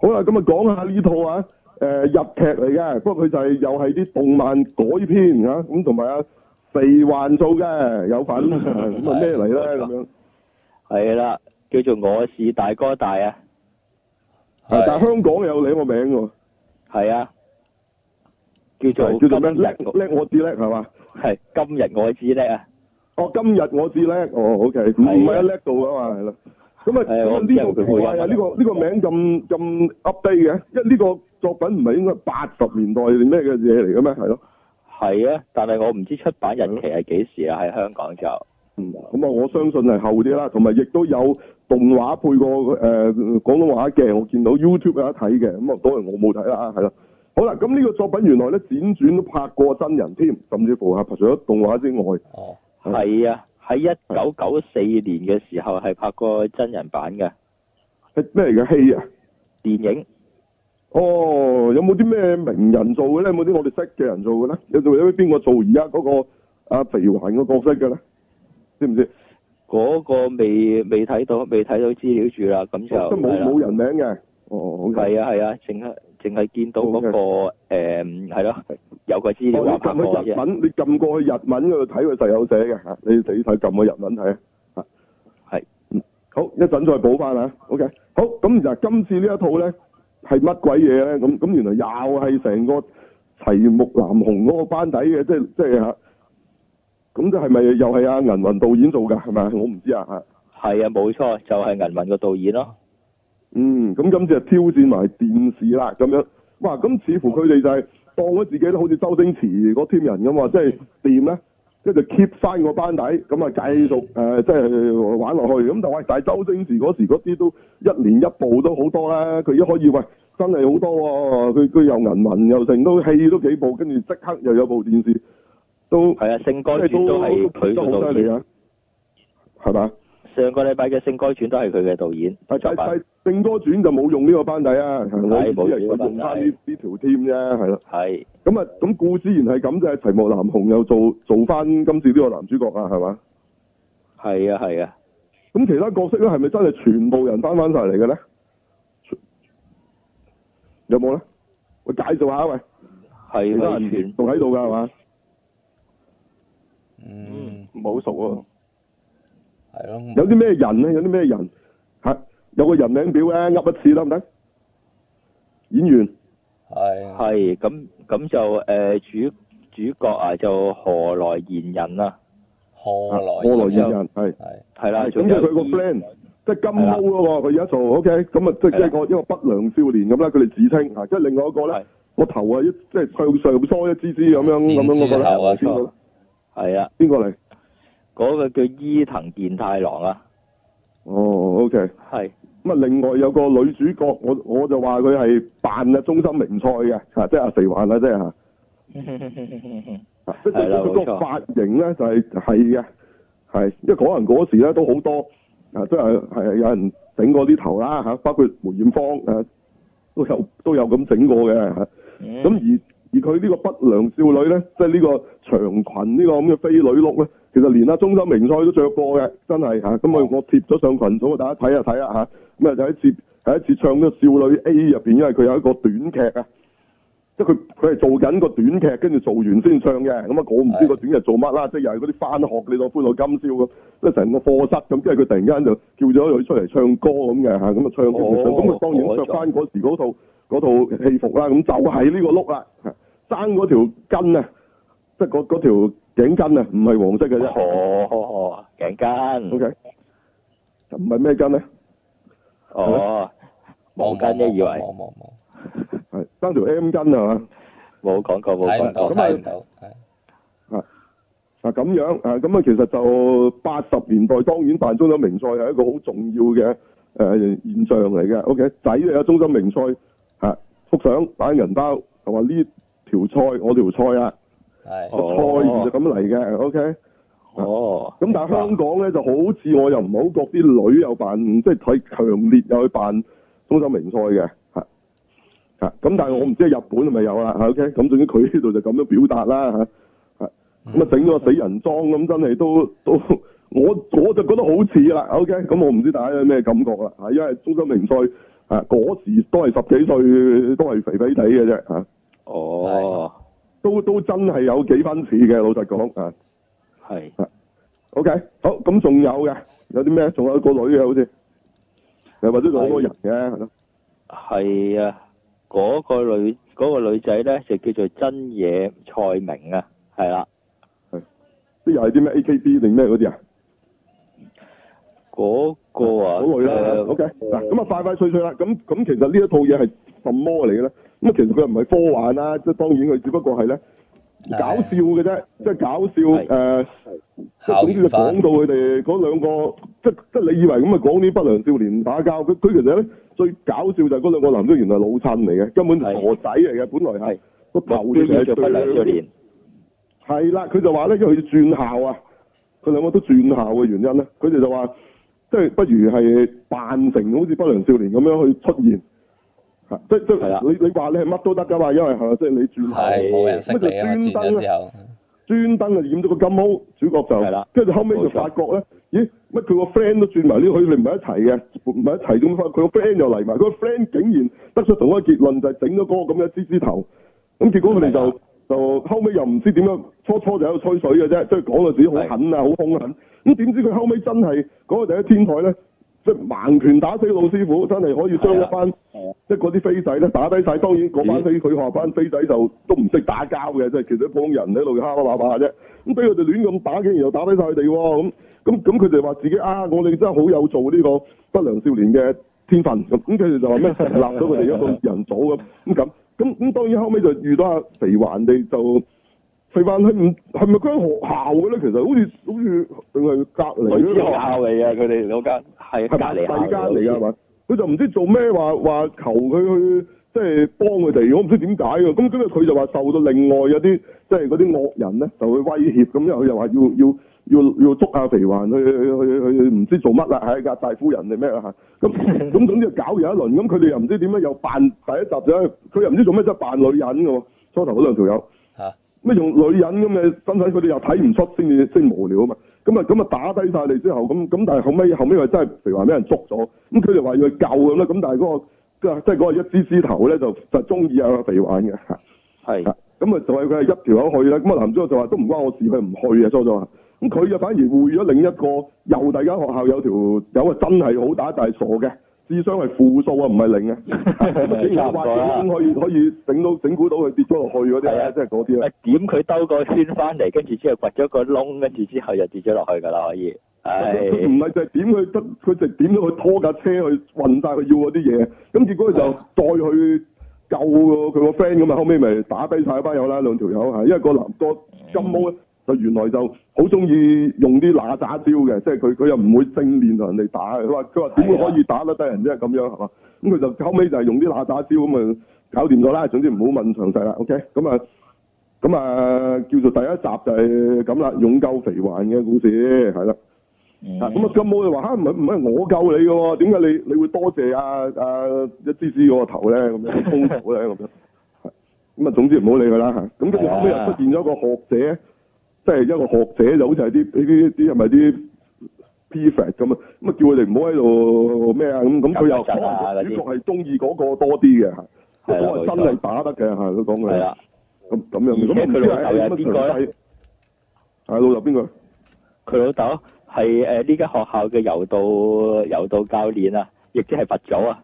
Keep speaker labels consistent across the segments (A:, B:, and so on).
A: 好啦，咁啊講下呢套啊，誒、日劇嚟嘅，不過佢就係又係啲動漫改編啊，咁同埋啊肥環做嘅有份，咁啊咩嚟咧咁樣？
B: 係啦，叫做我是大哥大啊，
A: 啊但係香港有你個名喎，
B: 係啊，叫做
A: 叫做咩？
B: 今
A: 叻
B: 日我
A: 叻我至叻係嘛？
B: 係今日我知叻啊，
A: 哦，今日我至叻，哦，OK，唔
B: 係啊
A: 唔係啊叻到啊嘛，係啦。咁啊，
B: 係
A: 咁
B: 我
A: 啊
B: 唔知
A: 呢個
B: 佢
A: 奇
B: 會
A: 怪啊，
B: 有
A: 呢個呢個名咁咁 update 嘅，因為呢個作品唔係應該八十年代定咩嘅嘢嚟嘅咩？係咯，
B: 係啊，但係我唔知出版日期係幾時啊，喺香港就
A: 嗯，咁啊，我相信係後啲啦，同埋亦都有動畫配過誒、呃、廣東話嘅，我見到 YouTube 有得睇嘅，咁啊當然我冇睇啦，係啦。好啦，咁呢個作品原來咧輾轉都拍過真人添，甚至乎係除咗動畫之外，
C: 哦，
A: 嗯
B: 係啊，喺一九九四年嘅時候係拍過真人版嘅
A: 係咩嚟嘅戲啊？
B: 電影。
A: 哦，有冇啲咩名人做嘅咧？有冇啲我哋識嘅人做嘅咧？有做有邊個做而家嗰個阿肥環個角色嘅咧？知唔知？
B: 嗰個未未睇到，未睇到資料住啦，咁就
A: 哦都冇冇人名嘅。哦，好嘅。
B: 係啊係啊，淨係淨係見到嗰、個誒係咯，有個資料
A: 哦
B: 話拍
A: 你撳
B: 過
A: 去日
B: 啫，
A: 文，你撳過去日文嗰度睇佢實有寫嘅嚇，你你睇撳去日文睇啊。
B: 係
A: 嗯，好，一陣再補翻啊。OK，好，咁嗱，今次呢一套咧係乜鬼嘢咧？咁咁原來又係成個齊木楠雄嗰個班底嘅，即係即係嚇。啊咁即係咪又係阿銀雲導演做㗎？係咪？我唔知啊嚇。
B: 係啊冇錯，就係、銀雲個導演咯，
A: 嗯，咁今次就挑戰埋電視啦，咁樣，哇！咁似乎佢哋就係當咗自己都好似周星馳嗰 team 人咁啊，即係掂咧，即係就 keep 翻個班底，咁啊繼續誒、呃即係玩落去。咁但係喂，但係周星馳嗰時嗰啲都一年一部都好多啦，佢而家可以喂真係好多喎、佢佢又銀文又成都戲都幾部，跟住即刻又有部電視，都
B: 係啊，《聖歌
A: 即
B: 傳
A: 係》
B: 都係佢
A: 都
B: 個
A: 好
B: 導
A: 犀利
B: 演，
A: 啊，係嘛？
B: 上個禮拜嘅《聖歌傳都係佢嘅導演
A: 但
B: 作
A: 但
B: 品，
A: 但正歌轉就冇用呢個班底啊，我意思
B: 冇
A: 係
B: 用呢個
A: 佢
B: 班
A: 用
B: 底
A: 翻呢呢條 team 啫，係啦。
B: 係
A: 咁啊，咁故之然係咁就係齊木楠雄又做做翻今次呢個男主角啊，係嘛？
B: 係啊係啊，
A: 咁其他角色咧係咪真係全部人翻翻晒嚟嘅咧？全有冇咧？喂，介紹下喂，
B: 係
A: 其他
B: 佢
A: 人
B: 全
A: 仲喺度㗎係嘛？
C: 嗯，
D: 冇熟喎。
C: 係咯，
A: 有啲咩人咧？有啲咩人？係有個人名表咧，噏一次得唔得？演員
C: 係
B: 係咁咁就誒、呃主主角啊就何來賢人啊，
C: 何
A: 啊
C: 來
A: 何來賢人係。
C: 係
B: 係啦，
A: 係
B: 仲
A: 咁即係佢個
B: 有
A: friend，即係金毛咯喎，佢而家做 OK，咁啊即係
B: 係啦
A: 一個一個不良少年咁啦，佢哋自稱啊，即係另外一個咧
B: 係，
A: 個頭啊一即係向上梳一支支咁樣咁樣嗰個
C: 先知
A: 咧，
C: 頭啊
A: 邊個呢
B: 係啦，
A: 邊個嚟？
B: 嗰、個叫伊藤健太郎啊，
A: 哦，OK，咁
B: 係。
A: 啊另外有個女主角，我我就話佢係扮啊中心名菜嘅，啊即係阿肥環啊，即係嚇。 即係
B: 係啦
A: 佢
B: 冇
A: 個
B: 錯
A: 髮型咧就係係嘅，係，因為可能嗰時咧都好多啊，都係係有人整過啲頭啦嚇，包括梅艷芳啊都有都有咁整過嘅啊嚇。咁、
B: 咁
A: 而而佢呢個不良少女咧，即係呢個長裙呢個咁嘅飛女碌咧，其實連阿中心名菜都着過嘅，真係嚇。咁我我貼咗上群組，大家睇下睇下嚇。咁啊就一次係一次唱咗少女 A 入邊，因為佢有一個短劇啊，即係佢佢係做緊個短劇，跟住做完先唱嘅。咁啊，我唔知
C: 係
A: 個短劇做乜啦，即係又係嗰啲翻學你當歡樂今宵咁，即係成個課室咁，跟住佢突然間就叫咗佢出嚟唱歌咁嘅嚇，咁啊唱跟住唱咁啊
B: 哦
A: 當然
B: 改
A: 着
B: 咗
A: 翻嗰時嗰套。嗰套戲服啦，咁就係呢個碌啦，爭嗰條筋啊，即係嗰嗰條頸巾啊，唔係黃色嘅啫。
B: 哦，頸巾
A: O K，唔係咩巾咧？
B: 哦，毛巾啫，以為
C: 冇冇冇
A: 係爭條 M 啊巾係嘛？
B: 冇講過冇啊
C: 睇
B: 講
C: 唔到
B: 過，
C: 睇唔到，係
A: 啊咁樣啊，咁啊其實就八十年代當然扮中心名菜係一個好重要嘅誒、呃、現象嚟嘅。O、k 仔你有中心名菜嚇，幅相擺銀包，就話呢條菜我條菜啊，
C: 係
A: 個
B: 哦
A: 菜字就咁嚟嘅。O、k
B: 哦，
A: 咁但係香港咧就好似我又唔係好覺啲女又扮，即係睇強烈又去扮中心名菜嘅，嚇嚇。咁但係我唔知日本係咪有啦嚇，OK。咁總之佢呢度就咁樣表達啦嚇嚇。咁啊整咗個死人裝咁，真係都都我我就覺得好似啦，OK。咁我唔知大家有咩感覺啦嚇，因為中心名菜啊嗰時都係十幾歲，都係肥肥地嘅啫嚇，
B: 哦，
A: 都都真係有幾分似嘅，老實講啊。
B: 係
A: OK，好，咁仲有嘅，有啲咩？仲有個女嘅好似，又或者仲有個人嘅，係咯。
B: 係啊，嗰、個女嗰、個女仔咧就叫做真野菜明啊，係啦，
A: 啲又係啲咩 AKB 定咩嗰啲啊？
B: 嗰、個啊，
A: 嗰類啦
B: 誒。
A: OK，嗱咁啊快快脆脆啦。咁咁其實呢一套嘢係什麼嚟嘅咧？咁啊其實佢又唔係科幻啦，即係當然佢只不過係咧
C: 係
A: 搞笑嘅啫，即係搞笑呃
B: 係
A: 誒。即係
C: 校
A: 總之就
C: 園化
A: 講到佢哋嗰兩個，即即係你以為咁啊講啲不良少年打交，佢佢其實咧最搞笑就係嗰兩個男仔原來老襯嚟嘅，根本傻仔嚟嘅，本來係
B: 係
A: 個頭
B: 目
A: 就
B: 標叫做
A: 係
B: 不良少年，
A: 係啦，佢就話咧，因為佢轉校啊，佢兩個都轉校嘅原因咧，佢哋就話即係不如係扮成好似不良少年咁樣去出現，嚇即即
B: 係啦
A: 你你話你係乜都得㗎嘛，因為係咪即係你轉校。
C: 係冇人識
A: 乜就
C: 你啊
A: 專
C: 嘛，轉
A: 登
C: 咗
A: 呢
C: 之後，
A: 專登啊染咗個金毛，主角
B: 係
A: 就
B: 啦，
A: 跟住後尾就
B: 冇錯
A: 發覺咧，咦乜佢個 friend 都轉埋呢個，佢哋唔係一齊嘅，唔係一齊咁佢個 friend 又嚟埋，佢個 friend 竟然得出同一個結論，就係整咗個咁嘅獅子頭，咁結果佢哋
B: 係
A: 就就後尾又唔知點樣，初初就喺度吹水嘅啫，即係講到自己好狠啊，好兇狠，咁點知佢後尾真係嗰個第一天台咧，即係盲拳打死老師傅，真係可以將
C: 係
A: 一
C: 啊
A: 班。即係嗰啲飛仔咧打低晒，當然嗰班飛佢學班飛仔就都唔識打交嘅，即係其實普通人喺度蝦蝦把把啫。咁俾佢哋亂咁打，竟然又打低晒佢哋喎。咁咁咁佢哋話自己啊，我哋真係好有做呢個不良少年嘅天分咁。咁佢哋就話咩立咗佢哋一個人組咁咁咁咁咁，當然後尾就遇到阿肥環地就。肥環係唔係咪間學校嘅咧？其實好似好似定係隔離
B: 女
A: 嗰個
B: 子學校嚟啊，佢哋嗰間
A: 係
B: 係隔
A: 咪
B: 離
A: 第二
B: 校
A: 間嚟㗎啊係嘛？佢就唔知做咩話話求佢去即係幫佢哋，我唔知點解㗎。咁跟住佢就話受到另外有啲即係嗰啲惡人咧，就去威脅咁，因為佢又話要要要要捉阿肥環去去去去唔知做乜啦，係壓大夫人定咩啦嚇。咁 咁總之就搞完一輪，咁佢哋又唔知點樣又扮第一集就係佢又唔知做咩，即係扮女人㗎喎。初頭嗰兩條友。
C: 嚇
A: 咩用女人咁嘅身份，佢哋又睇唔出先至先無聊啊嘛。咁啊咁啊打低晒你之後，咁咁但係後尾後尾又真係譬如話俾人捉咗，咁佢哋話要去救咁啦。咁但係嗰、個即係嗰個一支枝頭咧，就就中意阿肥環嘅嚇。
B: 係
A: 啊咁啊就係佢係一條友去啦。咁啊男主角就話都唔關我事，佢唔去啊。初初話，咁佢就反而會咗另一個又第間學校有條友啊，真係好打，但係傻嘅，智商係負數啊，唔係零嘅。 咁啊竟然話
B: 差唔
A: 點
B: 多啦
A: 可以可以整到整蠱到佢跌咗落去嗰啲
B: 係
A: 咧
B: 啊，
A: 即係嗰啲咧
B: 咪。點佢兜個圈翻嚟，跟住之後掘咗個窿，跟住之後就跌咗落去㗎啦，可以。
A: 佢啊唔
B: 係
A: 係就係點佢得，佢就點咗佢拖架車去運晒佢要嗰啲嘢，咁結果佢就再去救佢個 friend 咁啊，後尾咪打低晒班友啦，兩條友嚇，因為個男個金毛咧啊就原來就好中意用啲嗱喳招嘅，即係佢佢又唔會正面同人哋打嘅，佢話佢話點會可以打得低人啫咁樣係嘛？咁佢就後尾就係用啲嗱喳招咁啊搞掂咗啦，總之唔好問詳細啦，OK，咁啊。咁啊，叫做第一集就係咁啦，勇救肥環嘅故事係啦。
B: 嗯
A: 啊咁啊，金毛就話嚇唔係唔係我救你嘅喎，點解你你會多謝啊啊一芝芝嗰個頭咧咁樣空頭咧咁樣？咁啊，總之唔好理佢啦嚇。咁跟
B: 啊
A: 住後尾又出現咗一個學者，即係一個學者就好似係啲啲啲啲係咪啲 prefect 咁啊？咁啊叫佢哋唔好喺度咩啊咁咁，佢又
B: 搞搞震啊
A: 可能
B: 嗰
A: 主
B: 啲
A: 角係中意嗰個多啲嘅嚇，
B: 係啦
A: 嗰個真係打得嘅嚇，佢講佢
B: 係啦，
A: 咁咁樣咁
B: 而且佢老豆
A: 啊
B: 又
A: 唔
B: 係
A: 知
B: 邊個
A: 係
B: 咧
A: 乜係老豆邊個？
B: 佢老豆係誒呢間學校嘅柔道柔道教練啊，亦即係佛祖啊。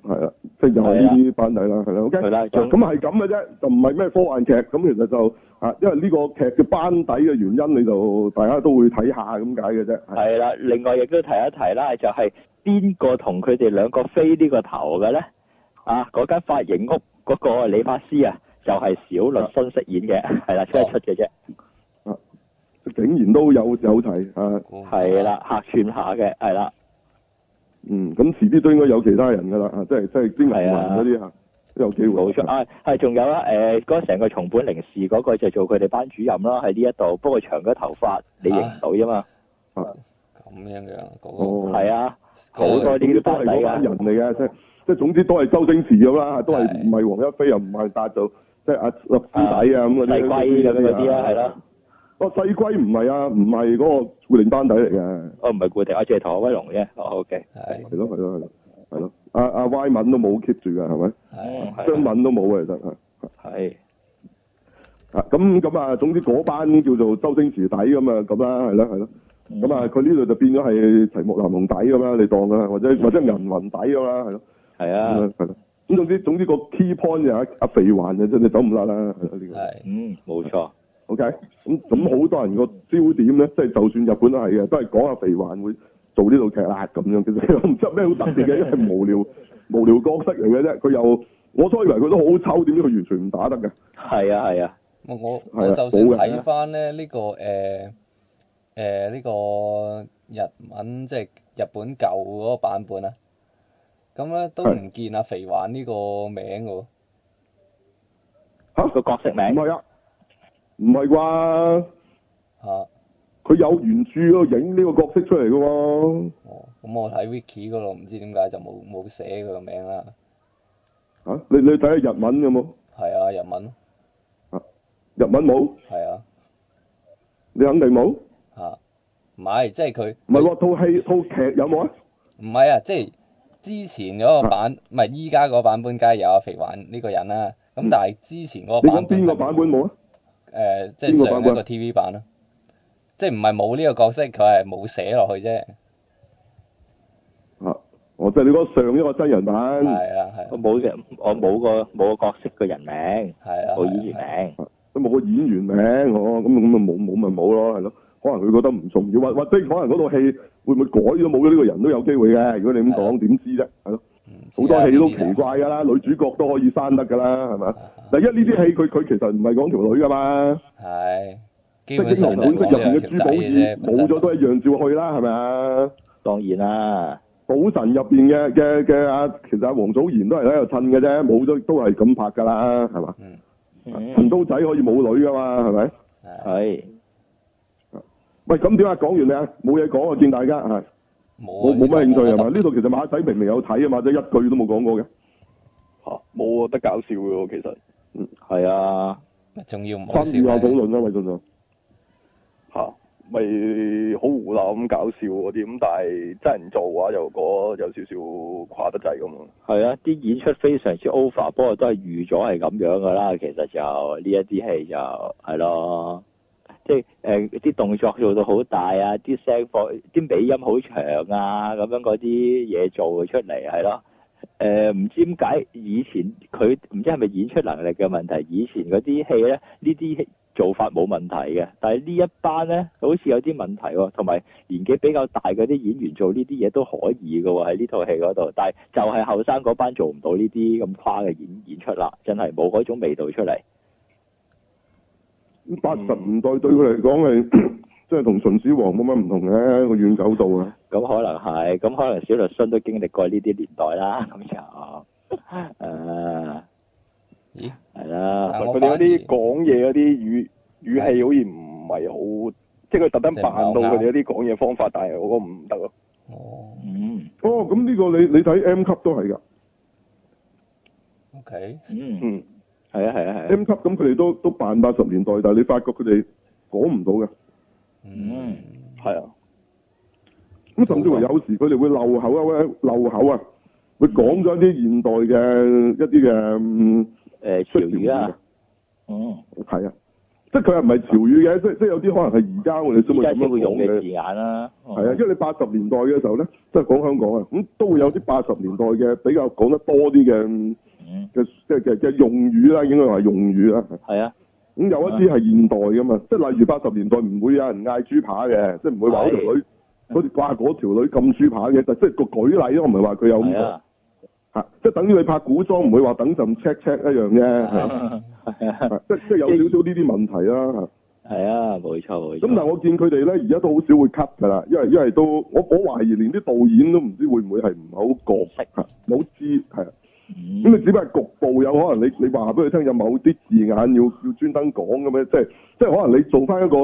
A: 係啦，即係又係呢啲班底啦，係啦，OK，
B: 係啦
A: 嗱咁係咁嘅啫，就唔係咩科幻劇，咁其實就啊，因為呢個劇嘅班底嘅原因，你就大家都會睇下咁解嘅啫，係
B: 係啦，另外亦都提一提啦，就係邊個同佢哋兩個飛呢個頭嘅咧？啊，嗰間髮型屋嗰個理髮師啊，就係小律新飾演嘅，係啦，
A: 哦
B: 出一出嘅啫，
A: 竟然都有有齊啊，
C: 估唔到
B: 係，啦，客串下嘅，係啦，
A: 嗯，咁遲啲都應該有其他人㗎啦，啊，即係即係啲銀
B: 係啊
A: 魂嗰啲啊，都有機會。
B: 冇錯啊，係仲有啦，誒嗰成個松本零士嗰個就做佢哋班主任啦，喺呢一度，不過長咗頭髮你認唔到啫嘛，
C: 咁樣樣嗰
A: 哦，
B: 啊係啊，好
C: 個
B: 多呢啲
A: 都
B: 班
A: 係
B: 底啊
A: 嗰班人
B: 㗎，
A: 嚟嘅，即係即係總之都係周星馳咁啦，都係
C: 係
A: 唔係黃一飛又唔係達就即係阿立師弟啊咁嗰啲啊
B: 細龜咁嗰啲啦，啊係啦，
A: 哦，細龜唔係啊，唔係嗰個固定班底嚟嘅。
B: Ờ, 我唔係固定，我淨係同阿威龍啫，哦，OK，
C: 係
A: 係咯係咯係咯，係咯，阿阿 Y 敏都冇 keep 住嘅，係咪？
C: 係
B: 係啊
A: 張敏都冇嘅，其實係。
B: 係
A: 啊，咁咁啊，總之嗰班叫做周星馳底咁啊，咁啦，係啦，係啦。咁
B: Ừ. 嗯
A: 啊，佢呢度就變咗係齊木楠雄底咁啦，你當佢係，或者或者銀雲底咁啦，係咯，
B: 係
A: 咁
B: 嗯啊，
A: 樣係咯。咁總之總之個 key point 就係阿阿肥環就真係走唔甩啦，係啊咯呢個。
C: 係
B: 嗯，冇錯，
A: OK，咁咁好多人個焦點咧，即係就算日本啊都係嘅，都係講阿肥環會做呢套劇啦咁樣。其實我唔知有咩好特別嘅，因為無聊無聊角色嚟嘅啫。佢又我初以為佢都好醜，點知佢完全唔打得嘅。
B: 係啊，係啊，
C: 我我
A: 係啊
C: 我就算
A: 冇人啊
C: 睇翻咧呢個誒誒呢個日文即係日本舊嗰個版本啊，咁咧都
A: 係
C: 唔見阿肥環呢個名嘅喎，
A: 嚇、
B: 個角色
A: 唔
B: 名
A: 係啊，唔係啩？
C: 嚇
A: 佢有原著嗰度影呢個角色出嚟嘅喎，
C: 哦，咁我睇 Wiki 嗰度唔知點解就冇冇寫佢個名啦，
A: 嚇、你你睇下日文有冇？
C: 係啊日文咯，
A: 日文冇，
C: 係啊
A: 你肯定冇。唔
C: 嚇，唔係即係佢
A: 係喎，套戲套劇有冇啊？
C: 唔係啊，即係之前嗰個版，唔係依家嗰個版本，梗係有阿肥環呢個人啦。咁但係之前嗰
A: 你講
C: 個版本
A: 邊個版本冇啊？
C: 誒，即
A: 邊個
C: 係
A: 版
C: 上
A: 本
C: 一個 TV 版啦。即係唔係冇呢個角色，佢係冇寫落去啫。
A: 嚇、哦，即係你講上一個真人版。
C: 係啦，係啊
B: 我
C: 啦
B: 冇嘅，我冇個冇個角色嘅人名，
C: 係啊啦，
A: 哦
B: 冇演
C: 係啦
B: 員名，
A: 都冇個演員名，哦，咁咁咪冇冇咪冇咯，係咯。可能佢覺得唔重要，或或者可能嗰套戲會唔會改咗冇咗呢個人都有機會嘅。如果你咁講，點知啫？係咯，
C: 唔知
A: 好
C: 啊
A: 多戲都
C: 呢啲
A: 奇
C: 就
A: 怪㗎啦，女主角都可以生得㗎啦，係咪啊？
C: 啊
A: 嗱，因為呢啲戲佢佢其實唔係講條女㗎嘛，
C: 係基
A: 即係
C: 本
A: 英
C: 上
A: 雄本色
C: 就
A: 入
C: 講
A: 邊
C: 兩
A: 嘅
C: 條
A: 珠寶已冇
C: 仔嘅啫，
A: 咗都一樣照去啦，係咪啊？
B: 當然啦，
A: 賭神入邊嘅嘅嘅啊，其實阿黃祖賢都係喺度襯嘅啫，冇咗都係咁拍㗎啦，係嘛？
C: 嗯
A: 神
B: 嗯，
A: 刀仔可以冇女㗎嘛，係咪？
C: 係
B: 係
A: 喂，咁點啊？講完未啊？冇嘢講啊，見大家係。
C: 冇
A: 冇
B: 哦
C: 啊
A: 冇乜興趣係嘛？
C: 呢
A: 呢度其實馬仔明明有睇啊，馬仔一句都冇講過嘅。
D: 嚇冇啊，得搞笑嘅喎，其實
B: 係啊，
C: 個仲要唔好笑
A: 分啊
C: 呢
A: 討論啊，喂，俊俊。
D: 嚇咪好胡鬧咁搞笑嗰啲，咁但係真人做嘅話又嗰有少少誇得滯咁啊。
B: 係啊，啲演出非常之 over，不過都係預咗係咁樣噶啦。其實就呢一啲戲就係咯，即係誒啲動作做到好大啊，啲聲放啲尾音好長啊，咁樣嗰啲嘢做出嚟係咯。誒唔、知點解以前佢唔知係咪演出能力嘅問題，以前嗰啲戲咧呢啲做法冇問題嘅，但係呢一班咧好似有啲問題喎，同埋年紀比較大嗰啲演員做呢啲嘢都可以嘅喎，喺呢套戲嗰度，但係就係後生嗰班做唔到呢啲咁誇嘅演演出啦，真係冇嗰種味道出嚟。嗯
A: 咁八十年代對佢嚟講係 即係同秦始皇冇乜唔同嘅個遠久度啊。
B: 咁可能係，咁可能小律孫都經歷過呢啲年代 啦，咁就誒
C: 咦？
B: 係啦，
C: 但
D: 佢
C: 我
D: 哋嗰啲
C: 反
D: 講嘢嗰啲語語氣好似唔係好，即係佢特登扮到佢哋嗰啲講嘢方法，但係我覺得唔得咯。
C: 而哦
B: 嗯
A: 哦，咁呢個你你睇 M 級都
B: 啊
A: 係㗎
C: ，OK，
B: 嗯，
D: 嗯，
B: 係啊係啊係啊，
A: ，M 級咁佢哋都都扮八十年代，但係你發覺佢哋講唔到嘅。
C: 嗯。
D: 係啊，
A: 咁甚至乎有時佢哋會漏口啊，或者漏口啊，會講咗一啲現代嘅一啲嘅嗯
B: 誒潮
A: 出條
B: 語
A: 語嘅
B: 啊，。嗯，
A: 係啊，即係佢又唔係潮語嘅，即即係有啲可能係而家我哋先
B: 依
A: 會
B: 家
A: 咁
B: 先
A: 樣
B: 會用
A: 講
B: 嘅
A: 嘅
B: 字。哦眼啦，
A: 係啊，因為你八十年代嘅時候咧，即係講香港啊，咁都會有啲八十年代嘅比較講得多啲嘅
B: 嗯，
A: 嘅即係嘅嘅用語啦，應該話用語啦。
B: 係啊，
A: 咁有一啲係現代噶嘛，即係例如八十年代唔會有人嗌豬扒嘅，即係唔會話嗰條女嗰條哇嗰條女咁豬扒嘅，就即係個舉例咯。我唔係話佢有咁
B: 係
A: 講
B: 啊，
A: 嚇，即係等於你拍古裝唔會話等陣 check check 一樣啫，係
B: 係啊，
A: 係即係即係有少少呢啲問題啦。係
B: 係啊，冇錯冇錯。
A: 咁但係我見佢哋咧，而家都好少會 cut 㗎啦，因為因為都我我懷疑連啲導演都唔知會唔會係唔係好覺，冇知係啊。
B: 嗯
A: 咁你只不過係局部有可能你你話俾佢聽有某啲字眼要要專登講咁樣，即係即係可能你做翻一個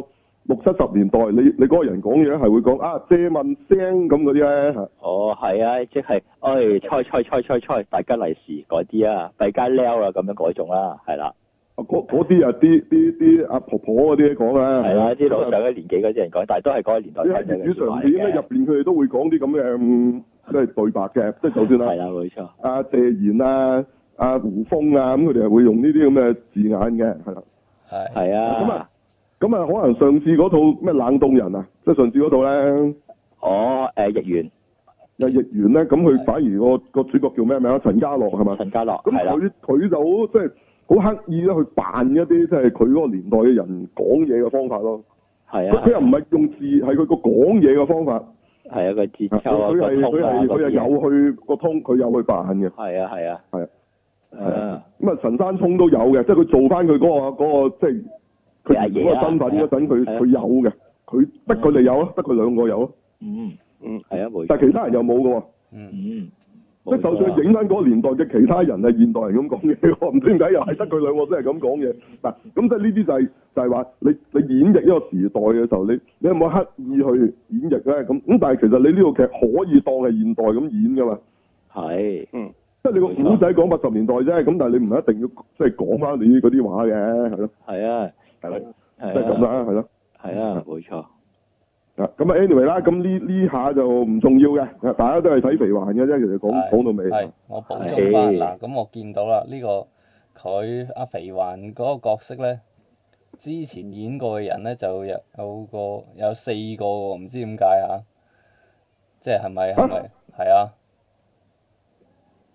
A: 六七十年代，你你嗰個人講嘢係會講啊借問聲咁嗰啲咧嚇，
B: 哦，係啊，即係，哎，猜猜猜猜猜，大家利是嗰啲啊，大家撩啦，咁樣嗰種啦，係啦，
A: 啊嗰嗰啲啊啲啲啲阿婆婆嗰啲講啦，
B: 係啦，啲老上嘅年紀嗰啲人講，但係都係嗰個年代
A: 嗯你喺
B: 聽
A: 粵
B: 到嘅
A: 語
B: 說
A: 常啊
B: 話
A: 片咧，
B: 嚟
A: 入
B: 嘅，
A: 邊佢哋都會講啲咁嘅嗯即係對白嘅，即係就算
B: 係
A: 啊
B: 啦，冇錯，
A: 阿謝賢啊、阿胡楓啊，咁佢哋係會用呢啲咁嘅字眼嘅，係啦。
C: 係
B: 係
A: 咁
B: 啊
A: 啊。咁啊，可能上次嗰套咩冷凍人啊，即係上次嗰套咧，
B: 哦，誒逆緣
A: 有譯員咧，咁佢反而個個主角叫咩名啊？陳家樂係嘛？
B: 陳家樂
A: 咁
B: 係啦，
A: 佢佢就好即係好刻意咧去扮一啲即係佢嗰個年代嘅人講嘢嘅方法咯。
B: 係
A: 佢佢又
B: 啊，
A: 唔係用字，係佢個講嘢嘅方法。
B: 係啊個節
A: 佢
B: 奏啊
A: 佢係
B: 個
A: 佢
B: 通啊
A: 係佢係
B: 嗰啲嘢，
A: 有去個通，佢有去扮嘅。
B: 係啊係啊，
A: 係啊
B: 誒
A: 咁啊，陳山聰都有嘅，即係佢做翻佢嗰個嗰個即係
B: 係阿
A: 佢
B: 爺
A: 嗰
B: 啊
A: 個身份嗰陣，佢
B: 係啊
A: 佢有嘅。佢得佢哋有啊，得佢兩個有啊，
B: 嗯
D: 嗯，
B: 係啊冇
A: 但
B: 錯，
A: 係其他人又冇嘅喎。
C: 嗯
B: 嗯，
A: 即係就算佢影翻嗰個年代嘅其他人係現代人咁講嘢，我唔知點解又係得佢兩個真係咁講嘢。嗱，咁即係呢啲就係、就係、話你你演繹一個時代嘅時候，你你有冇刻意去演繹咧？咁咁但係其實你呢個劇可以當係現代咁演噶嘛？
B: 係
D: 嗯，
A: 即係你個古仔講八十年代啫，咁但係你唔一定要即係講翻你嗰啲話嘅，係咯，
B: 係啊
A: 係咯，
B: 係
A: 即
B: 啊
A: 係咁啦，係咯。
B: 係啊冇錯，
A: 啊，咁啊，anyway 啦，咁呢呢下就唔重要嘅，大家都係睇肥環嘅啫。其實講
C: 係
A: 講到尾，
C: 係我補充翻嗱，咁我見到啦，呢、個佢阿肥環嗰個角色咧，之前演過嘅人咧就有有個有四個喎，唔知點解啊？即係係咪係咪係啊？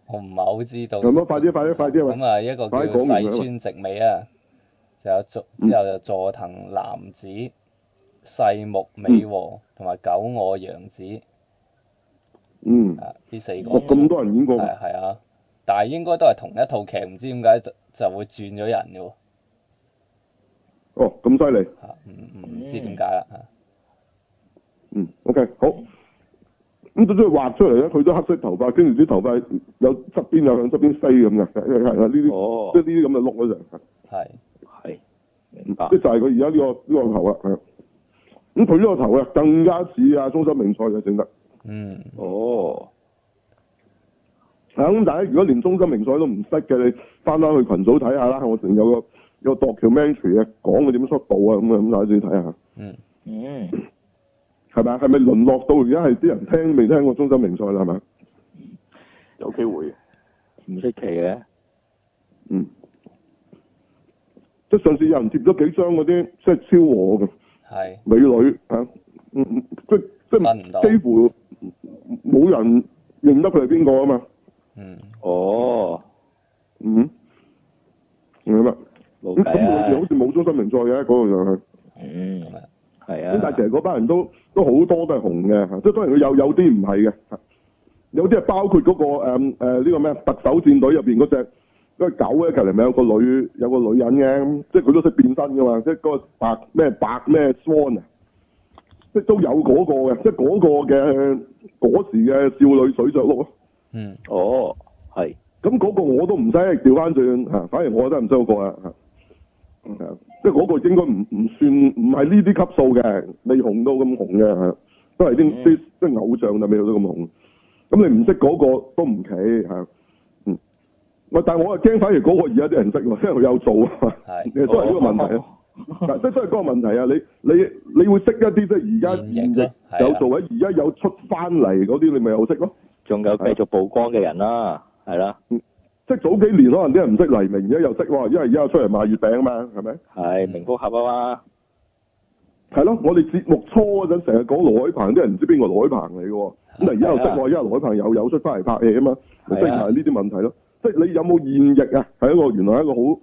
C: 我唔係好知道。
A: 咁啊，快啲快啲快啲
C: 咁
A: 喂！
C: 啊，一個叫
A: 快啲講完佢
C: 細
A: 啦
C: 川直美啊，就有佐之後就佐藤男子、細木美和同埋久我洋子
A: 嗯，
C: 啊，呢四個。
A: 哇咁多人演過㗎。
C: 係係啊，但係應該都係同一套劇，唔知點解就就會轉咗人嘅喎
A: 哦，咁犀利，
C: 嚇唔唔唔知點解啦嚇。
A: 嗯，OK，好。咁到最後畫出嚟啊咧，佢都黑色頭髮，跟住啲頭髮有側邊有向側邊西咁嘅，係啊係係呢啲
D: 哦
A: 即，係呢啲咁嘅碌嗰陣，嗯
C: 係
D: 係，明白
C: 啊
A: 即，係就係佢而家呢個呢個頭啦，係啊。咁佢呢個頭啊，更加似啊中心名菜嘅整得。
C: 嗯
D: 哦，
A: 係啊咁大家如果連中心名菜都唔識嘅，你翻返去群組睇下啦。我成有個有個 documentary 啊，講佢點出道啊，咁啊咁大家自己睇下。
C: 嗯
D: 嗯，
A: 係咪啊？係咪淪落到而家係啲人聽未聽過中心名菜啦？係咪啊？
D: 有機會嘅，
B: 唔識奇嘅，
A: 嗯，即係上次有人貼咗幾張嗰啲即係超和嘅
C: 係
A: 美女啊，嗯嗯即即
C: 分唔到
A: 係幾乎冇人認得佢係邊個啊嘛，
C: 嗯
B: 哦，
A: 嗯，明
C: 啊
A: 白。
B: 冇
A: 咁咁
B: 計
A: 裏邊好
B: 啊，
A: 似冇中心名菜嘅嗰個就係，咁
B: 嗯
C: 咁，啊
B: 係
A: 但係其
B: 啊，
A: 實嗰班人都都好多都係紅嘅，即係當然佢有有啲唔係嘅，有啲係包括嗰、個誒誒呢個咩特首戰隊入邊嗰只。因為狗咧，隔離咪有個女有個女人嘅，咁即係佢都識變身噶嘛，即係嗰個白咩白咩 swan 啊，即係都有嗰個嘅，即係嗰個嘅嗰時嘅少女水着碌咯。
C: 嗯
B: 哦，係，
A: 咁嗰個我都唔識，調翻轉嚇，反而我真係唔識嗰個啊嚇。係啊即係嗰個應該唔唔算唔係呢啲級數嘅，未紅到咁紅嘅嚇，都係啲啲即係偶像就未去到咁紅。咁你唔識嗰個都唔奇嚇，嗯。喂，但係我係驚反而嗰個而家啲人識喎，因為佢有做啊嘛。
C: 係
A: 其實 都係呢個問題啊。嗱， 即係都係嗰個問題啊！你你你會識一啲即係而家
C: 現役咯係啊
A: 有做嘅，而家有出翻嚟嗰啲，你咪有識咯。
B: 仲有繼續曝光嘅人啦，係啦，
A: 即係早幾年可能啲人唔識黎明，而家又識喎，因為而家有出嚟賣月餅啊嘛，係咪？
B: 係名福俠啊嘛，
A: 係咯，我哋節目初嗰陣成日講盧海鵬，啲人唔知邊個盧海鵬嚟嘅喎。咁但係而家又識喎，因
B: 係啊
A: 為盧海鵬又有出翻嚟拍戲啊嘛，即係
B: 係啊
A: 呢啲問題咯。即係你有冇現役啊？係一個原來係一個好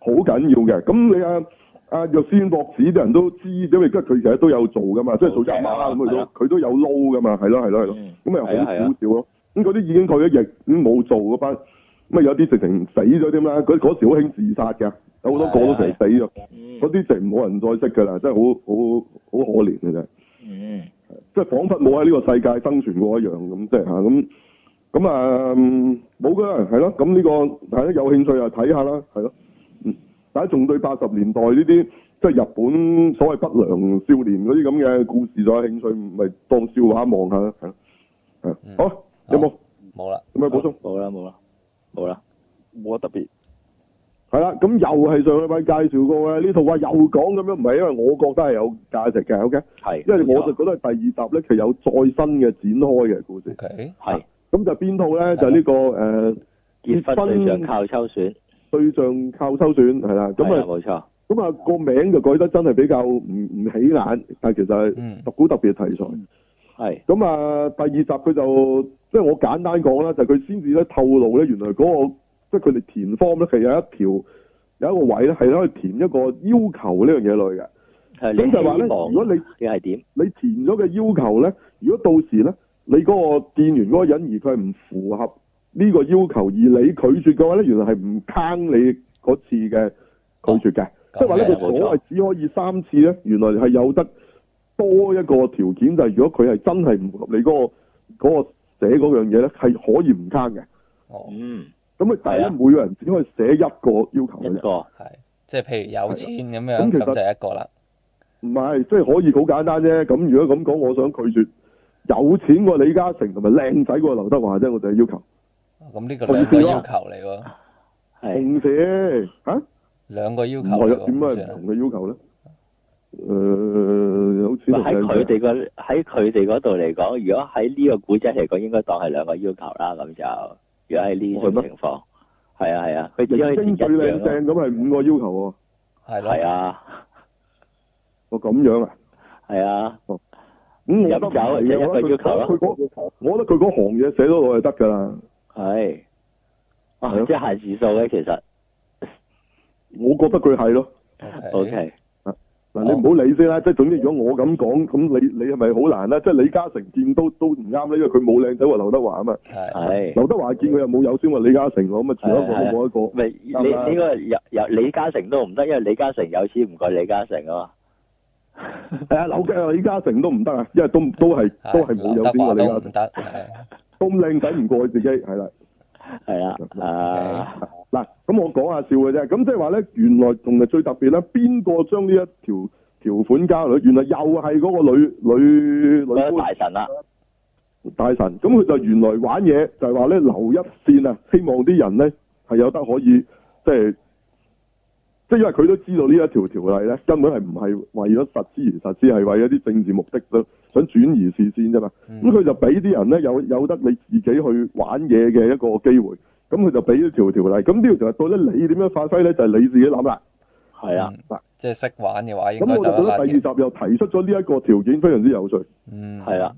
A: 好緊要嘅。咁你啊啊若仙博子啲人都知，因為而家佢其實都有做噶嘛，即係做咗阿媽咁佢
B: 係
A: 都
B: 啊
A: 佢都有撈噶嘛，係咯係咯係咯
B: 嗯。
A: 咁咪好
B: 係啊係啊
A: 少少咯。咁嗰啲已經退咗役，咁冇做嗰班，咁啊有啲直情死咗添啦。嗰嗰時好興自殺㗎，有好多個都成日死咗。
B: 嗯
A: 嗰啲直冇人再識㗎啦，真係好好好可憐嘅啫，
B: 嗯，
A: 即係彷彿冇喺呢個世界生存過一樣咁，即係嚇啊咁咁啊嗯冇㗎啦，係咯，咁呢個係咯，有興趣就睇下啦，係咯，嗯，大家仲對八十年代呢啲即係日本所謂不良少年嗰啲咁嘅故事仲有興趣，咪當笑話望下啦，係咯，係
C: 嗯
A: 好有冇
C: 冇啦
A: 有冇補充？
B: 冇啦冇啦冇啦，
D: 冇乜特別，
A: 係啦，咁又係上禮拜介紹過嘅呢套話又講咁樣，唔係因為我覺得係有價值嘅，OK？
B: 係，
A: 因為我就覺得第二集咧，其實有再新嘅展開嘅故事。
C: OK，
B: 係
A: 咁就邊套咧？就呢、個誒、呃
B: 結婚對象靠抽選，
A: 對象靠抽選係啦。咁
B: 係啦
A: 啊
B: 冇錯，
A: 咁啊個名就改得真係比較唔唔起眼，但係其實係
C: 嗯
A: 特古特別嘅題材。
B: 係
A: 咁啊，第二集佢就即係我簡單講啦，就佢先至咧透露咧，原來嗰、個即係佢哋填 form 咧，係有一條有一個位咧係可以填一個要求呢樣嘢類嘅。
B: 係
A: 咁
B: 你
A: 就係話咧，
B: 希
A: 如果
B: 望
A: 你
B: 你係點？
A: 你填咗嘅要求咧，如果到時咧你嗰個見完嗰個人而佢係唔符合呢個要求，而你拒絕嘅話咧，原來係唔坑你嗰次嘅拒絕嘅，即係話咧
C: 咁
A: 佢
C: 樣
A: 所謂只可以三次咧，原來係有得多一個條件，就係、如果佢係真係唔符合你嗰、個嗰、個寫嗰樣嘢咧，係可以唔坑嘅。
C: 哦，
B: 嗯，
A: 咁啊，但係
B: 係啊
A: 咧每個人只可以寫一個要求
B: 一
A: 嘅啫。
B: 個
C: 係，即係譬如有錢咁
A: 咁
C: 樣，
A: 其實
C: 咁就一個啦。
A: 唔係，即係可以好簡單啫。咁如果咁講，我想拒絕有錢過李嘉誠同埋靚仔過劉德華啫，我就係要求。
C: 咁呢個兩個要求嚟喎，
B: 係
A: 同時嚇，唔
C: 兩個要求
A: 係
C: 嚟
A: 啊，點解唔
C: 喎，算
A: 同
C: 啦
A: 嘅要求咧？誒，有錢同
B: 啊喺
A: 靚仔
B: 佢哋嗰喺佢哋嗰度嚟講，如果喺呢個古仔嚟講，應該當係兩個要求啦。咁就如果喺呢種情況，係啊係啊，佢只可以
A: 明
B: 填
A: 星
B: 一
A: 最靚
B: 樣咯。啊
A: 正咁係五個要求喎。
C: 係
B: 係
C: 咯，
B: 啊
A: 我咁樣啊？
B: 係啊，
A: 咁我
B: 飲
A: 覺得唔係嘅
B: 酒
A: 我覺得
B: 一個要求啊
A: 佢嗰佢嗰我覺得佢嗰行嘢寫到落就得㗎啦。
B: 係。啊
A: 係咯
B: 即係限時數嘅，其實
A: 我覺得佢係咯。
B: O
C: OK，
B: K
A: 嗱，你唔
B: 哦
A: 好理先啦，即係總之，如果我咁講，咁你你係咪好難咧？即係李嘉誠見都都唔啱啦，因為佢冇靚仔過劉德華啊嘛。
C: 係
B: 係。
A: 劉德華見佢又冇有先喎，李嘉誠喎，咁啊，除一個冇一個。
B: 咪你呢個有有李嘉誠都唔得，因為李嘉誠有錢唔過李嘉誠啊嘛。
A: 係啊，劉嘅李嘉誠都唔得啊，因為都都係
C: 係
A: 都係冇有
C: 劉德
A: 邊個
C: 華
A: 李
C: 都
A: 嘉
C: 唔
A: 誠，
C: 得，係
A: 都咁靚仔唔過佢自己，係啦。
B: 係啦，啊，
A: 嗱，咁我講下笑嘅啫。咁即係話咧，原來同埋最特別咧，邊個將呢一條條款加落去？原來又係嗰個女女女
B: 嗰個
A: 官
B: 大神啦，
A: 大神。咁佢就原來玩嘢，就係話咧留一線啊，希望啲人咧係有得可以即係。即係因為佢都知道呢一條條例咧，根本係唔係為咗實施而實施，係為咗啲政治目的想想轉移視線啫嘛。咁
C: 嗯
A: 佢就俾啲人咧有有得你自己去玩嘢嘅一個機會，咁佢就俾咗條條例，咁呢條條例到底你點樣發揮咧，就係、你自己諗啦。
B: 係啦，
C: 嗯即係識玩嘅話應
A: 咁
C: 該
A: 我就覺
C: 就
A: 得
C: 甩
A: 第二
C: 嘅，
A: 集又提出咗呢一個條件非常之有趣，
C: 嗯，
B: 係啦，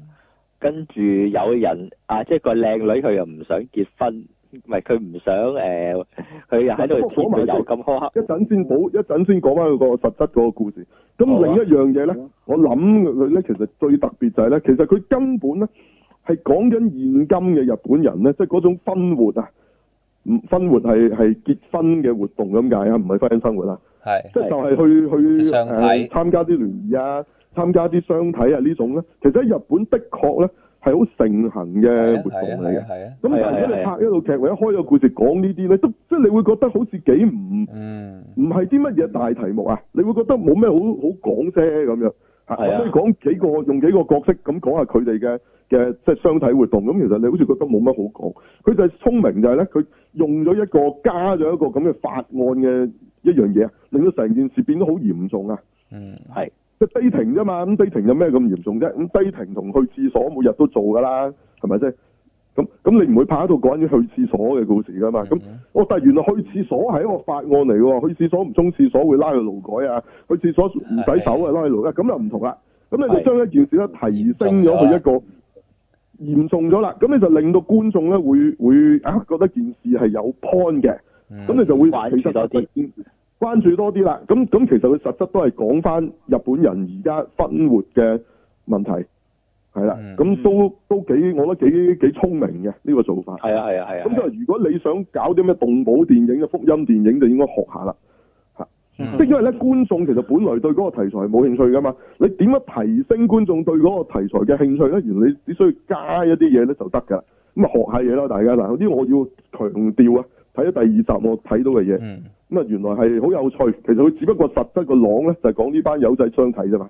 B: 跟住有人啊，即係個靚女佢又唔想結婚，唔係佢唔想誒，佢又喺度
A: 講埋
B: 天
A: 先
B: 有咁苛刻，
A: 一陣先
C: 嗯
A: 補，一陣先講翻個實質嗰個故事。咁
B: 好啊
A: 另一樣嘢咧，我諗佢咧其實最特別就係咧，其實佢根本咧係講緊現今嘅日本人咧，即係嗰種婚活啊，唔婚活係係結婚嘅活動咁解啊，唔係婚姻生活啊。
C: 係
A: 即係就係去去
C: 即係相
A: 誒
C: 睇
A: 參加啲聯誼啊，參加啲相睇啊呢種咧，其實喺日本的確咧係好盛行
C: 係
A: 嘅
C: 啊
A: 活動
C: 係啊
A: 嚟
C: 係
A: 嘅
C: 啊。係啊，
A: 咁但
B: 係
A: 係如果
B: 啊係啊
A: 你拍一套劇或者開個故事講呢啲咧，都即係你會覺得好似幾唔
C: 嗯
A: 唔係啲乜嘢大題目啊，你會覺得冇咩好好講啫咁樣。嚇
B: 係啊
A: 咁你講幾個用幾個角色咁講下佢哋嘅嘅即係相體活動，咁其實你好似覺得冇乜好講。佢就係聰明就係咧，佢用咗一個加咗一個咁嘅法案嘅一樣嘢，令到成件事變得好嚴重啊！
C: 嗯
B: 係
A: 即係 dating 啫嘛，咁 dating 有咩咁嚴重啫？咁 dating 同去廁所每日都做噶啦，係咪先？咁咁你唔會拍一套講緊去廁所嘅故事噶嘛？咁
C: 嗯
A: 哦，但係原來去廁所係一個法案嚟嘅喎，去廁所唔沖廁所會拉去勞改啊，去廁所唔洗手啊，拉去勞改，咁又唔同啦。咁你就
B: 係
A: 將一件事咧提升咗去一個嚴重咗啦，咁你就令到觀眾咧會會啊覺得件事係有 point 嘅，
C: 嗯
A: 咁你就會
B: 關
A: 其
B: 注
A: 實
B: 多啲
A: 嗯關注多啲啦。咁咁其實佢實質都係講翻日本人而家生活嘅問題，係啦
C: 嗯，
A: 咁都都幾我覺得幾幾聰明嘅呢個做法。
B: 係啊係啊係啊
A: 咁，就如果你想搞啲咩動保電影嘅福音電影，就應該學下啦。
C: 嗯
A: 即係因為咧，觀眾其實本來對嗰個題材係冇興趣噶嘛，你點樣提升觀眾對嗰個題材嘅興趣咧？原來你只需要加一啲嘢咧就得㗎啦。咁啊學下嘢啦，大家嗱，有啲我要強調啊，睇咗第二集我睇到嘅嘢，
C: 嗯
A: 咁啊原來係好有趣。其實佢只不過實質個朗咧就係講呢班友仔相睇啫嘛，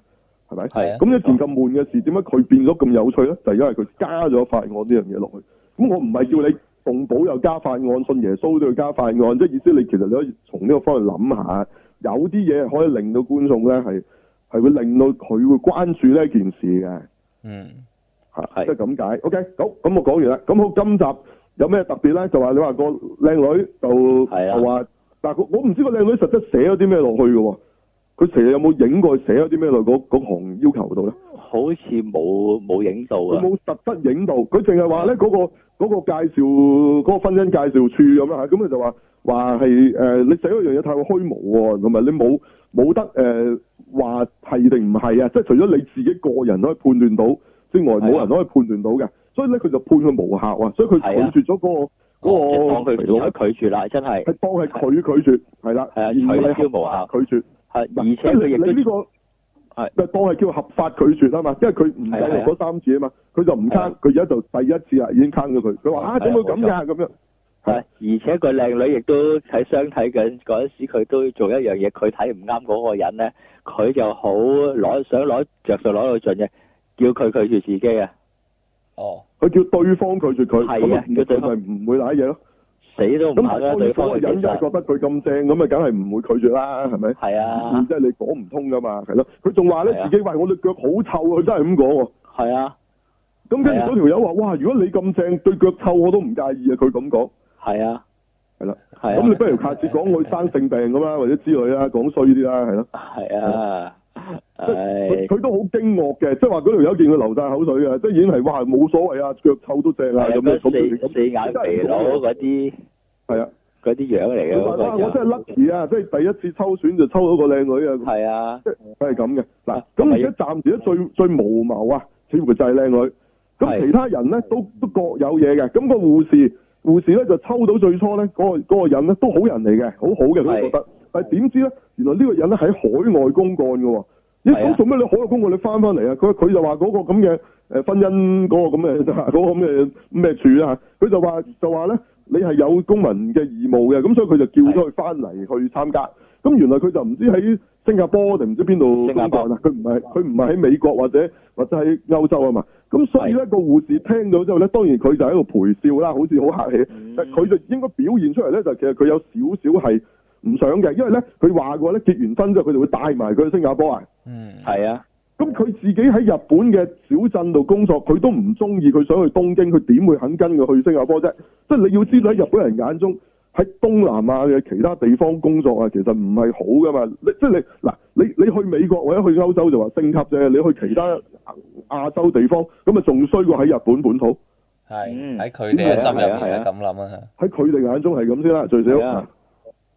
A: 係咪？
C: 係啊
A: 咁一件咁悶嘅事，點解佢變咗咁有趣咧？就係因為佢加咗法案呢樣嘢落去。咁我唔係叫你動保又加法案，信耶穌都要加法案，即係意思你其實你可以從呢個方向諗下，有啲嘢可以令到觀眾咧係係會令到佢會關注呢一件事嘅。
C: 嗯，
A: 係
B: 係
A: 啊即係咁解。OK，好，咁我講完啦。咁好，今集有咩特別咧？就話你話個靚女就
B: 係啊
A: 就話，但係我唔知個靚女實質寫咗啲咩落去嘅喎。佢成日有冇影過佢寫咗啲咩落嗰嗰行要求度咧？
B: 好似冇冇影到
A: 佢
B: 啊，
A: 冇實質影到，佢淨係話咧嗰個嗰、個介紹嗰、個婚姻介紹處咁啦咁佢就話話係誒你寫嗰樣嘢太過虛無喎，同埋你冇冇得誒話係定唔係啊？即係除咗你自己個人可以判斷到之外，冇
B: 係
A: 人
B: 啊
A: 可以判斷到嘅，所以咧佢就判佢無效啊，所以
B: 係啊
A: 佢拒絕咗嗰、個
B: 哦即係當
A: 嗰、
B: 佢
A: 個肥佬，
B: 佢拒絕啦，真係
A: 哦係當係佢拒絕，係啦，
B: 係啊
A: 而唔係
B: 取消無效
A: 合法拒絕。
B: 係，而
A: 嗱
B: 且
A: 即
B: 佢
A: 係你
B: 亦
A: 你呢、
B: 都
A: 個
B: 係
A: 就當係叫合法拒絕啊嘛，因為佢唔計
B: 係啊係啊
A: 落嗰三次啊嘛，佢就唔
B: 係
A: can，
B: 啊
A: 佢而家就第一次啦，已經 can 咗佢。佢話
B: 係啊
A: 啊，點會咁
B: 冇
A: 㗎？咁樣
B: 係，而且個靚女亦都喺相睇緊嗰陣時，佢都做一樣嘢，佢睇唔啱嗰個人咧，佢就好攞想攞着數攞到盡嘅，叫佢拒絕自己啊！
C: 哦，
A: 佢叫對方拒絕佢，
B: 係
A: 咁
B: 啊
A: 啊
B: 叫對
A: 佢
B: 方
A: 咪唔會揦嘢咯。
B: 死都唔
A: 咁
B: 肯啦，
A: 當
B: 對
A: 然
B: 方
A: 嗰個
B: 嘅
A: 人
B: 其
A: 梗係覺
B: 實嗯
A: 得佢咁正，咁啊梗係唔會拒絕啦，係咪？嗯
B: 係啊，
A: 即係你講唔通㗎嘛，係咯。佢仲話
B: 係
A: 咧
B: 啊
A: 自己喂我對腳好臭啊，佢真係咁講喎。
B: 係啊，
A: 咁跟住
B: 係啊
A: 嗰條友話：哇，如果你咁正，對腳臭我都唔介意啊！佢咁講。
B: 係啊，
A: 係啦，
B: 係
A: 咁你
B: 啊，
A: 不如下次講佢生性病咁啊啦，或者之類啦，講衰啲啦，係咯。
B: 係啊，
A: 即係佢
B: 唉，
A: 佢都好驚愕嘅，即係話嗰條友見佢流晒口水啊，即係已經係哇冇所謂啊，腳臭都正
B: 係
A: 啊
B: 啊
A: 咁樣
B: 嗰
A: 咁
B: 四四眼肥佬嗰啲
A: 係啊，
B: 嗰啲樣嚟嘅
A: 佢
B: 嗰
A: 話哇我
B: 個
A: 真係
B: 就
A: lucky 啊，即係第一次抽選就抽到個靚女啊，
B: 係啊，
A: 即係佢係咁嘅。嗱，
B: 係
A: 咁
B: 啊咪
A: 而家暫時咧最最無謀啊，似乎就係靚女。咁
B: 係
A: 其他人咧都都各有嘢嘅。咁個護士護士咧就抽到最初咧嗰個嗰個人咧都好人嚟嘅，好好嘅，佢
B: 係
A: 覺得。但係點知咧，原來呢個人咧喺海外公幹嘅喎。咦，
B: 係啊
A: 咁做咩你海外公幹你翻翻嚟啊？佢佢就話嗰個咁嘅誒婚姻嗰個咁嘅 嗰個咁嘅咩處啦佢就話就話咧你係有公民嘅義務嘅，咁所以佢就叫咗佢翻嚟去參加。咁原來佢就唔知喺新加坡定唔知邊度
B: 新加坡
A: 公幹啊？佢唔係佢唔係喺美國或者或者喺歐洲啊嘛。咁所以咧個護士聽到之後咧，當然佢就喺度陪笑啦，好似好客氣。
B: 嗯
A: 但佢就應該表現出嚟咧，就其實佢有少少係唔想嘅，因為咧佢話過咧結完婚之後，佢就會帶埋佢去新加坡啊。
C: 嗯，
B: 係啊，
A: 咁佢自己喺日本嘅小鎮度工作，佢都唔中意，佢想去東京，佢點會肯跟佢去新加坡啫？即係你要知道喺日本人眼中，喺東南亞嘅其他地方工作啊，其實唔係好噶嘛。你即係你嗱，你你去美國或者去歐洲就話升級啫，你去其他亞洲地方咁啊，仲衰過喺日本本土。
C: 係
B: 嗯
C: 喺佢哋嘅心入
B: 係啊係
C: 面
B: 啊係
C: 係
B: 啊
C: 咁諗啊，
A: 喺佢哋眼中係咁先啦，最少
B: 係啊。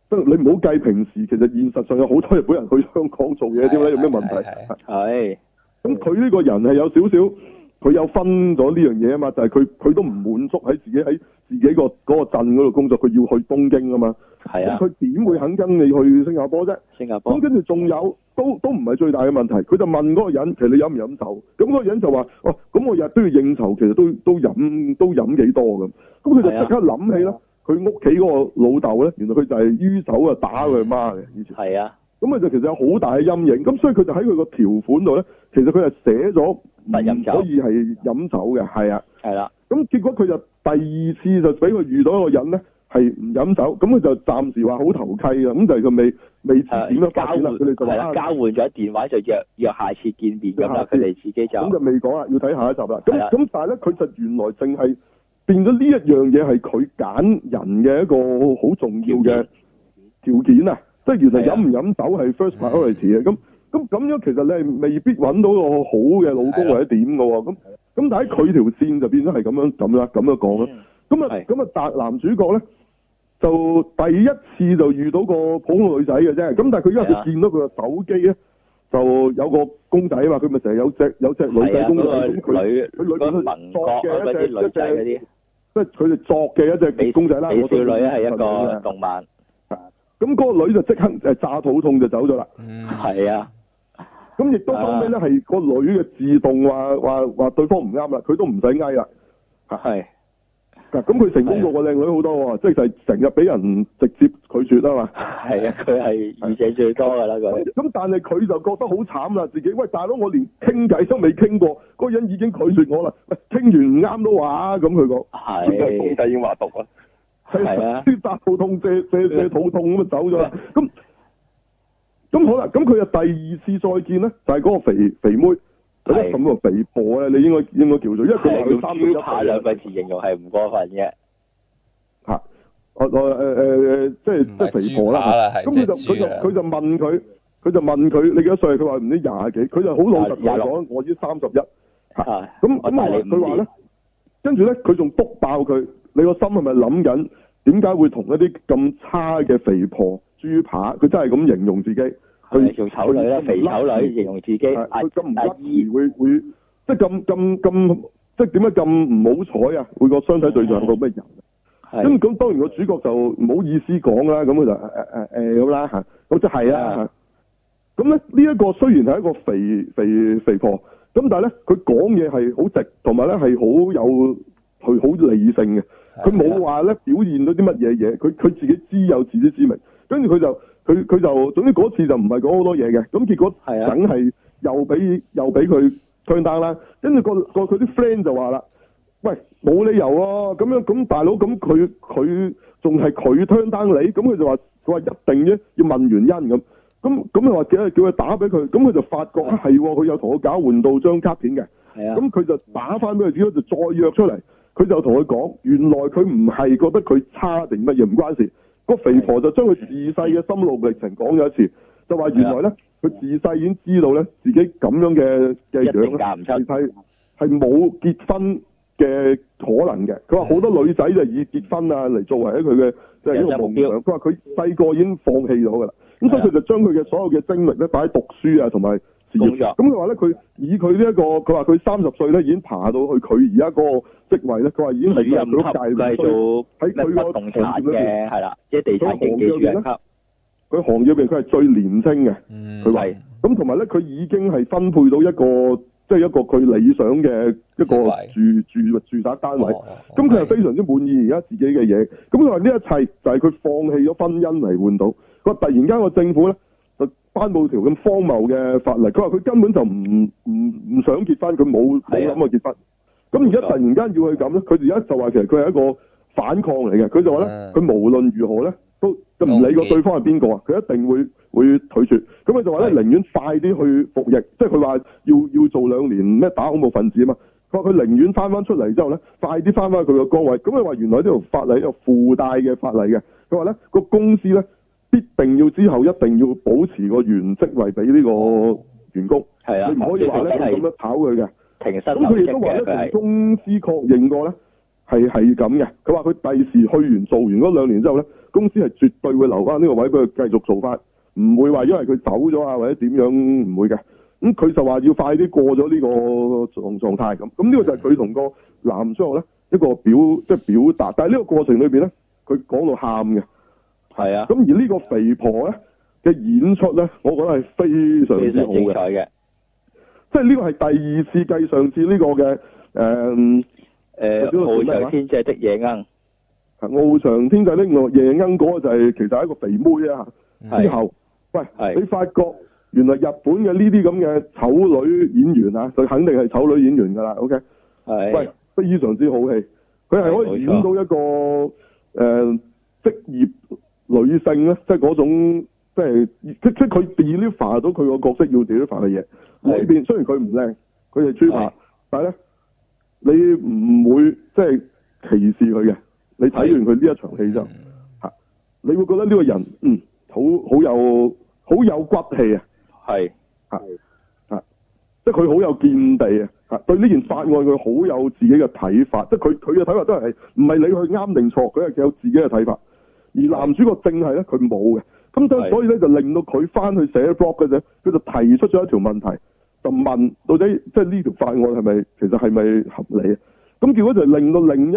A: 即係你唔好計平時，其實現實上有好多日本人去香港做嘢添啦，有咩問題？
C: 係係
B: 係
A: 咁佢呢個人係有少少，佢有分咗呢樣嘢啊嘛，就係佢佢都唔滿足喺自己喺自己個嗰個鎮嗰度工作，佢要去東京啊嘛，
B: 係
A: 咁
B: 啊，哦
A: 佢點會肯跟你去新加坡啫？
B: 新加坡
A: 咁跟住仲有都都唔係最大嘅問題，佢就問嗰個人，其實你飲唔飲酒？咁嗰個人就話：哦，咁我日都要應酬，其實都都飲都飲幾多咁。咁佢就
B: 係啊
A: 即刻諗起咧，佢屋企嗰個老豆咧，原來佢就係酗酒啊，打佢媽嘅以前。
B: 係啊，
A: 咁佢就其實有好大嘅陰影，咁所以佢就喺佢個條款度咧，其實佢係寫咗唔
B: 不飲酒
A: 可以係飲酒嘅，係啊。
B: 係啦，
A: 咁結果佢就第二次就俾佢遇到一個人咧係唔飲酒，咁佢就暫時話好投契啊，咁就係佢未未知
B: 係
A: 點樣
B: 交
A: 發展
B: 換
A: 啦，佢哋就話
B: 係啦，
A: 啊
B: 交換咗電話就約約下次見面咁
A: 約下
B: 啦，
A: 次
B: 佢哋自己就
A: 咁就未講啦，要睇下一集啦。
B: 係啦
A: 咁咁但係咧，佢就原來淨係變咗呢一樣嘢係佢揀人嘅一個好重要嘅條件啊！即係原來
B: 係
A: 飲
B: 啊
A: 唔飲酒係 first priority 嘅。咁咁咁樣其實你係未必揾到個好嘅老公
C: 係啊
A: 或者點嘅喎。咁咁但係佢條線就變咗係咁樣咁啦，咁樣講啦。咁啊
B: 係
A: 咁啊，達男主角咧就第一次就遇到個普通女仔嘅啫。咁但係佢因為
B: 係啊
A: 佢見到佢個手機咧。就有個公仔啊嘛，佢咪成日有隻有隻女
B: 係
A: 仔
B: 啊，
A: 公
B: 嗰
A: 仔，咁
B: 個
A: 佢
B: 女
A: 佢裏
B: 嗰個
A: 邊
B: 民
A: 作
B: 國
A: 嘅
B: 嗰
A: 一隻
B: 啲女仔嗰啲
A: 即係佢哋作嘅一隻
B: 美
A: 公仔啦。
B: 美
A: 我
B: 少
A: 對
B: 女
A: 佢
B: 係一
A: 印象
B: 個
A: 嘅
B: 動漫，
A: 咁嗰個女就即刻誒炸肚痛就走咗啦。
C: 嗯，
B: 係啊，
A: 咁亦都後尾咧係個女嘅自動話話話對方唔啱啦，佢都唔使嗌啦。
B: 係
A: 嗱，咁佢成功過個靚女好多喎，即係就係成日俾人直接拒絕啊嘛。
B: 係啊，佢係遇者最多㗎啦，佢
A: 咁但係佢就覺得好慘啦，自己喂大佬，我連傾偈都未傾過，嗰個人已經拒絕我啦。喂，傾完唔啱都話咁佢講，
D: 咁就公
B: 係
D: 仔已經話毒啦，
B: 係啊
A: 啲大肚痛借借借肚痛咁就走咗啦。咁咁好啦，咁佢就第二次再見咧，就係嗰個肥肥妹，
B: 係
A: 咁咁個肥婆啊咧，你應該應該叫做，因為啊佢話
B: 係
A: 佢
B: 用
A: 三十一
B: 豬扒
A: 歲啊
B: 兩個字形容係唔過分嘅，
A: 嚇，我我誒誒誒，即係
C: 唔
A: 即
C: 係
A: 係肥婆
C: 豬扒啦
A: 啦。
C: 係
A: 咁佢就
C: 即
A: 佢
C: 係
A: 就
C: 豬
B: 啊
C: 啦
A: 佢就問佢，佢就問佢你幾多歲？佢話唔知廿幾，佢就好老實同
B: 廿
A: 我
B: 六
A: 講，我已經三十一。
B: 啊
A: 咁
B: 我
A: 咁
B: 大
A: 啊
B: 你
A: 佢
B: 五
A: 話
B: 年
A: 咧，，跟住咧佢仲篤爆佢，你個心係咪諗緊點解會同一啲咁差嘅肥婆豬扒？佢真係咁形容自己，佢
B: 係做醜女啦，
A: 佢
B: 肥醜女形容自己，
A: 係
B: 阿
A: 佢咁唔
B: 阿姨
A: 得會會即係咁咁咁即係點解咁唔好彩啊？會個相睇對象係個咩人？咁
B: 係
A: 咁當然個主角就唔好意思講啦，咁佢就誒誒誒咁啦嚇，咁即係啦嚇
B: 啊
A: 咁咧呢一個雖然係一個肥肥肥婆，咁但係咧佢講嘢係好直，同埋咧係好有佢好理性嘅，
B: 啊
A: 佢冇話咧表現到啲乜嘢嘢，佢佢自己知有自知之明，跟住佢就佢佢就總之嗰次就唔係講好多嘢嘅，咁結果
B: 係啊
A: 梗係又俾又俾佢 turn down 啦，跟住個個佢啲 friend 就話啦。喂，冇理由啊！咁樣咁大佬咁佢佢仲係佢 turn down 你，咁佢就話佢話一定啫，要問原因咁。咁咁佢話叫佢叫佢打俾佢，咁佢就發覺啊係喎，佢有同我搞換到張卡片嘅，
B: 係啊，
A: 咁佢就打翻俾佢，之後就再約出嚟，佢就同佢講，原來佢唔係覺得佢差定乜嘢唔關事，個肥婆就將佢自細嘅心路歷程講咗
B: 嗯
A: 一次，就話原來咧佢自細已經知道咧自己咁樣嘅嘅
B: 一
A: 樣
B: 定
A: 呢
B: 嫁唔出
A: 係，係係冇結婚嘅可能嘅。佢話好多女仔就以結婚啊嚟作為一佢嘅即係一個夢
B: 人生
A: 想。佢話佢細個已經放棄咗㗎啦，咁所以
B: 係啊
A: 佢就將佢嘅所有嘅精力咧擺喺讀書啊同埋事業。
B: 工作
A: 咁佢話咧，佢以佢呢一個，佢話佢三十歲咧已經爬到去佢而家嗰個職位咧，佢話已經
B: 主
A: 係
B: 任級
A: 佢界
B: 佢係做
A: 喺
B: 咩
A: 佢
B: 不
A: 個行
B: 動
A: 業
B: 產
A: 裏邊，
B: 嘅，係啦，即係地產經紀主任級，
A: 佢行業裏邊佢係最年青嘅。
C: 嗯，
A: 佢話
B: 係
A: 咁同埋咧，佢已經係分配到一個即係一個佢理想嘅一個
C: 職位
A: 住住住宅單位。
C: 哦
A: 咁佢係
C: 係
A: 非常之滿意啊而家自己嘅嘢。咁佢話呢一切就係佢放棄咗婚姻嚟換到。佢話突然間個政府咧就頒布條咁荒謬嘅法例，佢話佢根本就唔唔唔想結婚，佢冇冇
B: 係啊
A: 諗過結婚。咁而家突然間要佢咁咧，佢而家就話其實佢係一個反抗嚟嘅。佢就話咧，
C: 嗯
A: 佢無論如何咧都就唔理個
C: 都唔結
A: 對方係邊個啊，佢一定會會拒絕。咁佢就話咧，
C: 係
A: 寧願快啲去服役，即係佢話要要做兩年咩打恐怖分子啊嘛。佢話佢寧願翻翻出嚟之後咧，快啲翻翻佢個崗位。咁佢話原來呢條法例係一個附帶嘅法例嘅。佢話咧個公司咧必定要之後一定要保持個原職位俾呢個員工，
B: 係啊啦，
A: 你唔可以話咧
B: 佢
A: 咁
B: 只係
A: 樣炒佢嘅。
B: 停
A: 咁
B: 薪
A: 佢亦
B: 留
A: 都
B: 職
A: 話咧，
B: 嘅，佢
A: 同
B: 係
A: 公司確認過咧，係係咁嘅。佢話佢第時去完做完嗰兩年之後咧，公司係絕對會留翻呢個位俾佢繼續做翻，唔會話因為佢走咗啊或者點樣唔會嘅。咁佢就話要快啲過咗呢個狀狀態咁。咁呢個就係佢同個男商學咧一個表即係表達，但係呢個過程裏邊咧，佢講到喊嘅。
B: 係啊，
A: 咁而呢個肥婆咧嘅演出咧，我覺得係非常
B: 非
A: 之
B: 常
A: 好
B: 精
A: 嘅。
B: 彩嘅。
A: 即係呢個係第二次繼上次呢個嘅誒、嗯
B: 誒，翱
A: 啊
B: 翔天際的野鶯
A: 翱翔天際的我夜鶯嗰個就係、其實係一個肥妹啊。
C: 嗯
A: 之
B: 係
A: 後，喂，
B: 係
A: 你發覺原來日本嘅呢啲咁嘅醜女演員啊，佢肯定係醜女演員㗎啦。OK，喂
B: 係，
A: 非常之好戲，佢係可以
B: 哎係冇錯
A: 演到一個誒、呃、職業女性咧，即係嗰種即係即即係佢 deliver 到佢個角色要 deliver 嘅嘢。
B: 係
A: 裏邊雖然佢唔靚，佢係豬
B: 係
A: 扒，但係咧你唔會即係歧視佢嘅。你睇完佢呢一場戲之
C: Ừ. 嗯
A: 後，嚇你會覺得呢個人嗯好好有好有骨氣啊！
B: 係
A: 即係佢好有見地啊！嚇，對呢件法案佢好有自己嘅睇法，即係佢佢嘅睇法都係唔係你去啱定錯，佢係有自己嘅睇法。而男主角正係咧，佢冇嘅，咁所以
B: 係
A: 所以咧就令到佢翻去寫 blog 嘅啫，佢就提出咗一條問題，就問到底即係呢條法案係咪其實係咪合理啊？咁結果就令到另一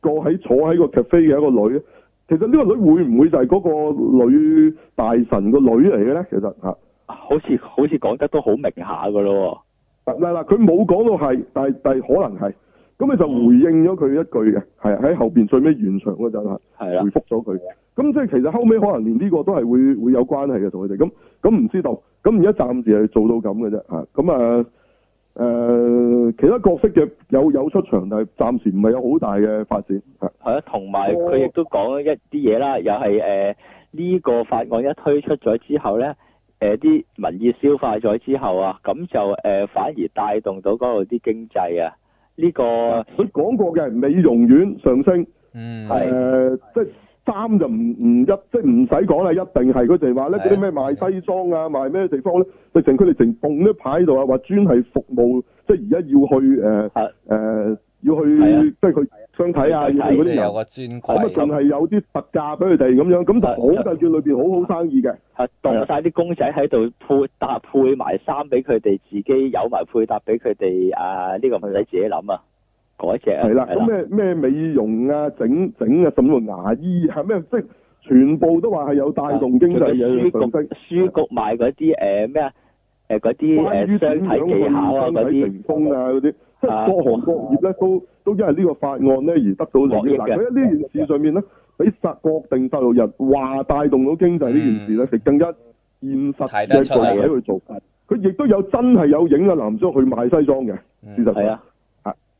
A: 個喺坐喺個 cafe 嘅一個女咧，其實呢個女會唔會就係嗰個女大臣個女嚟嘅咧？其實啊嚇。
B: 好似好似講得都好明下噶咯
A: 啊嗱嗱，佢冇講到係，但係但係可能係。咁你就回應咗佢一句嘅，係啊喺後邊最尾完場嗰陣係啊
B: 系啦
A: 回，覆咗佢。咁即係其實後尾可能連呢個都係會會有關係嘅同佢哋。咁咁唔知道。咁而家暫時係做到咁嘅啫嚇。咁啊誒，其他角色嘅有有出場，但係暫時唔係有好大嘅發展嚇。
B: 系啊，同埋佢亦都講一啲嘢啦，又係诶呢個法案一推出咗之後咧，诶、啲民意消化咗之後啊，咁就诶、呃反而帶動到嗰度啲經濟啊，呢、個
A: 佢講過嘅美容院上升，
C: 嗯，
A: 誒、
B: 係
A: 呃即係衫就唔唔一，即係唔使講啦，一定係佢哋話咧，
C: 係
A: 嗰啲咩賣西裝啊，賣咩地方咧，直情佢哋成棟啲牌喺度啊，話專係服務，即係而家要去誒誒、
B: 係
A: 要
B: 係啊
A: 去，即係佢相睇啊，
B: 去
A: 要
B: 相睇
A: 去嗰啲
C: 即係有
A: 人。
C: 個專
A: 咁啊，仲
C: 櫃，
A: 係有啲特價俾佢哋咁樣，咁就
B: 係
A: 好就叫裏邊好好生意嘅。
B: 係當啊晒啲公仔喺度配搭配埋衫俾佢哋，自己有埋配搭俾佢哋啊，呢、個唔使自己諗啊，嗰只啊，
A: 係啦，
B: 係
A: 咁咩咩美容啊、整整啊，甚至乎牙醫啊，咩即係全部都話係有帶動經
B: 啊
A: 濟嘅上升。
B: 書局書局賣嗰啲誒咩啊？誒嗰啲
A: 關於
B: 誒
A: 點樣
B: 相睇技巧啊
A: 去
B: 嗰
A: 睇
B: 啲，
A: 成功啊嗰啲，即係
B: 啊
A: 各行各業咧都都因為呢個法案咧而得到利益。啊
B: 獲
A: 嗱，
B: 益嘅
A: 佢喺呢件事上面咧，俾法國定法律人話帶動到經濟呢件
B: 嗯
A: 事咧，係更加現實
C: 睇
A: 嘅
C: 得出
B: 啊
C: 嚟嘅
A: 具體去做。佢亦都有真係有影啊男裝去賣西裝嘅，事
C: 嗯
A: 實
B: 係
A: 上
B: 啊。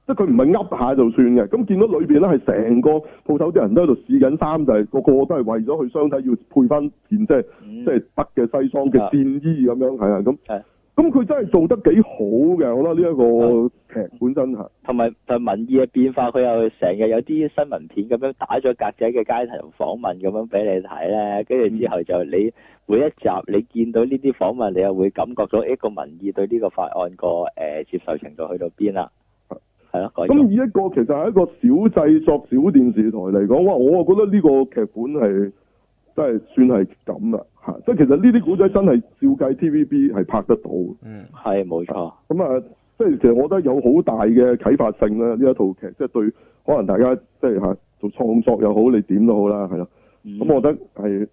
A: 即係佢唔係噏下就算嘅，咁見到裏邊咧係成個鋪頭啲人都喺度試緊衫，就係、個個都係為咗去相睇要配翻件即係即
B: 嗯
A: 係北嘅西裝嘅
B: 啊
A: 戰衣咁樣，係啊咁
B: 係。
A: 咁佢真係做得幾好嘅，我覺得呢一個劇本真係。
B: 同埋同埋呃民意嘅變啊化，佢又成日有啲新聞片咁樣打咗格仔嘅街頭訪問咁樣俾你睇咧，跟住之後就你每一集你見到呢啲訪問，你又會感覺到一個民意對呢個法案個誒、呃接受程度去到邊啦，係咯，嗰
A: 咁
B: 種
A: 以一個其實係一個小製作小電視台嚟講，哇！我覺得呢個劇本係真係算係咁啦嚇，即係其實呢啲古仔真係照計 TVB 係拍得到。
C: 嗯，
B: 係冇錯，
A: 咁啊，即係其實我覺得有好大嘅啟發性啦，呢一套劇，即係對可能大家即係嚇做創作又好，你點都好啦，係啦。
B: 嗯
A: 咁、我覺得係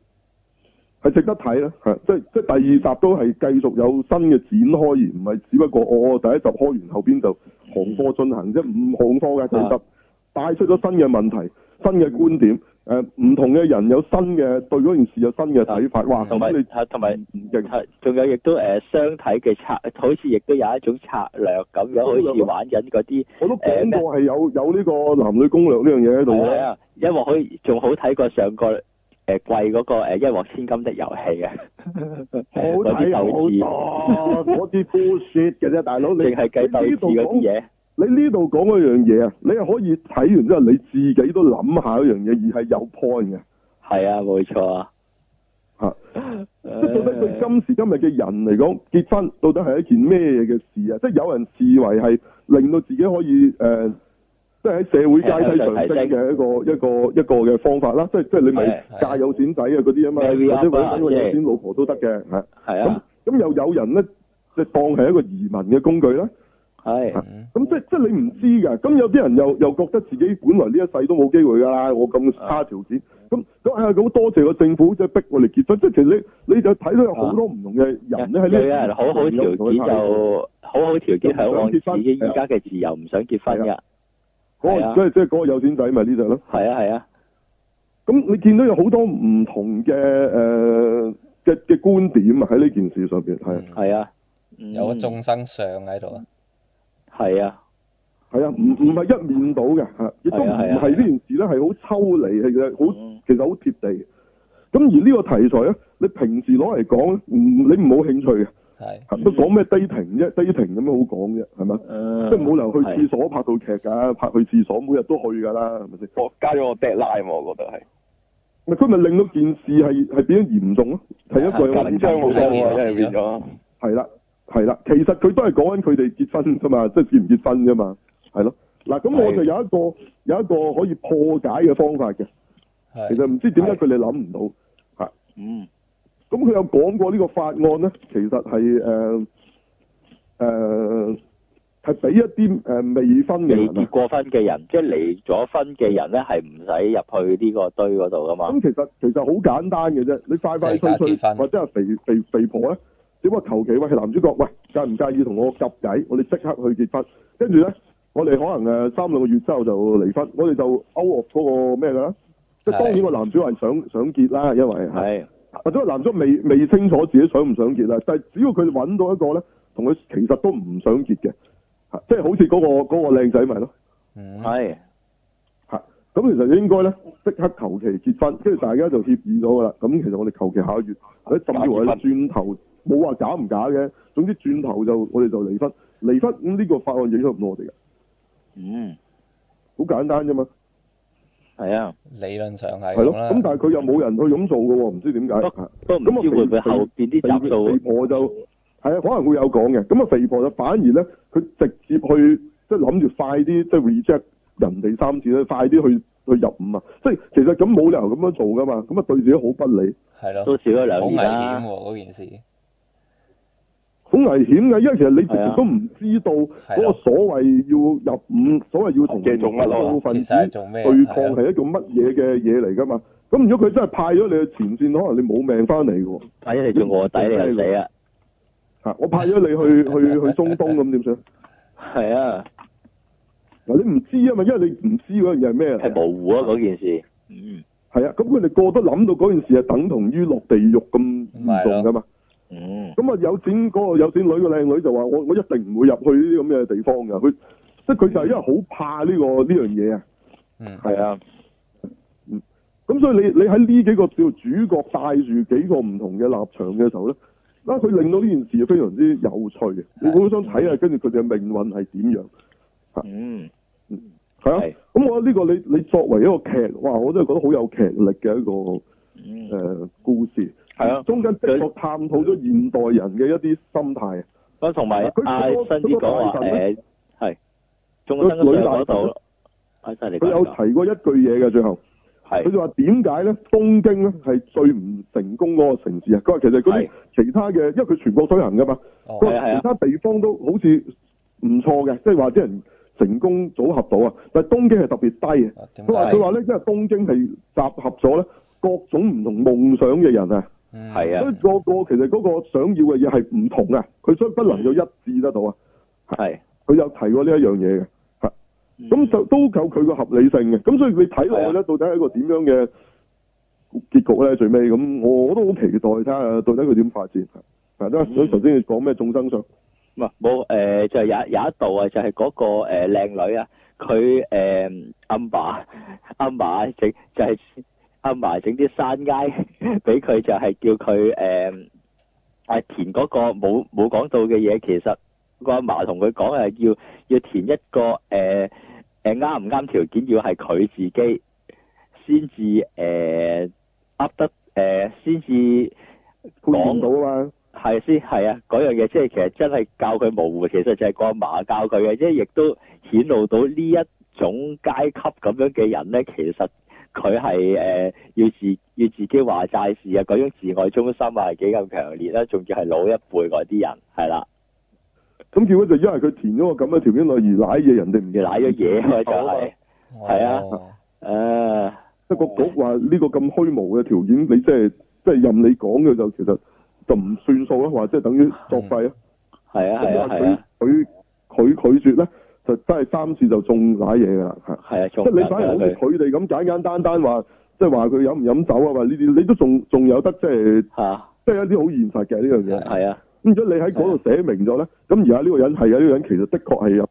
A: 係值得睇啦，係即係即係第二集都係繼續有新嘅展開，而唔係只不過我、我第一集開完後邊就行貨進行啫，唔行貨嘅第
B: 啊
A: 二集帶出咗新嘅問題、新嘅觀點，誒、唔同嘅人有新嘅對嗰件事有新嘅睇法，哇！
B: 啊同埋
A: 咁你嗯
B: 係同埋
A: 勁
B: 係仲有亦都誒、呃相睇嘅策，好似亦都有一種策略咁樣，好似玩緊嗰啲。
A: 我都
B: 誒咩
A: 講過係有有呢個男女攻略呢樣嘢喺度
B: 係
A: 啦。
B: 啊，一鑊可以仲好睇過上個誒、呃、季嗰、個、呃、一鑊千金的遊戲啊！
A: 好睇又好多，嗰啲 bullshit 嘅啫，大佬你
B: 淨係計鬥
A: 你呢
B: 智
A: 度
B: 嗰啲
A: 講，
B: 嘢，
A: 你呢度講嗰樣嘢啊，你係可以睇完之後你自己都諗下嗰樣嘢，而係有 point 嘅
B: 係啊，冇 錯啊。
A: 嚇。即係到底對
B: 誒
A: 今時今日嘅人嚟講，結婚到底係一件咩嘅事啊？即係有人視為係令到自己可以誒、呃即係喺社會階梯上升嘅一
B: 啊
A: 個一個一個嘅方法啦。即係即係你咪
C: 係
A: 嫁有錢仔啊嗰啲啊嘛，或
B: Marry
A: 者
B: up 啊
A: 揾個有
B: 即
A: 錢老婆都得嘅嚇。
B: 係
A: 咁
B: 啊，
A: 咁又有人咧，即係當係一個移民嘅工具咧。
B: 係
C: 嗯
A: 咁即係即係你唔知㗎。咁有啲人又又覺得自己本來呢一世都冇機會㗎啦，我咁
B: 啊
A: 差條件。咁咁啊，咁多謝個政府即係逼我哋結婚。即係其實你你就睇到有好多唔同嘅人咧喺呢
B: 有有人好好條件就好好條件向往自
A: 啊
B: 己而家嘅自由，唔想結婚㗎。係
A: 嗰
B: 啊
A: 個即係即係嗰個有錢仔咪呢只咯。
B: 係啊係啊，
A: 咁你見到有好多唔同嘅誒嘅嘅觀點啊喺呢件事上邊係啊
C: 嗯
B: 係啊，嗯
C: 有個眾生相喺度啊，
B: 係啊，
A: 係啊，唔唔係一面倒嘅嚇，亦都唔
B: 係啊係啊
A: 係呢件事咧係好抽離係嘅，好
B: 嗯
A: 其實好貼地嘅。咁而呢個題材咧，你平時攞嚟講咧，唔你唔冇興趣嘅，
C: 係
A: 嚇都講咩 dating 啫，dating 有咩好講啫，係咪？
B: 嗯
A: 呃即係冇理由去廁所拍套劇㗎，拍去廁所每日都去㗎啦，係咪先？
D: 我加咗個 deadline 喎，我覺得係。
A: 咪佢咪令到件事係係變咗嚴重咯，係一個有
D: 緊啊張好多喎，真係變咗。
A: 係啦，係啦，其實佢都係講緊佢哋結婚啫嘛，即係結唔結婚啫嘛，係咯。嗱，咁我
D: 係
A: 就有一個有一個可以破解嘅方法嘅，其
C: 係
A: 實唔知點解佢哋諗唔到嚇。
B: 嗯
A: 咁佢有講過呢個法案咧，其實係誒誒係俾一啲誒、呃未婚嘅
B: 未
A: 人
B: 結
A: 啊。
B: 過婚嘅人，即係離咗婚嘅人咧，係唔使入去呢個堆嗰度噶嘛。
A: 咁其實其實好簡單嘅啫，你快快脆
C: 即係
A: 脆
C: 假結婚
A: 或者係肥肥肥婆咧，只不過求其喂男主角喂介唔介意同我夾計，我哋即刻去結婚，跟住咧我哋可能誒呃三兩個月之後就離婚，我哋就勾落嗰個咩㗎啦。即係當然個男主人想想結啦，因為係
B: 係
A: 或者個男主未未清楚自己想唔想結啦，但係只要佢揾到一個咧，同佢其實都唔想結嘅，嚇即係好似嗰、個嗰、個靚仔咪係咯。
C: 嗯，
B: 係
A: 嚇，咁其實應該咧即刻求其結婚，跟住大家就協議咗㗎啦。咁其實我哋求其下個月，啊或者甚至乎我哋轉頭冇話假唔假嘅，總之轉頭就我哋就離婚。離婚咁呢個法案影響唔到我哋嘅，
B: 嗯
A: 好簡單啫嘛，
B: 係啊，
C: 理論上係
A: 係咯。
C: 咁啦。
A: 咁但係佢又冇人去咁做嘅喎，唔知點解。
B: 不
A: 嚇
B: 都唔
A: 咁啊
B: 知會唔會後邊啲集
A: 肥
B: 數
A: 婆就係啊，可能會有講嘅。咁啊，肥婆就反而咧，佢直接去即係諗住快啲即係 reject 人哋三次咧，快啲去去入伍啊！即係其實咁冇理由咁樣做噶嘛，咁啊對自己好不利，
C: 係咯，
B: 都少咗兩
C: 好危
B: 年啊
C: 險喎
B: 啦，
C: 嗰件事。
A: 好危險嘅，因為其實你直
B: 係
A: 接
B: 啊
A: 都唔知道嗰
C: 係
A: 個
C: 啊
A: 所謂要入伍，所謂要同
D: 即係做乜咯
A: 恐怖分
C: 其
A: 子
C: 實係做咩？
A: 對抗
C: 係啊
A: 係一種乜嘢嘅嘢嚟噶嘛？咁如果佢真係派咗你去前線，可能你冇命翻嚟嘅喎。
B: 萬一你做卧底你就死啊，
A: 嚇我派咗你去去去中東咁點算？
B: 係啊，
A: 嗱，你唔知啊嘛，因為你唔知嗰樣嘢係咩嚟
B: 係
A: 啊。
B: 模糊啊嗰件事，嗯
A: 係啊，咁佢哋個個都諗到嗰件事係等同於落地獄咁嚴重噶嘛。
B: 嗯
A: 咁啊，有錢嗰個有錢女個靚女就話：我我一定唔會入去呢啲咁嘅地方㗎。佢即係佢就係因為好怕呢、個呢樣嘢啊。
C: 嗯，
B: 係啊，
A: 咁所以你你喺呢幾個叫主角帶住幾個唔同嘅立場嘅時候咧，啦佢令到呢件事非常之有趣嘅。你好想睇下跟住佢哋嘅命運係點樣？
B: 嗯
A: 係啊
B: 係，
A: 咁我覺得呢個你你作為一個劇，哇！我真係覺得好有劇力嘅一個誒、
B: 嗯，
A: 呃故事，
B: 係啊，
A: 中間的確探討咗現代人嘅一啲心態。啊
B: 咁同埋
A: 佢
B: 阿新
A: 佢個佢
B: 啲講話
A: 個大臣
B: 誒係，仲有新嗰上嗰
A: 佢女大
B: 度，阿新你
A: 佢有
B: 講
A: 提過一句嘢嘅最後，佢
B: 係
A: 就話點解咧東京咧係最唔成功嗰個城市啊？佢話其實嗰
B: 係
A: 啲其他嘅，因為佢全國推行噶嘛，
C: 哦
A: 佢
B: 係啊
A: 話
B: 係啊
A: 其他地方都好似唔錯嘅，即係話啲人成功組合到啊，但係東京係特別低嘅。
C: 啊點
A: 佢話
C: 解
A: 佢？話咧，因為東京係集合咗咧各種唔同夢想嘅人啊。
C: 嗯
B: 係啊
A: 所以個個其實嗰個想要嘅嘢係唔同嘅，佢所以不能夠一致得到啊。
B: 係，
A: 佢有提過呢一樣嘢嘅，嚇
B: 嗯
A: 咁就都有佢個合理性嘅。咁所以你睇
B: 啊
A: 落去咧，到底係一個點樣嘅結局咧？最尾咁，我我都好期待睇下到底佢點發展。係啦，
B: 嗯
A: 所以頭先你講咩眾生相，
B: 唔係冇誒，就係有一有一度啊，就係嗰個誒靚女啊，佢誒 amber amber 整就係 amber 整啲山街俾佢，就係叫佢誒啊填嗰個冇冇講到嘅嘢，其實個阿嫲同佢講係要要填一個誒誒啱唔啱條件，要係佢自己先至誒噏得誒先至。
A: 配現到啊嘛，
B: 係先係啊，嗰樣嘢即係其實真係教佢模糊，其實就係個阿嫲教佢嘅，即係亦都顯露到呢一種階級咁樣嘅人咧，其實佢係誒要自要自己話晒事啊，嗰種自我中心啊係幾咁強烈啦，仲要係老一輩嗰啲人係啦，
A: 咁結果就因為佢填咗個咁嘅條件落而賴嘢，人哋唔
B: 要舐咗 嘢啊就係、係啊
C: 哦
B: 誒
A: 即係個局話呢個咁虛無嘅條件，你即係即係任你講嘅就其實就唔算數啊啦，話即係等於作廢啊。
B: 係啊係啊係啊
A: 佢佢拒絕咧，就真係三次就中曬嘢㗎啦，嚇！
B: 係啊，
A: 即
B: 仲
A: 係你反而好似佢哋咁簡簡單單話，即係話佢飲唔飲酒啊，話呢啲你都仲仲有得即係
B: 嚇
A: 即係一啲好現實嘅呢樣嘢。
B: 係啊
A: 咁所以你喺嗰度寫明咗咧，咁而家呢個人係啊，呢個人其實的確係有，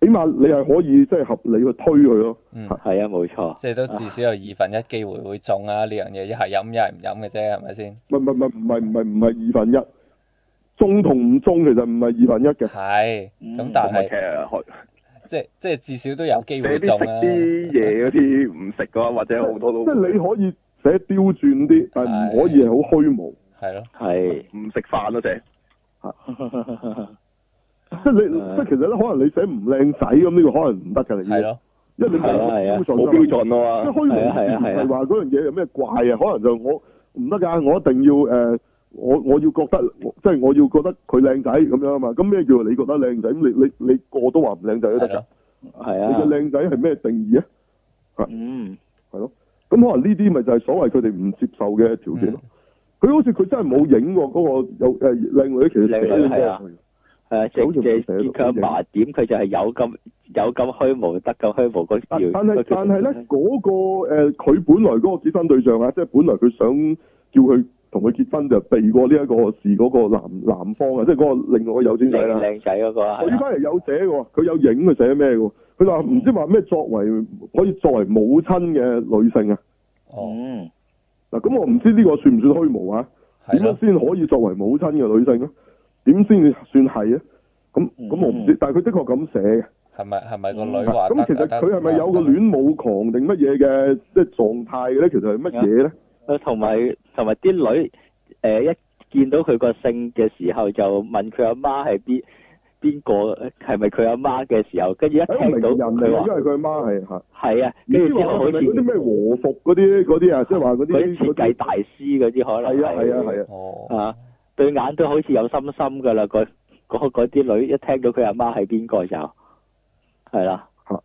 A: 起碼你係可以即係合理去推佢咯。
C: 嗯，
B: 係啊冇錯，
C: 即係都至少有二分一機會會中啊！呢樣嘢一係飲一係唔飲嘅啫，係咪先？
A: 唔係唔係唔係唔係唔係二分一，中同唔中其實唔係二分一嘅。
C: 係，咁但
D: 咁啊其
C: 係
D: 實學
C: 即係即係至少都有機
D: 你
C: 會
D: 啲
C: 中啊
D: 食
C: 啦。
D: 啲嘢嗰啲唔食嘅話，或者好多都
A: 即係你可以寫刁鑽啲，但係唔可以係好虛無。
C: 係咯，
B: 係
D: 唔食飯咯，成
A: 即係你，
B: 唉
A: 即係其實咧，可能你寫唔靚仔咁呢個可能唔得㗎，你
C: 係
A: 要，
C: 咯，
A: 因為你
B: 係啊係啊
A: 冇標準
D: 冇
A: 啊即係
D: 標準啊嘛
A: 虛。無
B: 係啊係啊係啊
A: 唔係話嗰樣嘢有咩怪啊？可能就我唔得㗎，我一定要誒、呃我我要覺得，即係我要覺得佢靚仔咁樣啊嘛。咁咩叫你覺得靚仔？咁你你你個都話唔靚仔都
C: 係
A: 得㗎
C: 咯。，
B: 係
A: 你嘅
B: 啊，
A: 靚仔係咩定義啊？
B: 嗯
A: 係咯。咁可能呢啲咪就係所謂佢哋唔接受嘅條件咯。佢好似佢真係冇影過嗰個有誒靚女，其實
B: 靚女係啊诶，
A: 好似
B: 直
A: 唔係
B: 接
A: 成日都
B: 結佢阿嫲點，佢就係有咁有咁虛無，得咁虛無嗰條
A: 但。但係
B: 嗰條
A: 但係咧，嗰、個呃佢、本來嗰個結婚對象啊，即係本來佢想叫佢同佢結婚就避過呢一個事嗰個男男方啊，即係嗰個另外個有錢仔
B: 靚
A: 啦。
B: 靚仔嗰個啊，
A: 我
B: 係
A: 呢
B: 啊
A: 班人有寫嘅喎，佢有影佢寫咩嘅喎？佢話唔知話咩作為可以作為母親嘅女性啊。
C: 哦，
B: 嗯，
A: 嗱，咁我唔知呢個算唔算虛無啊？
C: 係
A: 點
C: 咯
A: 樣，先可以作為母親嘅女性咧？點先至算係啊？咁咁我唔知，
B: 嗯
A: 但係佢的確咁寫嘅。
C: 係咪係咪個
B: 嗯
C: 女話得
A: 啊咁其實
C: 得
A: 佢係咪有個
C: 得
A: 戀母狂定乜嘢嘅即係狀態嘅咧？其實係乜嘢咧？
B: 誒呃同埋同埋啲女誒一見到佢個姓嘅時候，就問佢阿媽係邊邊個，係咪佢阿媽嘅時候，跟住一
A: 係一個
B: 聽到
A: 哎名人嚟嘅，
B: 佢話
A: 因為佢阿媽係嚇。
B: 係啊，
A: 唔
B: 跟
A: 知
B: 住之後
A: 話
B: 好
A: 係
B: 似
A: 咪嗰啲咩和服嗰啲嗰啲啊？即係話嗰
B: 嗰啲
A: 啲
B: 設計大師嗰啲可能
A: 係啊係啊係啊！
C: 哦，
B: 啊，對眼都好似有心心噶啦，嗰 嗰嗰啲女一聽到佢阿媽係邊個就係啦
A: 嚇，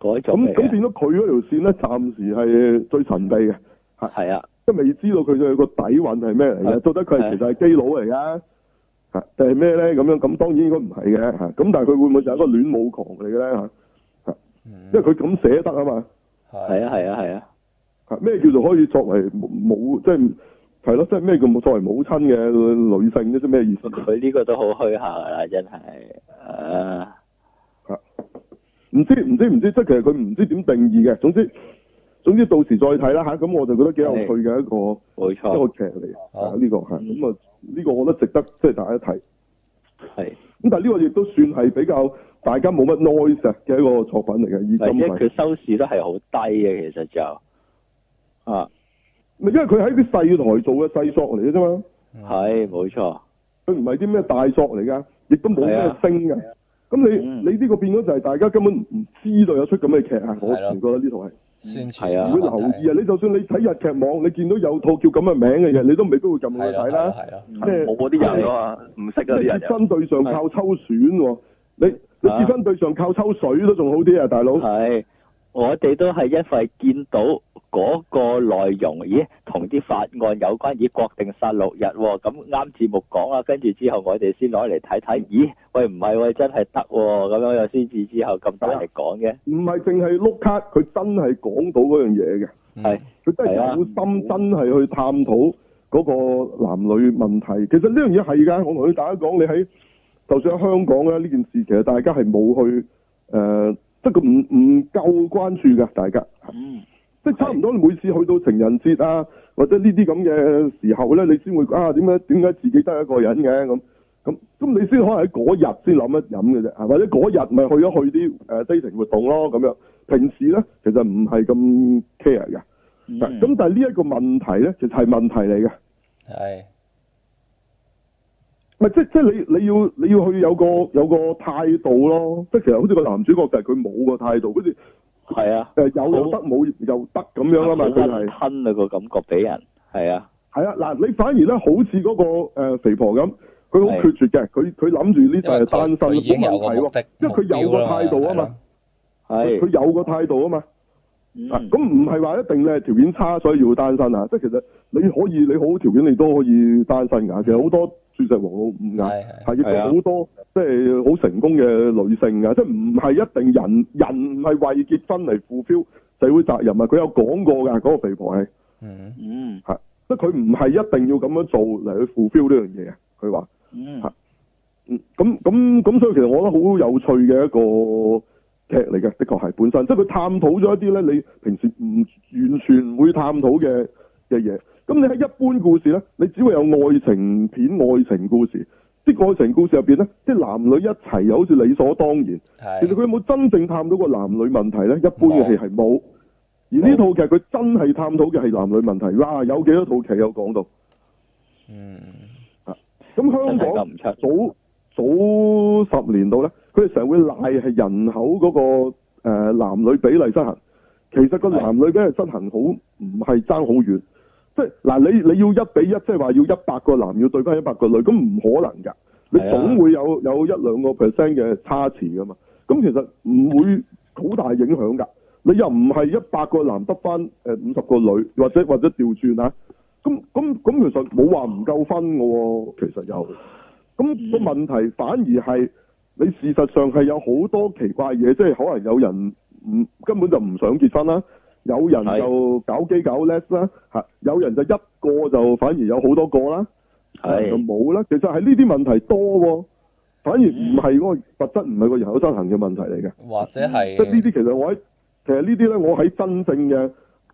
B: 嗰種
A: 啊咁
B: 嚟
A: 咁
B: 嘅，
A: 變咗佢嗰條線咧，暫時係最神秘嘅，
B: 係啊，
A: 即係未知道佢嘅個底韻係咩嚟嘅，
B: 係
A: 到底佢係
B: 係
A: 其實係基佬嚟㗎，嚇定係咩咧？咁樣咁當然應該唔係嘅嚇，咁但係佢會唔會就係一個戀舞狂嚟嘅咧嚇？
C: 因
A: 因為佢咁寫得啊嘛
B: 係啊，係啊，係啊，
A: 嚇，咩叫做可以作為母即係係咯，即係咩叫作為母親嘅女性咧？即係咩意思？
B: 佢呢個都好虛下噶啦，真係，啊，
A: 唔知唔知唔知，即係其實佢唔知點定義嘅。總之總之到時再睇啦嚇，咁我就覺得幾有趣嘅一個。
B: 冇
A: 一個
B: 錯，
A: 劇嚟
C: 好
A: 啊！呢個係咁啊，呢個我覺得值得即係大家一睇。
B: 係，
A: 咁但係呢個亦都算係比較大家冇乜 noise 嘅一個作品嚟嘅，以
B: 或者
A: 針為，
B: 佢收視都係好低嘅，其實就，啊，
A: 因為佢喺啲細台做嘅細作嚟嘅啫嘛，
C: 嗯
A: 啊
B: 係冇錯，
A: 佢唔係啲咩大作嚟㗎，亦都冇
B: 係
A: 咩
B: 啊
A: 星嘅。咁你、
B: 嗯
A: 你呢個變咗就係大家根本唔知道有出咁嘅劇啊！我
C: 係咯
A: 唔覺得呢套係
C: 宣傳
B: 係啊
A: 唔會留意啊！你就算你睇日劇網，你見到有套叫咁嘅名嘅嘢，你都未必會撳去
C: 係
A: 睇
C: 啦
A: 啦。
C: 係啦，啊
A: 即係
D: 冇嗰啲人啊嘛，唔識嗰啲人
A: 結
D: 又
A: 婚對象靠抽選喎，你你
B: 啊
A: 結婚對象靠抽水都仲好啲啊，大佬。
B: 係，我哋都係因為見到嗰個內容，咦，同啲法案有關，咦，國定殺戮日喎，咁啱節目講啦，跟住之後我哋先攞嚟睇睇，咦，喂唔係喎，真係得喎，咁樣又先至之後咁大力講嘅，
A: 唔係淨係碌卡，佢真係講到嗰樣嘢嘅，
C: 嗯
B: 係
A: 佢真係
B: 係啊
A: 有心，真係去探討嗰個男女問題。其實呢樣嘢係㗎，我同大家講，你喺就算喺香港啊咧，呢件事其實大家係冇去誒，呃即係佢唔唔夠關注㗎，大家。
B: 嗯，
A: 呃即係差唔多，你每次去到情人節啊，或者呢啲咁嘅時候咧，你先會啊點解點解自己得一個人嘅咁咁咁，你先可能喺嗰日先諗一諗嘅啫，啊係或者嗰日咪去咗去啲呃誒 dating 活動咯咁樣。平時咧其實唔係咁 care 嘅，
B: 嗯
A: 嗱咁、但係呢一個問題咧，其實係問題嚟嘅，
C: 係
A: 唔係即即係你你要你要去有個有個態度咯，即係其實好似個男主角就係佢冇個態度，好似
B: 係啊，
A: 誒有又得冇又得咁樣啊嘛，佢係
B: 吞。吞啊個感覺俾人，係啊，
A: 係啊，嗱，你反而咧好似嗰、個呃肥婆咁，佢好
B: 係
A: 決絕嘅，佢佢諗住呢
C: 因
A: 就
C: 為
A: 係
C: 佢
A: 單身
C: 佢已經有個
A: 冇問
C: 目
A: 題
C: 的
A: 喎，，因為佢有個態度啊嘛，佢佢
B: 係，
A: 有個態度啊嘛，
B: 嗯
A: 啊咁唔係話一定你係條件差所以要單身啊，即係其實你可以你好條件你都可以單身㗎，其實好多鑽石王老五
C: 嗯係啦，
A: 㗎，係
C: 係係
A: 亦
B: 係
A: 都
B: 啊
A: 好多即係好成功嘅女性㗎，即係唔係一定人人唔係為結婚嚟 fulfill 社會責任啊，佢有講過㗎，嗰、個肥婆係。
C: 嗯
B: 嗯
A: 即係佢唔係一定要咁樣做嚟去 fulfill 呢樣嘢啊！佢話，
B: 嗯
A: 係嗯，咁咁咁，所以其實我覺得好有趣嘅一個劇嚟嘅，的確係本身，即係佢探討咗一啲咧，你平時唔完全唔會探討嘅嘅嘢。咁你喺一般故事咧，你只會有愛情片、愛情故事。啲愛情故事入邊咧，即係男女一齊又好似理所當然。
C: 係
A: 其實佢有冇真正探討過男女問題咧？一般嘅戲係冇。而呢套劇佢真係探討嘅係男女問題。哇，有幾多套劇有講到？
C: 嗯
A: 咁
B: 真
A: 香
B: 係
A: 港
B: 咁唔出，
A: 早早十年度咧，佢哋成日會賴係人口嗰、個、呃、男女比例失衡。其實個
B: 係
A: 男女比例失衡好唔係爭好遠，即係嗱你你要一比一，即係話要一百個男要對翻一百個女，咁唔可能㗎。你
B: 係啊
A: 總會有有一兩個 percent 嘅差池㗎嘛。咁其實唔會好大影響㗎。你又唔係一百個男得翻誒五十個女，或者或者調轉啊。咁咁咁，其實冇話唔夠分㗎喎、其實又。咁
B: 嗯
A: 個問題反而係你事實上係有好多奇怪嘢，即係可能有人唔根本就唔想結婚啦，有人
B: 係
A: 就搞基搞 les 啦，嚇有人就一個就反而有好多個啦，
B: 係
A: 就冇啦。其實係呢啲問題多喎，反而唔係嗰個特質，唔係個人口失衡嘅問題嚟嘅。
C: 或者
B: 嗯
C: 係
A: 即係呢啲其實我喺其實呢啲咧，我喺真正嘅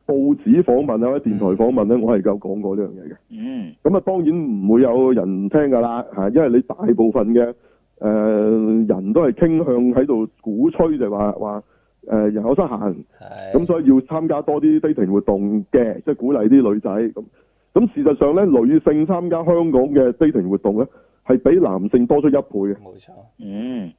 A: 報紙訪問啊，或者電台訪問咧，我係有講過呢樣嘢嘅。
B: 嗯，
A: 咁啊，當然唔會有人聽㗎啦嚇，因為你大部分嘅誒、呃人都係傾向喺度鼓吹就話話誒人口失衡，
C: 係
A: 咁所以要參加多啲 dating 活動嘅，即係鼓勵啲女仔咁。咁事實上咧，女性參加香港嘅 dating 活動咧，係比男性多出一倍嘅。
C: 冇錯，
B: 嗯，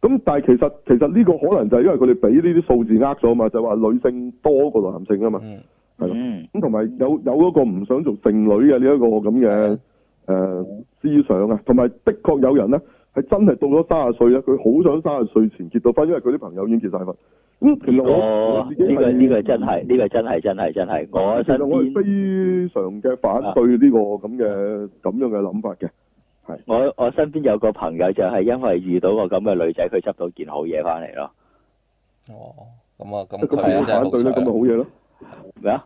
A: 咁但係其實其實呢個可能就係因為佢哋俾呢啲數字呃咗嘛，就話女性多過男性啊嘛。
C: 嗯
A: 係咯
B: 嗯，
A: 咁同埋有有嗰個唔想做剩女嘅呢一個咁嘅誒思想啊，同埋的確有人咧啊係真係到咗三十歲咧，佢好想三十歲前結到婚，因為佢啲朋友已經結晒婚。咁其實我、
B: 哦
A: 我，自己係
B: 呢個呢個真係，呢個真係真係真係，我
A: 其
B: 身
A: 實我係
B: 邊。
A: 非常嘅反對呢個咁嘅咁樣嘅諗法嘅。
B: 我我身邊有個朋友就係因為遇到個咁嘅女仔，佢執到件好嘢翻嚟咯。
C: 哦，咁啊，咁
A: 咁
C: 佢
A: 點
C: 啊
A: 解
C: 真係
A: 反
C: 好
A: 對咧？咁
C: 彩
A: 咪好嘢咯。
B: 咩啊？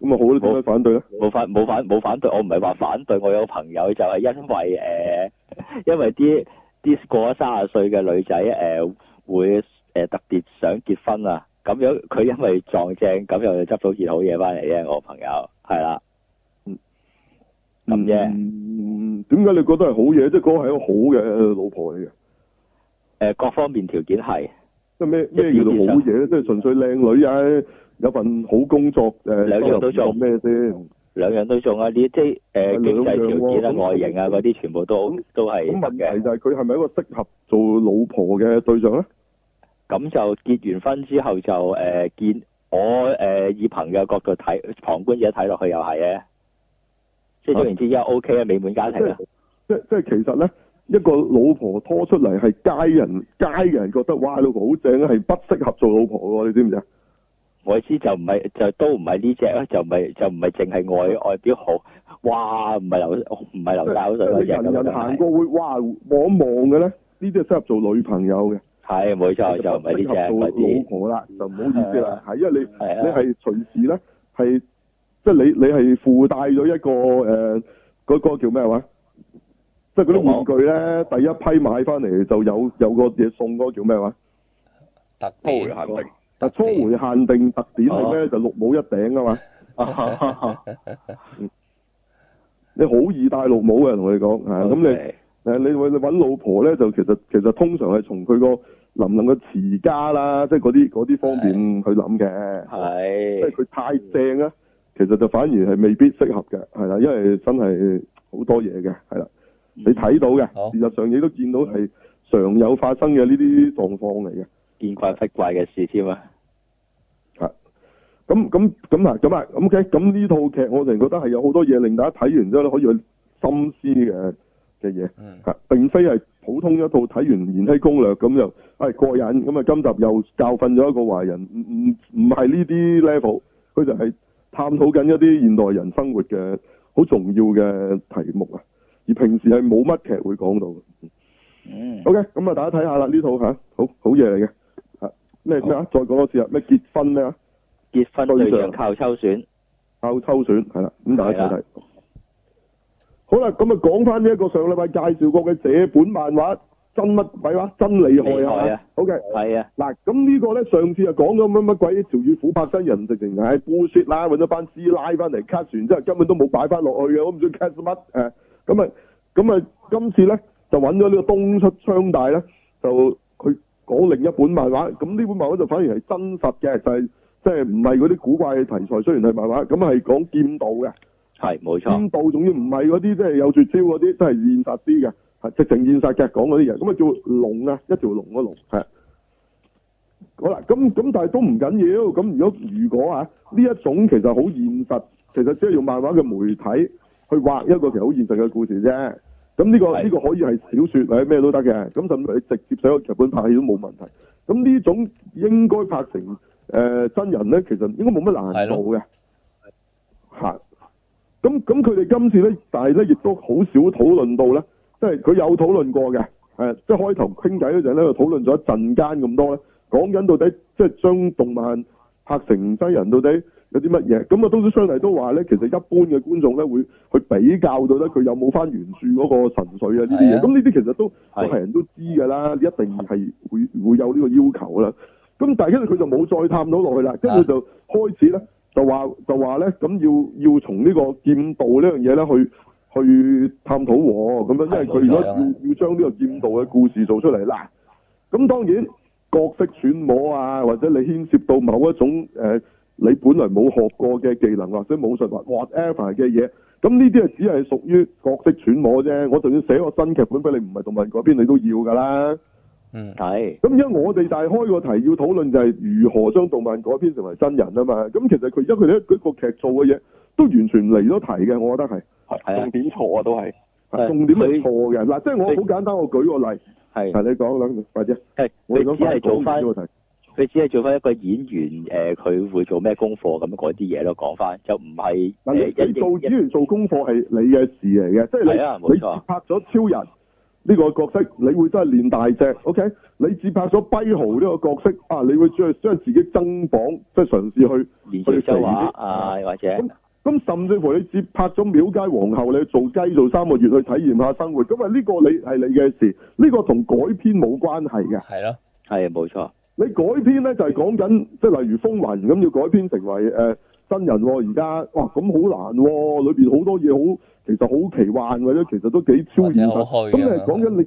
A: 咁咪好咯？點解反對咧？
B: 冇反冇反冇反對，我唔係話反對。我有個朋友就係因為誒、 呃因為啲啲過咗三十歲嘅女仔誒、呃、會誒、呃特別想結婚啊，咁樣佢因為撞正咁又執到件好嘢翻嚟啫。我朋友係啦，咁啫
A: 嗯，點解你覺得係好嘢？即係嗰個係一個好嘅呃老婆嚟嘅。
B: 誒、各方面條件係
A: 即係咩咩叫做好嘢咧？即係純粹靚女啊，有份好工作誒，
B: 兩樣都做
A: 收入唔錯咩先？
B: 兩樣都中啊，呢啲即係誒
A: 係
B: 經濟
A: 兩樣
B: 條
A: 喎
B: 件啊、
A: 咁
B: 外形啊嗰啲全部都都係啊
A: 咁問
B: 得嘅
A: 題。就係佢係咪一個適合做老婆嘅對象咧？
B: 咁就結完婚之後就誒、呃、見我誒、呃以朋友角度睇，旁觀者睇落去又係嘅，即係總言之，依家 O K 啊，美滿家庭啊，
A: 即即係其實咧，一個老婆拖出嚟係街人街嘅人覺得哇，老婆好正啊，係不適合做老婆喎，你知唔知啊？
B: 我知就唔係就都唔係呢只啦，就唔係就唔係淨係
A: 啊
B: 外外表好，哇唔係流唔係流晒口
A: 即
B: 水
A: 係
B: 嗰
A: 你
B: 只
A: 人
B: 咁
A: 人行
B: 樣係，
A: 過會哇望一望嘅咧，呢啲係適合做女朋友嘅，
B: 係冇錯就唔係呢
A: 適
B: 只嗰
A: 合做老
B: 啲，
A: 婆啦，就唔好意思啦，係因為你。
B: 係
A: 你
B: 啊，
A: 係隨時咧係即係你你係附帶咗一個呃誒嗰、個叫咩話？即係嗰啲玩具咧，第一批買翻嚟就有有個嘢送嗰個叫咩話？
C: 特
D: 都會
C: 別
D: 限定。
A: 但初回限定特點係
B: 哦
A: 咩？就綠帽一頂啊嘛！你好易戴綠帽嘅，同你講啊嚇。咁你誒你揾你揾老婆咧，就其實其實通常係從佢個能唔能夠持家啦，即係嗰啲嗰啲方面去諗嘅。即係
B: 係
A: 佢太正啊，其實就反而係未必適合嘅，係啦，因為真係好多嘢嘅，係啦，你睇到嘅，
C: 好
A: 事實上你都見到係常有發生嘅呢啲狀況嚟嘅。
B: 見怪不怪嘅事添啊，
A: 咁咁咁啊，咁啊咁嘅，咁呢套劇我成覺得係有好多嘢令大家睇完之後咧，可以去深思嘅嘅嘢，
C: 嗯
A: 嚇，並啊非係普通一套睇完《延禧攻略》咁就係過癮，咁啊今集又教訓咗一個壞人，唔唔唔係呢啲 level，佢就係探討緊一啲現代人生活嘅好重要嘅題目啊，而平時係冇乜劇會講到嘅。
B: 嗯
A: OK，咁啊大家睇下啦，呢套嚇好好嘢嚟嘅，嚇咩咩啊？再講多次啊，咩結婚咩啊？
B: 結婚對象靠抽選，
A: 靠抽選係啦，咁大家睇
B: 係
A: 睇。好啦，咁啊講翻呢一個上禮拜介紹過嘅這本漫畫真乜鬼話真厲害
B: 厲害
A: 啊
B: 啊
A: ！OK，
B: 係啊，
A: 嗱咁呢個咧上次就講咗乜乜鬼潮語虎拍新人，直情係 bullshit 啦，揾咗班師奶翻嚟 cut 完之後，根本都冇擺翻落去嘅，我唔知 cut 乜誒。咁啊咁啊，今次咧就揾咗呢個東出昌大咧，就佢講另一本漫畫，咁呢本漫畫就反而係真實嘅，就係即係唔係嗰啲古怪嘅題材，雖然係漫畫，咁係講劍道嘅。
B: 係冇錯。
A: 邊度仲要唔係嗰啲即係有絕招嗰啲，真係現實啲嘅，係直情現實嘅講嗰啲嘢，咁啊叫龍啊，一條龍個龍係。好啦，咁咁但係都唔緊要，咁如果如果啊呢一種其實好現實，其實即係用漫畫嘅媒體去畫一個其實好現實嘅故事啫。咁呢、個
B: 係
A: 呢個可以係小説或者咩都得嘅，咁甚至乎你直接寫個劇本拍戲都冇問題。咁呢種應該拍成誒、呃真人咧，其實應該冇乜難度嘅。嚇！咁咁咁佢哋今次咧，但係咧亦都好少討論到咧，即係佢有討論過嘅，誒，即係開頭傾偈嗰陣咧，就討論咗一陣間咁多咧，講緊到底即係將動漫拍成西人到底有啲乜嘢？咁啊，都相嚟都話咧，其實一般嘅觀眾咧會去比較到咧，佢有冇翻原著嗰個神髓啊呢啲
C: 係
A: 嘢。
C: 啊
A: 咁呢啲其實都
B: 係
A: 係人都知㗎啦，一定係會會有呢個要求啦。咁但係跟住佢就冇再探討落去啦，跟
C: 啊
A: 住就開始咧就話就話咧咁要要從呢個劍道呢樣嘢咧去去探討喎，咁樣因為佢如果
C: 係
A: 要
C: 冇錯
A: 要將呢個劍道嘅故事做出嚟啦，咁當然角色揣摩啊，或者你牽涉到某一種誒、呃你本來冇學過嘅技能或者武術或 whatever 嘅嘢，咁呢啲係啊只係屬於角色揣摩啫。我就算寫個新劇本俾你，唔係動漫改編，你都要㗎啦。
C: 嗯，
B: 係
A: 咁而家我哋大開個題要討論就係如何將動漫改編成為真人啊嘛。咁其實佢而家佢哋嗰個劇做嘅嘢都完全離咗題嘅，我覺得係
B: 係啊
D: 係重點錯啊，都係
B: 係
A: 重點係錯
B: 佢
A: 嘅。嗱，即係我好
B: 佢
A: 簡單，我舉個例，啊
B: 係
A: 係你講啦，快啲。
B: 係
A: 我哋
B: 佢
A: 講
B: 嗯只係
A: 翻
B: 做翻
A: 呢個題。
B: 佢只係做翻一個演員誒，佢、會做咩功課咁嗰啲嘢咯，講翻就唔係
A: 嗱，你
B: 誒
A: 你
B: 一
A: 做
B: 應
A: 演員做功課係你嘅事嚟嘅，即係
B: 係啊
A: 你
B: 冇
A: 你
B: 錯
A: 自拍咗超人呢個角色，你會真係練大隻，OK？你自拍咗跛豪呢個角色啊，你會將將自己增磅，即係嘗試去。
B: 連住周華啊，或者
A: 咁咁甚至乎你接拍咗廟街皇后，你去做雞做三個月去體驗下生活，咁啊呢個你係你嘅事，呢、個同改編冇關係嘅。
C: 係咯，
B: 係冇錯，
A: 你改編咧就係講緊，即係例如《風雲》咁要改編成為誒、呃真人喎、而家哇咁好難喎、裏邊好多嘢好其實好奇幻或者其實都幾超現
C: 或者
A: 實。
C: 好虛
A: 咁
C: 嘅
A: 你係講緊你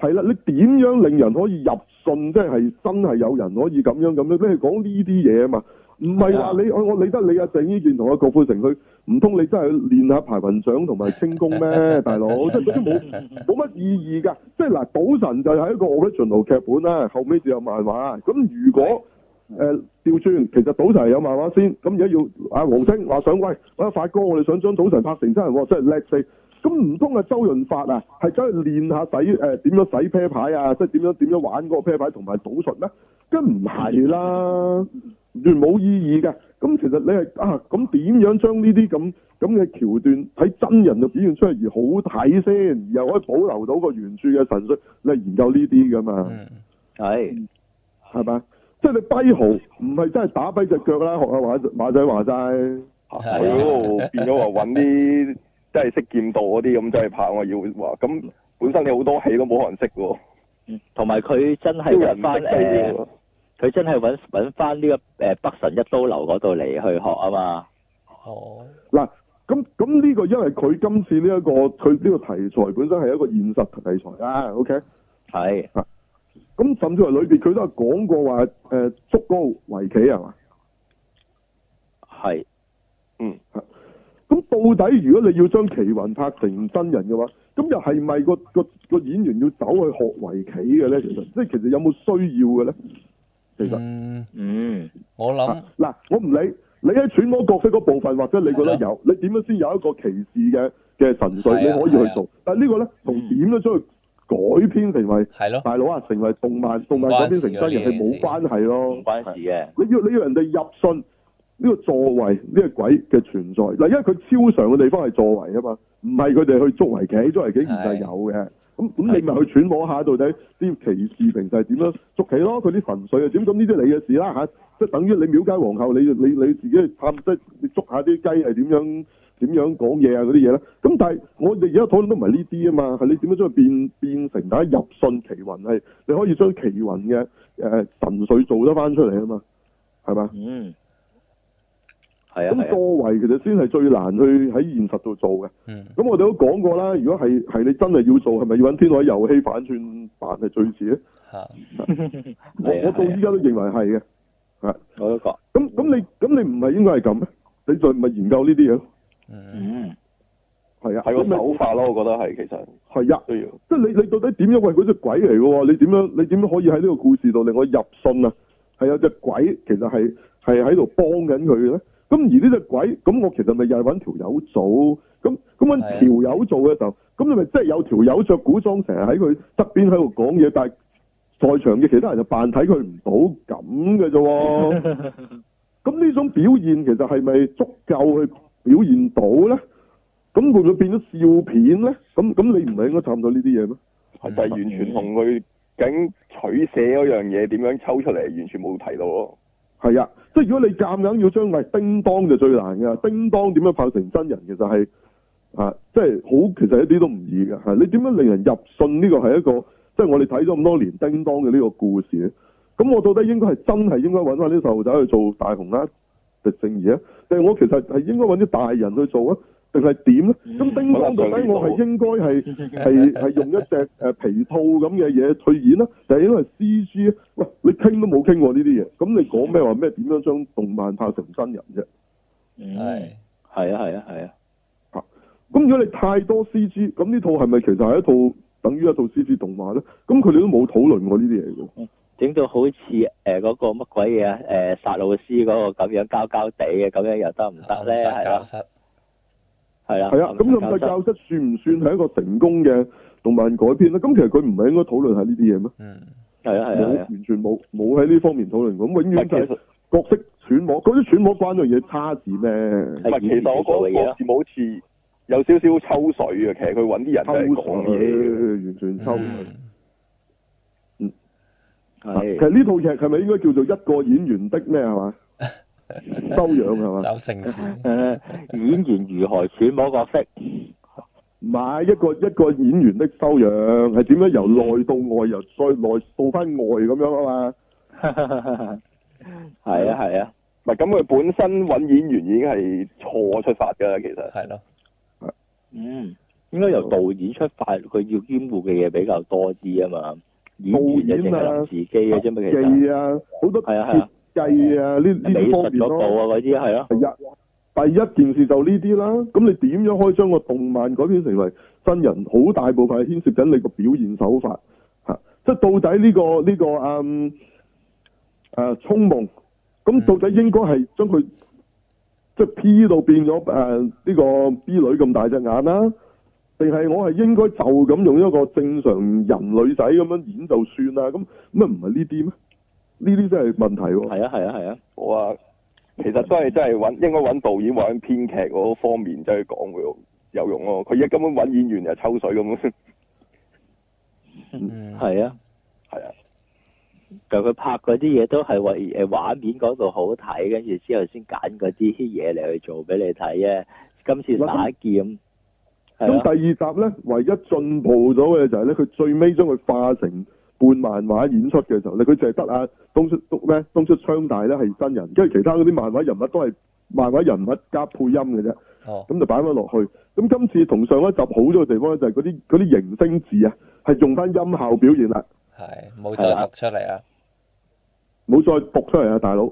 A: 係啦，你點樣令人可以入信，即係真係有人可以咁樣咁樣？你係講呢啲嘢啊嘛，唔係
B: 係啊
A: 話你我我理得你阿鄭伊健同阿郭富城佢唔通你真係練下排雲掌同埋清功咩，大佬？即係嗰啲冇冇乜意義㗎。即係嗱，賭神就係一個 original 劇本啦，後尾就有漫畫。咁如果誒調轉，其實賭神係有漫畫先，咁而家要阿黃星話想喂，喂發哥，我哋想將賭神拍成真人喎，真係叻死！咁唔通啊周潤發啊，係走去練下洗誒點樣洗啤牌啊，即係點樣點樣玩嗰個啤牌同埋賭術咩？梗唔係啦，完全冇意義嘅。咁其實你係啊，咁點樣將呢啲咁咁嘅橋段喺真人度表現出嚟而好睇先，又可以保留到個原著嘅神髓？你係研究呢啲噶嘛？
C: 嗯，
B: 係
A: 係咪？即係你跛豪唔係真係打跛只腳啦，學啊阿馬馬仔話齋。
C: 係啊
D: 佢嗰度變咗話揾啲真係識劍道嗰啲咁真係拍，我要話咁本身你好多戲都冇可能識喎，
A: 嗯
B: 同埋佢真係啊
D: 啲人
B: 揾
D: 唔
B: 翻
D: 識
B: 誒，
A: 啊
D: 都要
B: 佢、真係揾揾翻呢個誒、北神一刀流嗰度嚟去學啊嘛，
C: 哦，
A: 嗱，咁咁呢個因為佢今次呢、一個佢呢個題材本身係一個現實題材啦，OK？
B: 係
A: 咁甚至乎裏邊佢都係講過話誒、呃竹篙圍棋係嘛？
B: 係
D: 嗯
A: 咁到底如果你要將奇雲拍成真人嘅話，咁又係咪個個個演員要走去學圍棋嘅咧？其實即係其實有冇需要嘅咧？其實。
C: 嗯，
B: 嗯
C: 我諗
A: 啊嗱，我唔理你喺揣摩角色嗰部分，或者你覺得有，你點樣先有一個歧視嘅嘅神髓，
C: 係啊嗯
A: 你可以去做。但係呢個咧，同點樣將佢改編成為
C: 係咯，
A: 大佬啊，成為動漫動漫改編成真人係冇關係咯。
B: 唔關事嘅，
A: 你要你要人哋入信呢個座位呢個鬼嘅存在嗱，因為佢超常嘅地方係座位啊嘛，唔係佢哋去捉圍棋，捉圍棋其實係有嘅。咁咁你咪去揣摩下到底啲歧視平時係點樣捉棋咯，佢啲神髓係點？咁呢啲你嘅事啦嚇，即係等於你廟街皇后，你你你自己去探即係你捉下啲雞係點樣點樣講嘢啊嗰啲嘢咧。咁但係我哋而家討論都唔係呢啲啊嘛，係你點樣將佢變變成大家入信奇雲係，你可以將奇雲嘅誒、呃神髓做得翻出嚟啊嘛，係嘛？
B: 嗯，係啊
A: 咁
B: 係啊，
A: 作為其實先係最難去喺現實度做嘅。
C: 嗯，
A: 咁我哋都講過啦，如果係係你真係要做，係咪要揾天海遊戲反串版係最似咧？
C: 嚇，
A: 我我到
B: 係啊係啊
A: 依家都認為係嘅。
B: 我都覺，
A: 咁咁你咁你唔係應該係咁咩？你再咪研究呢啲嘢咯？
C: 嗯，
B: 嗯
A: 係啊，
D: 係個
A: 咁咪
D: 手法咯，我覺得係其實
A: 係啊，
D: 都要。
A: 即係你你到底點樣？喂，嗰隻鬼嚟嘅喎，你點樣你點樣可以喺呢個故事度令我入信啊？係有隻鬼其實係係喺度幫緊佢嘅咧。咁而呢隻鬼，咁我其實咪又係揾條友做，咁咁揾
C: 係啊
A: 條友做嘅時候，咁你咪即係有條友着古裝，成日喺佢側邊喺度講嘢，但係在場嘅其他人就扮睇佢唔到咁嘅啫 喎。咁呢種表現其實係咪足夠去表現到咧？咁會唔會變咗笑片咧？咁咁你唔係應該探討呢啲嘢咩？
D: 係就係完全同佢究竟取捨嗰樣嘢點樣抽出嚟，完全冇提到咯。
A: 係啊，即係如果你夾硬要將喂叮當就最難㗎，叮當點樣拍成真人其實係啊，即係好其實一啲都唔易㗎。係你點樣令人入信呢個係一個即係我哋睇咗咁多年叮當嘅呢個故事咁我到底應該係真係應該揾翻啲細路仔去做大雄啦、迪士尼啊，定係我其實係應該揾啲大人去做啊？定係點咧？咁叮當到底我係應該係係係用一隻誒皮套咁嘅嘢去演啦，定係因為 C G 喂，你傾都冇傾過呢啲嘢，咁你講咩話咩點樣將動漫拍成真人啫？
C: 係
B: 嗯係啊係啊係啊，
A: 咁如果你太多 C G，咁呢套係咪其實係一套等於一套 C G 動漫咧？咁佢哋都冇討論過呢啲嘢嘅喎。
B: 整到好似誒嗰個乜鬼嘢啊誒殺老師嗰個咁樣膠膠地嘅咁樣又得唔得咧？係啦
C: 啊教室
B: 係啦，
A: 係啊，咁咁嘅教室算唔算係一個成功嘅動漫改編咧？咁其實佢唔係應該討論下呢啲嘢咩？
C: 嗯
B: 係啊係
A: 冇，
B: 啊係啊，
A: 完全冇冇喺呢方面討論過。咁永遠
D: 唔係其
A: 就係
D: 實
A: 角色揣摩，嗰啲揣摩關嗰樣嘢差字咩？
D: 唔係
B: 係
D: 其實我
B: 做嘅
D: 覺
B: 嘢
D: 得個
B: 咯，
D: 字幕好似有少少抽水啊。其實佢揾啲人
A: 抽
D: 嚟講嘢嘅。
A: 水，完全抽水。
C: 嗯
A: 其
B: 嗯係
A: 實呢套劇係咪應該叫做一個演員的咩係嘛？修養係嘛？
C: 周星馳
B: 誒演員如何揣摩角色？
A: 唔係一個一個演員的修養係點樣由內到外，由再內到翻外咁樣啊嘛？
B: 係啊係啊，
D: 唔係咁，佢本身揾演員已經係錯出發㗎啦。其實
C: 係咯，
B: 嗯，應該由導演出發，佢要兼顧嘅嘢比較多啲啊嘛。演員就淨係諗自己嘅啫嘛，其實
A: 技啊，好多
B: 係啊係啊
A: 計啊，呢呢
B: 美
A: 啲
B: 術
A: 方面
B: 嗰部
A: 咯。
B: 啊嗰啲係咯，
A: 第一第一件事就呢啲啦，咁你點樣可以將個動漫改編成為真人？好大部分係牽涉緊你個表現手法嚇、即係到底呢、個呢、個嗯誒衝夢，咁到底應該係將佢即係 P 到變咗誒呢個 B 女咁大隻眼啦，定係我係應該就咁用一個正常人女仔咁樣演就算啦？咁咁啊唔係呢啲咩？呢啲真係問題喎、
B: 係啊係啊係啊，
D: 我話其實都係真係揾應該揾導演揾編劇嗰方面真係講會有用咯。佢一根本揾演員就抽水咁，
C: 嗯
B: 係啊。
D: 係啊。
B: 就佢拍嗰啲嘢都係為誒畫面嗰度好睇，跟住之後先揀嗰啲嘢嚟去做俾你睇啫。今次打劍
A: 咁第
B: 係咯，
A: 二集咧，唯一進步咗嘅就係咧，佢最尾將佢化成半漫畫演出嘅時候咧，佢就係得啊東出東咩東出昌大咧係真人，跟住其他嗰啲漫畫人物都係漫畫人物加配音嘅啫，
C: 哦
A: 咁就擺翻落去。咁今次同上一集好咗嘅地方咧，就係嗰啲嗰啲形聲字啊，係用翻音效表現啦，
C: 係冇再讀出嚟啊啦，
A: 冇再讀出嚟啊，大佬。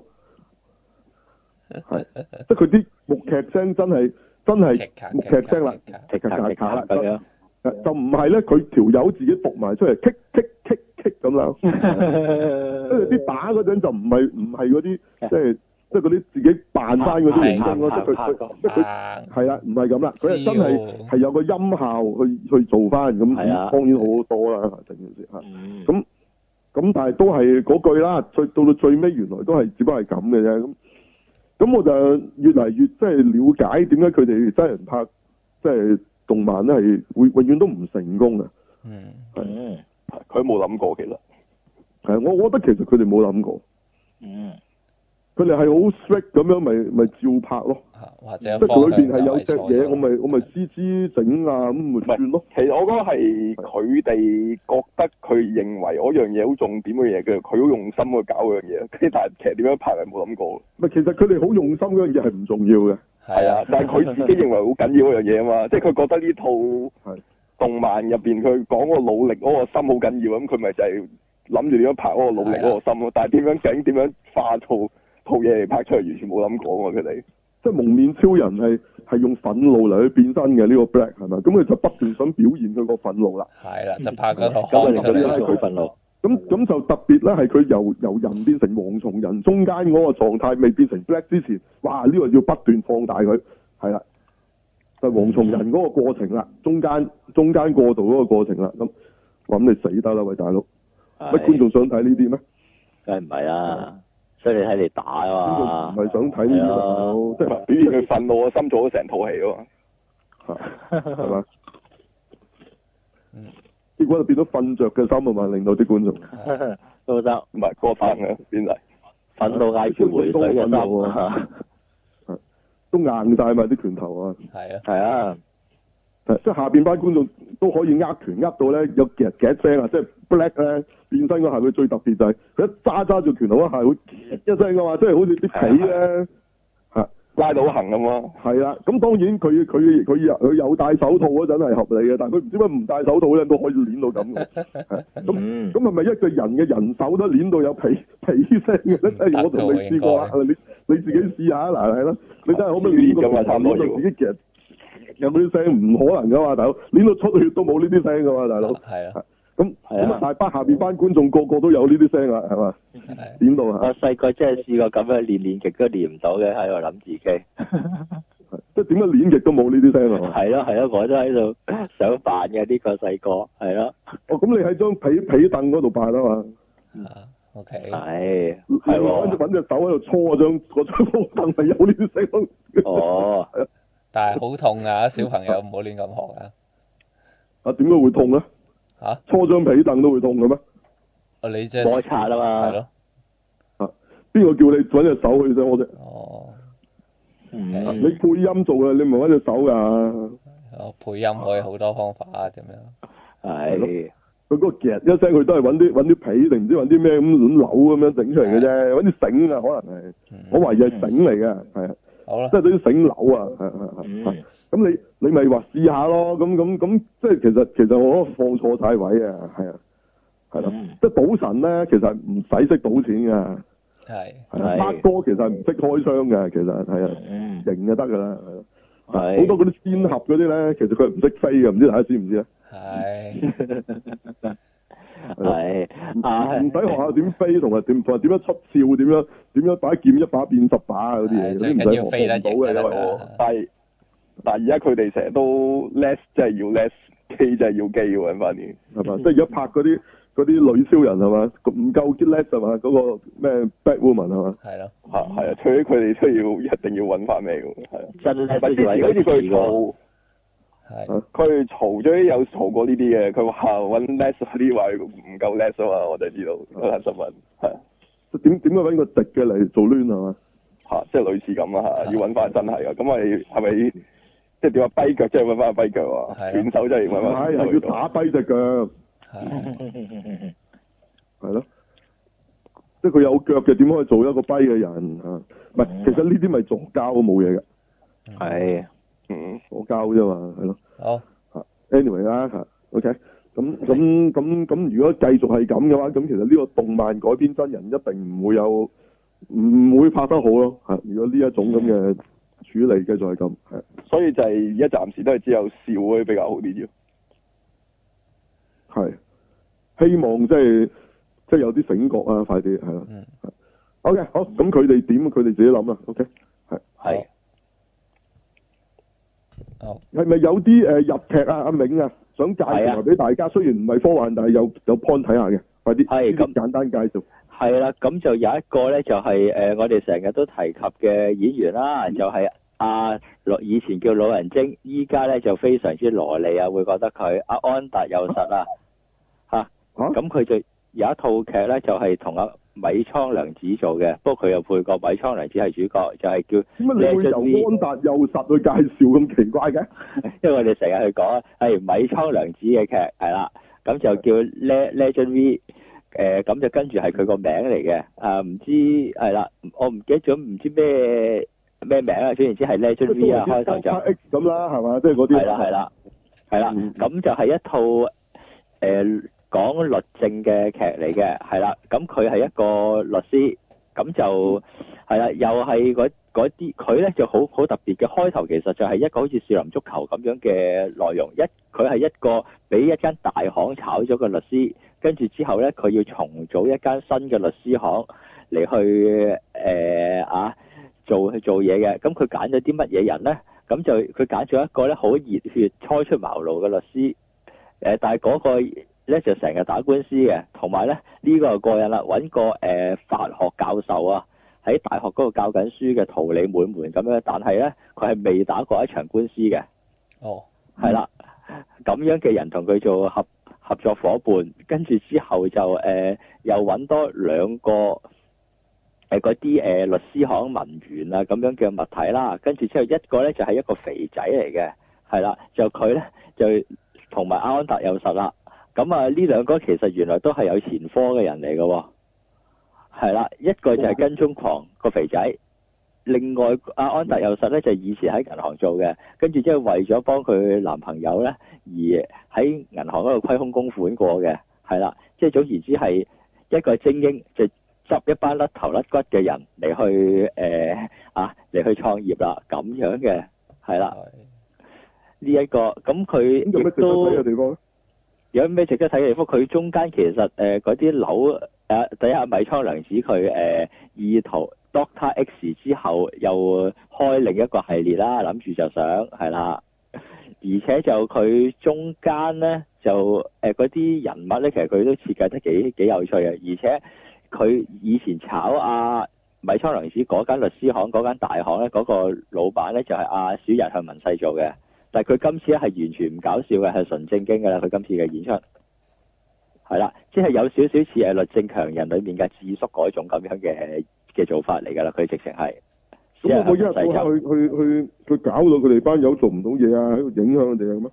A: 係，即係佢啲木劇聲真係真係
C: 劇劇
A: 木劇聲啦。
B: 踢踏踢踏咁樣，
A: 誒就唔係咧，佢條友自己讀埋出嚟，棘棘棘棘咁啦。跟住啲打嗰陣就唔係唔係嗰啲，即係即係嗰啲自己扮翻
B: 啊
A: 嗰啲形聲咯，即係佢佢即係佢
C: 啊
A: 係啦，唔係咁啦，佢係真
C: 知喎
A: 係係有個音效去去做翻咁，
B: 係啊
A: 當然好好多啦，整件事嚇。
B: 嗯
A: 咁咁但係都係嗰句啦，最到到最尾原來都係只不過係咁嘅啫。咁咁我就越嚟越即係了解點解佢哋真人拍即係動漫咧係會永遠都唔成功嘅。
C: 嗯
B: 嗯
D: 佢冇諗過其實。
A: 係啊我我覺得其實佢哋冇諗過，
B: 嗯
A: 佢哋係好 strict 咁樣咪咪照拍咯。
C: 啊或
A: 即
C: 者
A: 係佢裏邊
C: 係
A: 係有隻
C: 隻
A: 嘢，我咪我咪知知整啊咁咪算咯。
D: 其實我覺得係佢哋覺得佢認為嗰樣嘢好重點嘅嘢，佢佢好用心去搞嗰樣嘢，跟住但係其實點樣拍係冇諗過，
A: 咪其實佢哋好用心嗰樣嘢係唔重要嘅。
D: 係
C: 係
D: 啊
C: 啊，
D: 但係佢自己認為好緊要嗰樣嘢啊嘛，即係佢覺得
A: 係
D: 呢套動漫入邊佢講嗰個努力嗰個心好緊要，咁佢咪就係諗住點樣拍嗰個努力嗰個心咯，但係點啊樣究竟點樣化套套嘢嚟拍出嚟，完全冇諗過啊嘛佢哋。
A: 即係蒙面超人係係用憤怒嚟去變身嘅呢、個 Black 係咪？咁佢就不斷想表現佢個憤怒啦。
C: 係啦，就拍嗰套
B: 咁啊
C: 看
B: 令
C: 出
B: 到
C: 嚟
B: 呢
C: 啦
B: 個好憤怒，
A: 咁咁就特別咧，係佢由由人變成蝗蟲人，中間嗰個狀態未變成 Black 之前，哇！呢、個要不斷放大佢，係啦，就係蝗蟲人嗰個過程啦，中間中間過渡嗰個過程啦，咁哇咁你死得啦，喂大佬，乜觀眾想睇呢啲咩？
B: 梗係唔係啦，所以你睇你打
A: 觀眾唔
B: 啊嘛，
A: 係想睇呢啲
B: 係啊
A: 大佬，即
D: 即係
A: 係
D: 表現佢憤怒嘅心做咗成套戲啊嘛。
A: 係嘛
C: 嗯？
A: 結果就變咗瞓着嘅心啊嘛，令到啲觀眾
B: 都得，
D: 唔係嗰班嘅邊嚟？
B: 瞓到嗌住回水
A: 都瞓
B: 嘅心
A: 到都硬晒嘛啲拳頭啊！
C: 係啊，
B: 係啊，
A: 即係下邊班觀眾都可以呃拳呃到咧有夾夾聲啊！即係 Black 咧變身嗰下，佢最特別就係佢一揸揸住拳頭嗰下，會夾一聲啊嘅嘛，即係好似啲棋咧嚇
D: 拉到行咁嘛，
A: 係啦。咁當然佢佢佢有佢有戴手套嗰陣係合理嘅，但係佢唔知點解唔戴手套咧都可以攣到咁嘅。係咁
B: 嗯
A: 咁係咪一個人嘅人手都攣到有皮 皮聲嘅咧？真
B: 嗯
A: 係我同你試過啊！你你自己試下啊嗱係啦，你真係可
B: 嗯
A: 唔可以攣到
B: 啊
D: 攣㗎嘛差唔多要
A: 攣到自己夾有冇啲聲？唔可能噶嘛，大佬，攣到出血都冇呢啲聲噶嘛，大佬。
C: 係啊，
A: 咁
B: 係啊
A: 咁啊，大班下邊班觀眾個個都有呢啲聲啦，係嘛？
C: 係啊
A: 點到啊
B: 我？細個真係試過咁樣練練極都練唔到嘅，喺度諗自己。
A: 即係點解攣極都冇呢啲聲啊？
B: 係咯係咯，我都喺度 想扮嘅呢個細個，係咯，
A: 哦，咁你喺張被被凳嗰度扮啊嘛，
C: 啊，OK，
B: 係
A: 你
B: 係
A: 揾隻
B: 喎，
A: 揾隻手喺度搓張嗰張 鋪凳，咪有呢啲聲咯。
B: 哦，
C: 但係好痛啊！小朋友唔好亂咁學啊，
A: 啊，點解會痛咧？
C: 嚇，
A: 搓張被凳都會痛嘅咩？
C: 哦你即
B: 摩
C: 係
B: 擦啊
C: 係
B: 嘛，
C: 咯，
A: 邊個叫你揾隻手去啫？我啫，
C: 哦，
B: 嗯
A: 你配音做嘅，你唔係揾隻手㗎。
C: 哦配音可以好多方法啊，咁樣，
B: 係
A: 佢嗰個夾一聲，佢都係揾啲揾啲被定唔知揾啲咩咁亂扭咁樣整出嚟嘅啫，揾啲繩啊，可能係，我
C: 嗯，
A: 懷疑係繩嚟嘅，係啊。
C: 好啦
A: 即，係啲繩樓啊，係係係
B: 嗯。
A: 咁你你咪話試下咯，咁咁咁，即係其實其實我覺得放錯晒位啊，係啊，係咯
B: 嗯，
A: 即係賭神咧，其實唔使識賭錢㗎，
C: 係，
A: 係啊，
B: 係
A: 拍哥其實係唔識開槍㗎，其實係啊，
B: 嗯
A: 型就得㗎啦，係咯啊
B: 係
A: 好多嗰啲仙俠嗰啲咧，其實佢係唔識飛㗎，唔知大家知唔知啊咧？
C: 係，
B: 係
A: 唔
B: 啊
A: 唔使學下點飛，同埋點同埋點樣出鞘，點樣點樣擺劍一把變十把啊嗰啲嘢，嗰
C: 係
A: 啲
C: 最
A: 唔
C: 緊
A: 使
C: 要飛
A: 學
C: 得
A: 唔到
C: 型
A: 嘅，因為
C: 就得
A: 我
C: 啦，
D: 但係但係而家佢哋成日都 less，即係要 less 機，即係要機喎，揾翻啲。
A: 係嘛？即係而家拍嗰啲嗰啲女超人係嘛？唔夠 g e less 係嘛？嗰、個咩 Bad Woman 係嘛？
C: 係咯，
D: 嚇係啊，除咗佢哋都要一定要揾翻咩嘅，係啊。
B: 真
D: 唔
B: 咧
D: 係之前好似佢嘈，
A: 啊
C: 係，
D: 佢嘈咗有嘈過呢啲嘅，佢話揾 less 嗰啲話唔夠 less 啊嘛，我就知道嗰單新聞係啊
A: 即係點點解揾個直嘅嚟做攣係嘛？
D: 嚇，即係類似咁啊嚇，要揾翻真係啊，咁咪係咪即係點啊？跛腳即係揾翻跛腳啊
C: 係啊，
D: 斷手即係啊
A: 唔
D: 揾翻
A: 係係要打跛只腳，
C: 係，
A: 係咯。即係佢有腳嘅，點可以做一個跛嘅人啊？唔
C: 哦
A: 係，其實呢啲咪左交冇嘢嘅，
B: 係
D: 嗯
A: 左交啫嘛，係咯。
C: 好，
A: 啊，anyway 啦嚇，OK，咁咁咁咁，如果繼續係咁嘅話，咁其實呢個動漫改編真人一定唔會有唔會拍得好咯嚇。如果呢一種咁嘅處理繼續係咁，係
D: 所以就係而家暫時都係只有笑嗰啲比較好啲啫。
A: 係希望即係即係有啲醒覺啊，快啲係啦。
C: 嗯，
A: OK，好，咁佢哋點佢哋自己諗啦。OK，
B: 係
C: 好，
A: 係咪有啲誒、呃日劇啊？阿銘啊，想介紹埋俾大家，雖然唔係科幻，但係有有 point 睇下嘅，快啲，
B: 係咁
A: 呢啲簡單介紹。
B: 係啦，咁就有一個咧就係、呃我哋成日都提及嘅演員啦，就係、阿老以前叫老人精，依家咧就非常之羅莉啊，會覺得佢阿安達有實啊，嚇、
A: 嚇、
B: 咁佢就有一套劇咧，就係同阿米倉涼子做嘅，不過佢又配過米倉涼子係主角，就係、叫
A: 點解你會由安達幼實去介紹咁奇怪嘅？
B: 因為我哋成日去講係米倉涼子嘅劇係啦，咁就叫 Le- Legend V，誒咁、就跟住係佢個名嚟嘅，啊唔知係啦，我唔記得咗唔知咩咩名啦，總言之係
A: 即係
B: Legend
A: 都
B: V 啊，
A: 係
B: 開頭
A: 啲
B: 就
A: Delta X 咁啦，係嘛？即係嗰啲
B: 係啦係啦係啦
A: 嗯，
B: 咁就係一套誒、呃、講律政嘅劇嚟嘅，係啦，咁佢係一個律師，咁就係啦，又係嗰嗰啲佢咧就好好特別嘅，開頭其實就係一個好似少林足球咁樣嘅內容，一佢係一個俾一間大行炒咗嘅律師，跟住之後咧佢要重組一間新嘅律師行嚟去誒、呃啊做做嘢嘅，咁佢揀咗啲乜嘢人咧？咁就佢揀咗一個咧好熱血、初出茅廬嘅律師，誒、呃但係嗰個咧就成日打官司嘅，同埋咧呢、個就過癮啦，揾個誒、呃法學教授啊，喺大學嗰度教緊書嘅桃李滿門咁樣，但係咧佢係未打過一場官司嘅，
C: 哦，
B: 係啦，咁樣嘅人同佢做合合作伙伴，跟住之後就誒、呃又揾多兩個誒嗰啲誒律師行文員啊咁樣嘅物體啦，跟住之後一個咧就係、一個肥仔嚟嘅，係啦，就佢咧就同埋阿安達有實啦，咁啊呢兩個其實原來都係有前科嘅人嚟嘅喎，係啦，一個就係跟蹤狂個肥仔。另外，阿安達有實咧就以前喺銀行做嘅，跟住之後為咗幫佢男朋友咧而喺銀行嗰度虧空公款過嘅，係啦，即係總言之係一個精英就執一班甩頭甩骨嘅人嚟去誒、呃啊嚟去創業啦，咁樣嘅係啦，
C: 係
B: 呢、一個咁佢
A: 咁做咩
B: 亦
A: 值得睇嘅
B: 都
A: 地方咧？
B: 有咩值得睇嘅地方？佢中間其實誒嗰啲樓誒第一阿米倉涼子佢誒、呃意圖 Doctor X 之後又開另一個系列啦，諗住就想係啦，而且就佢中間咧就誒嗰啲人物咧，其實佢都設計得幾幾有趣嘅，而且佢以前炒阿、米倉涼子嗰間律師行嗰間大行咧，嗰、個老闆咧就係、阿、小日向文世做嘅。但係佢今次咧係完全唔搞笑嘅，係純正經嘅啦。佢今次嘅演出係啦，即係有少少似係《律政強人》裏面嘅智叔嗰種咁樣嘅嘅做法嚟㗎啦。佢直情係，
A: 咁我一日到黑去去去去搞到佢哋班友做唔到嘢啊，喺度影響佢哋啊咁啊？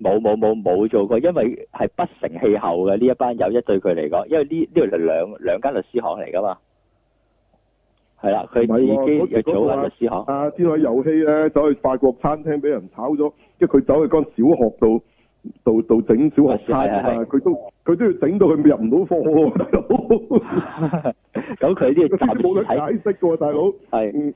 B: 冇冇冇冇做過，因為係不成氣候嘅呢一班友一對佢嚟講，因為呢呢度係兩兩間律師行嚟㗎嘛。係啦，佢
A: 唔係喎
B: 自己
A: 嗰
B: 又組
A: 嗰個
B: 緊律師行。
A: 啊！天海遊戲咧，走去法國餐廳俾人炒咗，即係佢走去間小學度度度整小學餐啊嘛！
B: 係係係
A: 佢都佢都要整到佢入唔到課喎，大 佬。
B: 咁佢 呢個暫
A: 冇得
B: 時睇
A: 解釋嘅喎，大佬。
B: 係
A: 嗯，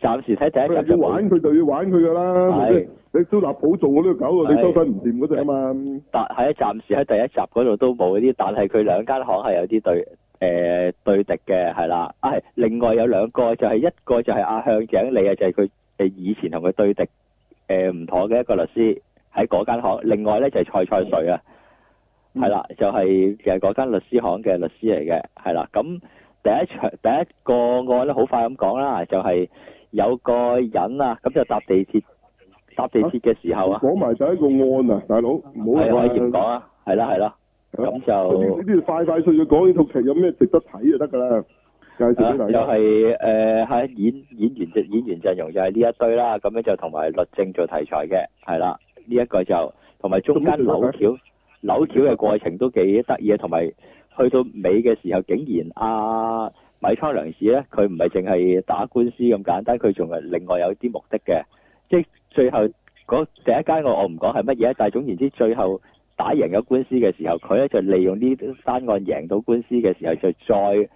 B: 暫時
A: 佢
B: 睇第一
A: 又
B: 集就
A: 要
B: 冇
A: 玩佢就要玩佢㗎啦。
B: 係
A: 你你蘇立普做我都要搞到你
B: 係
A: 周身唔掂嗰只啊嘛。
B: 但係暫時喺第一集嗰度都冇啲，但係佢兩間行係有啲對誒、呃、對敵嘅，係啦。啊，係另外有兩個就係、一個就係阿向井理啊，就係佢誒以前同佢對敵誒唔妥嘅一個律師喺嗰間行，另外咧就係、蔡蔡水啊，係啦，就係就係嗰間律師行嘅律師嚟嘅，係啦。咁第一場第一個案咧，好快咁講啦，就係、有個人啊，咁就搭地鐵搭地鐵嘅時候啊，
A: 講埋第一個案啊，大佬唔好
B: 係可以咁講
A: 啊。
B: 啊，係啦係啦。咁就
A: 呢啲呢啲快快脆脆講呢套劇有咩值得睇啊就得㗎啦，介紹俾大
B: 啊又
A: 家。
B: 係誒喺演演員陣演員陣容就係呢一堆啦，咁樣就同埋律政做題材嘅，係啦，呢、一個就同埋中間扭橋扭橋嘅過程都幾得意嘅，同埋去到尾嘅時候，竟然阿、米倉良子咧，佢唔係淨係打官司咁簡單，佢仲係另外有啲目的嘅，即係最後嗰第一間我我唔講係乜嘢，但係總言之最後。打贏咗官司嘅時候，佢咧就利用呢單案贏到官司嘅時候，就再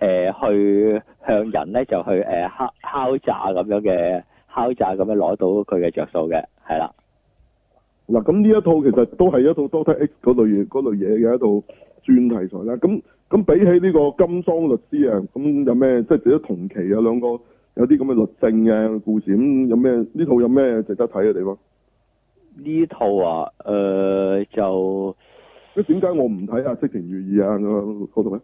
B: 誒、去向人咧就去誒、敲敲詐咁樣嘅敲詐咁樣攞到佢嘅着數嘅，係啦，
A: 嗱，咁呢一套其實都係一套 Doctor X 嗰類嘢嗰類嘢嘅一套專題材啦。咁咁比起呢個金裝律師啊，咁有咩即係值得同期有兩個有啲咁嘅律政嘅故事，咁有咩呢套有咩值得睇嘅地方？
B: 呢套啊誒、就
A: 咁點解我唔睇啊？即田如意啊嗰嗰套咧？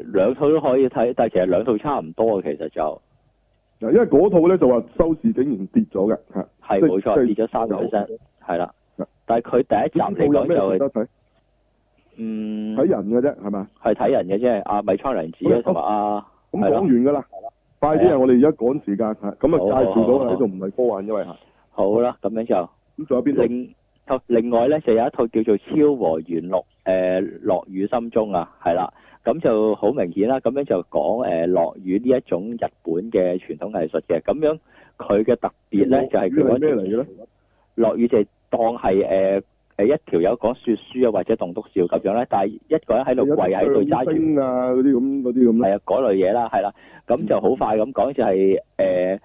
B: 誒、兩呃套都可以睇，但係其實兩套差唔多嘅，其實就
A: 嗱，因為嗰套咧就話收視竟然跌咗嘅嚇，
B: 係
A: 即
B: 冇錯，
A: 即
B: 跌咗三個 percent，係啦
A: 係。
B: 但係佢第一集
A: 呢
B: 嚟
A: 套有咩
B: 講
A: 值
B: 就
A: 得睇？
B: 嗯
A: 睇人嘅啫，係嘛？
B: 係睇人嘅啫，阿米倉涼子啊同埋阿
A: 咁
B: 係
A: 講
B: 啦
A: 完㗎啦，快啲啊！我哋而家趕時間嚇，咁
B: 好
A: 啊介紹到啦
B: 好好
A: 呢度唔係科幻，因為嚇
B: 好啦，咁樣就。
A: 咁仲有邊度？
B: 另好另外咧就有一套叫做《超和元錄》，誒、落雨心中啊，係啦，咁就好明顯啦，咁樣就講誒落雨呢一種日本嘅傳統藝術嘅，咁樣佢嘅特別咧就係佢嗰
A: 係咩嚟嘅咧？
B: 落雨就係當係誒誒一條友講説書啊或者棟篤笑咁樣咧，但係一個人喺度跪喺度揸住。
A: 星啊嗰啲咁嗰啲咁咧，
B: 係啊，嗰類嘢啦，係啦，咁就好快咁講就係、誒、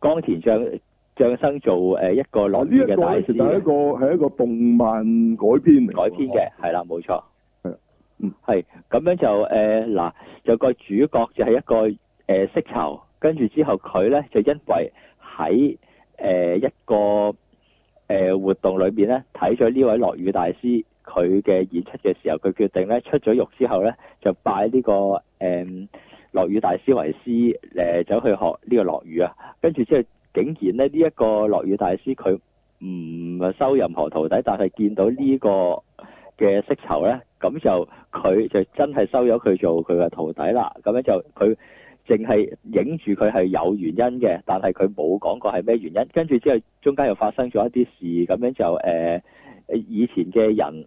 B: 江田將將生做誒一個落
A: 嗱
B: 雨
A: 呢一
B: 嘅
A: 個
B: 大
A: 咧
B: 師
A: 其實係一
B: 嘅
A: 個係一個動漫改編嚟，
B: 改編嘅，係啦，冇錯。
A: 係啊嗯
B: 係咁樣就誒嗱、就個主角就係一個誒、呃、色囚，跟住之後佢咧就因為喺誒、呃一個誒、呃活動裏邊咧睇咗呢位落雨大師佢嘅演出嘅時候，佢決定咧出咗獄之後咧就拜呢、個誒。落雨大師為師，誒、走去學呢個落雨啊，跟住之後竟然咧呢一個落雨大師佢唔收任何徒弟，但係見到呢個嘅色囚咧，咁就佢就真係收咗佢做佢嘅徒弟啦。咁樣就佢淨係影住佢係有原因嘅，但係佢冇講過係咩原因。跟住之後中間又發生咗一啲事，咁樣就誒、呃以前嘅人。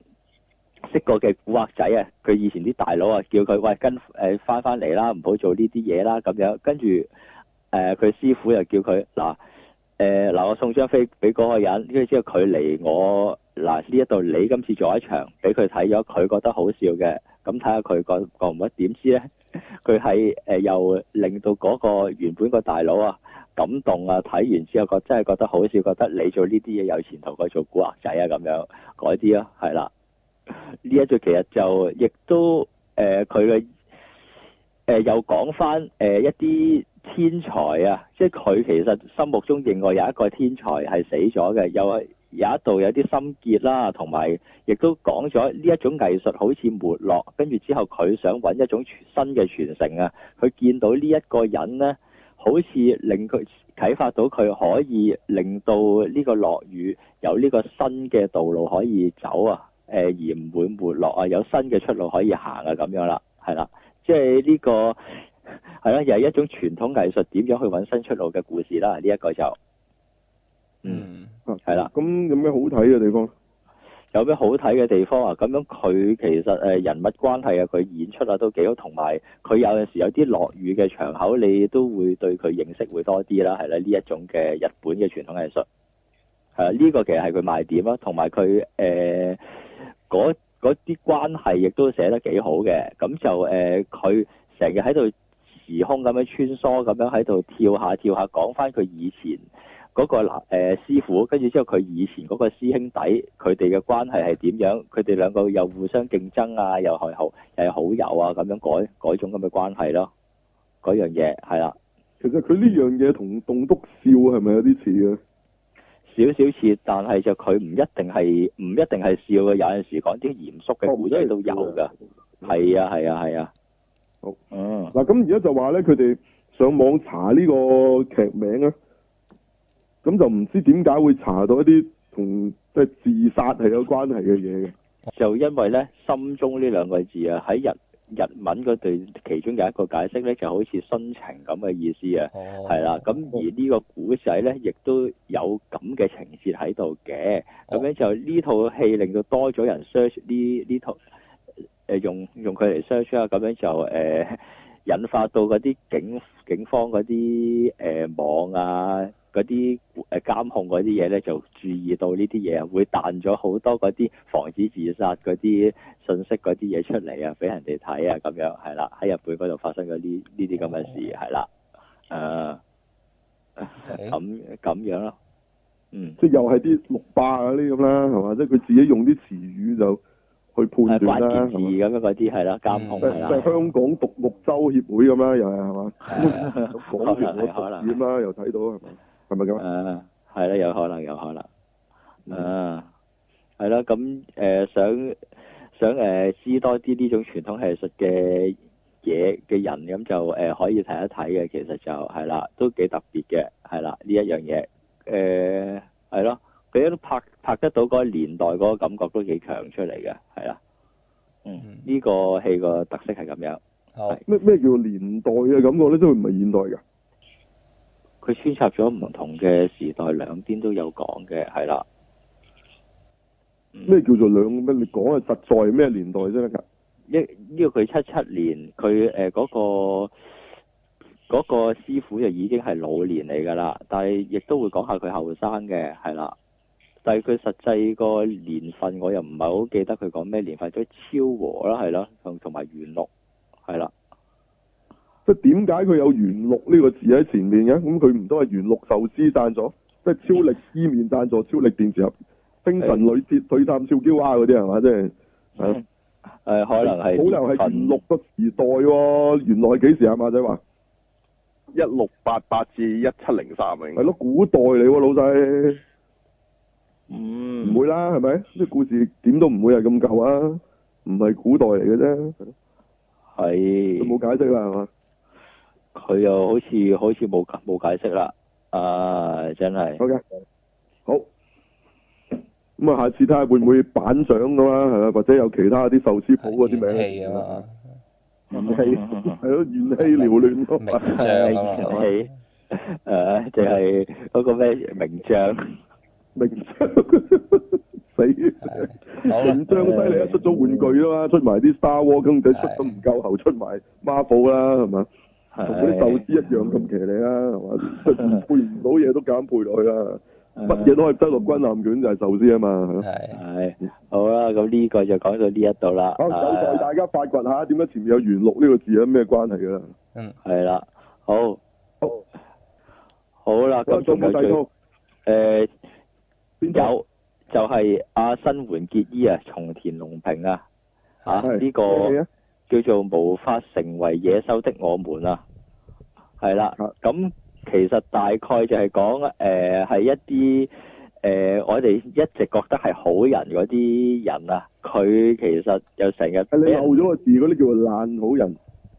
B: 識過嘅古惑仔啊，佢以前啲大佬啊，叫佢喂跟誒翻翻嚟啦，唔好做呢啲嘢啦咁樣。跟住誒佢師傅又叫佢嗱誒呃嗱，我送張飛俾嗰個人，跟住之後佢嚟我嗱呢一度，你今次做一場俾佢睇咗，佢覺得好笑嘅，咁睇下佢覺覺唔覺？點知咧， 佢係誒又令到嗰個原本個大佬啊感動啊，睇完之後覺真係覺得好笑，覺得你做呢啲嘢有前途過做古惑仔啊咁樣嗰啲咯，係啦。呢一句其實就亦都誒佢嘅誒呃又講翻誒一啲天才啊，即係佢其實心目中認為有一個天才係死咗嘅，又係有一度有啲心結啦，同埋亦都講咗呢一種藝術好似沒落，跟住之後佢想揾一種新嘅傳承啊，佢見到呢一個人呢，好似令佢啟發到佢可以令到呢個落雨有呢個新嘅道路可以走啊。誒、而唔會沒落啊，有新嘅出路可以行啊，咁樣啦，係啦，即係呢、個 係啦，又係一種傳統藝術點樣去揾新出路嘅故事啦，呢、一個就嗯
C: 嗯，
B: 係啦。
A: 咁有咩好睇嘅地方？
B: 有咩好睇嘅地方啊？咁樣佢其實誒、呃人物關係啊，佢演出啊都幾好，同埋佢有陣時有啲落雨嘅場口，你都會對佢認識會多啲啦，係啦，呢一種嘅日本嘅傳統藝術，係啊，呢、個其實係佢賣點啦，同埋佢誒嗰嗰啲關係亦都寫得幾好嘅，咁就誒佢成日喺度時空咁樣穿梭，咁樣喺度跳下跳下，講翻佢以前。嗰個男誒、呃、師傅，跟住之後佢以前嗰個師兄弟，佢哋嘅關係係點樣？佢哋兩個又互相競爭啊，又係好又係好友啊，咁樣嗰嗰種咁嘅關係咯，嗰樣嘢係啦，
A: 其實佢呢樣嘢同棟篤笑係咪有啲似嘅？
B: 少少似，但係就佢唔一定係唔一定係笑嘅，有陣時講啲嚴肅嘅故仔都有㗎，係啊係啊係啊，
A: 好，
B: 嗯，
A: 嗱，咁而家就話咧，佢哋上網查呢個劇名咧，咁就唔知點解會查到一啲同即係自殺係有關係嘅嘢嘅。
B: 就因為咧心中呢兩個字啊喺日日文嗰度其中有一個解釋咧，就好似殉情咁嘅意思啊。
C: 哦，
B: 係啦，咁而呢個古仔呢，亦都有咁嘅情節喺度嘅，咁
C: 哦
B: 樣就呢套戲令到多咗人 search 呢呢套，誒用用佢嚟 search 啊，咁樣就誒、呃引發到嗰啲警警方嗰啲誒網啊，嗰啲誒監控嗰啲嘢呢，就注意到呢啲嘢啊，會彈咗好多嗰啲防止自殺嗰啲信息嗰啲嘢出嚟啊，俾人哋睇啊，咁樣係啦，喺日本嗰度發生咗呢呢啲咁嘅事係啦。誒
C: 誒
B: 呃咁咁樣咯，嗯，
A: 即係又係啲六霸嗰啲咁啦，係嘛？即係佢自己用啲詞語就去判
B: 誒
A: 斷
B: 關
A: 啦，啊
B: 鍵字
A: 係嘛？
B: 咁樣嗰啲係啦，監控
A: 即
B: 係
A: 係即係
B: 啦，
A: 香港獨立州協會咁啦，又係係嘛？
C: 啊係啊
A: 咁港團我獨佔啦，啊又睇到係嘛？係咪咁啊？
B: 誒係啦，有可能有可能，誒係啦，咁誒想想誒知多啲呢種傳統藝術嘅嘢嘅人，咁就誒可以睇一睇嘅，其實就係啦，都幾特別嘅，係啦呢一樣嘢，誒係咯，佢都拍拍得到嗰個年代嗰個感覺都幾強出嚟嘅，係啦，嗯
C: 嗯，
B: 呢個戲個特色係咁樣。
C: 好，
A: 咩咩叫年代啊嘅感覺咧？即係佢唔係現代㗎。
B: 佢穿插咗唔同嘅時代，兩邊都有講嘅，係啦。
C: 嗯
A: 咩叫做兩咩？你講啊，實在係咩年代先得㗎？
B: 呢呢個佢七七年，佢誒嗰個嗰、個師傅就已經係老年嚟㗎啦，但係亦都會講下佢後生嘅，係啦。但係佢實際個年份我又唔係好記得佢講咩年份，都超和啦，係咯，同同埋元禄，係啦。
A: 即係點解佢有元禄呢個字喺前面嘅？咁佢唔都係元禄壽司贊助，即係超力伊麵贊助、超力電視盒、星辰女鐵對探超嬌娃嗰啲係嘛？即係係
B: 誒、可能係
A: 好流係元禄個時代喎，元禄係幾時啊？馬仔話
D: 一六八八至一七零三啊，應該
A: 係咯，古代嚟喎，老細
B: 嗯，
A: 唔會啦，係咪？啲故事點都唔會係咁舊啊，唔係古代嚟嘅啫，
B: 係
A: 佢冇解釋啦，係嘛？
B: 佢又好似好似冇冇解釋啦。啊，係真 係。
A: O K，好。咁啊，下次睇下會唔會板上㗎啦，係咪？或者有其他啲壽司鋪嗰啲名？
C: 氣啊嘛，
A: 元氣，係咯，元氣撩亂咯。
C: 名
B: 係
C: 將啊
B: 名
C: 嘛，
B: 氣，誒，就係嗰個咩名將，
A: 名章死，
C: 好啦
A: 名章犀利啊！出咗玩具啦嘛，出埋啲 Star War 咁，佢出咗唔夠後，出埋 Marvel 啦，係嘛？同嗰啲壽
B: 係
A: 司一樣咁騎呢啦，係嘛？出 配唔到嘢都減配落去啦，
B: 啊
A: 乜嘢都可以得落軍艦卷就係壽司啊嘛，係咯。
C: 係
B: 係好啦，咁呢個就講到呢一度啦。
A: 好，有待
B: 啊
A: 大家發掘下點解前面有元禄呢個字有咩關係㗎啦。
C: 嗯，
B: 係啦，好，
A: 好，
B: 好啦，
A: 好
B: 咁仲
A: 仲
B: 有
A: 冇第
B: 最
A: 套
B: 誒
A: 邊套？
B: 有就係阿新垣結衣啊，松田龍平啊，啊
A: 係
B: 呢個
A: 咩戲啊
B: 叫做無法成為野獸的我們啊，係啦
A: 啊，
B: 咁其實大概就係講誒係一啲誒、呃我哋一直覺得係好人嗰啲人啊，佢其實又成日
A: 係啊
B: 俾
A: 你
B: 人
A: 漏咗個字嗰啲叫做爛好人。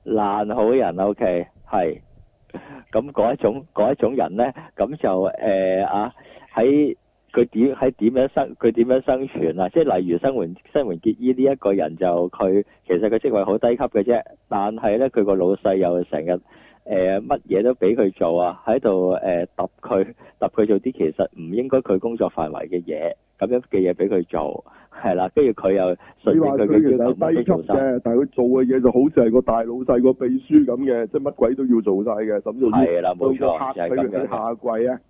B: 爛好人，OK，係。咁嗰一種嗰一種人咧，咁就誒、呃啊喺佢點喺點樣生佢點樣生存啊？即係例如生垣生垣結衣呢一個人就佢其實佢職位好低級嘅啫，但係咧佢個老細又成日誒乜嘢都俾佢做啊，喺度誒揼佢揼佢做啲其實唔應該佢工作範圍嘅嘢，咁樣嘅嘢俾佢做，係啦，跟住佢又順
A: 你
B: 便
A: 話佢
B: 佢
A: 其
B: 嘅
A: 實
B: 要
A: 係
B: 求乜都
A: 低級
B: 做晒。
A: 嘅，但係佢做嘅嘢就好似係個大老細個秘書咁嘅，即係乜鬼都要做晒嘅，咁就要
B: 係啦，冇
A: 到
B: 錯，
A: 客
B: 就
A: 佢
B: 係咁
A: 佢
B: 樣。
A: 下跪啊，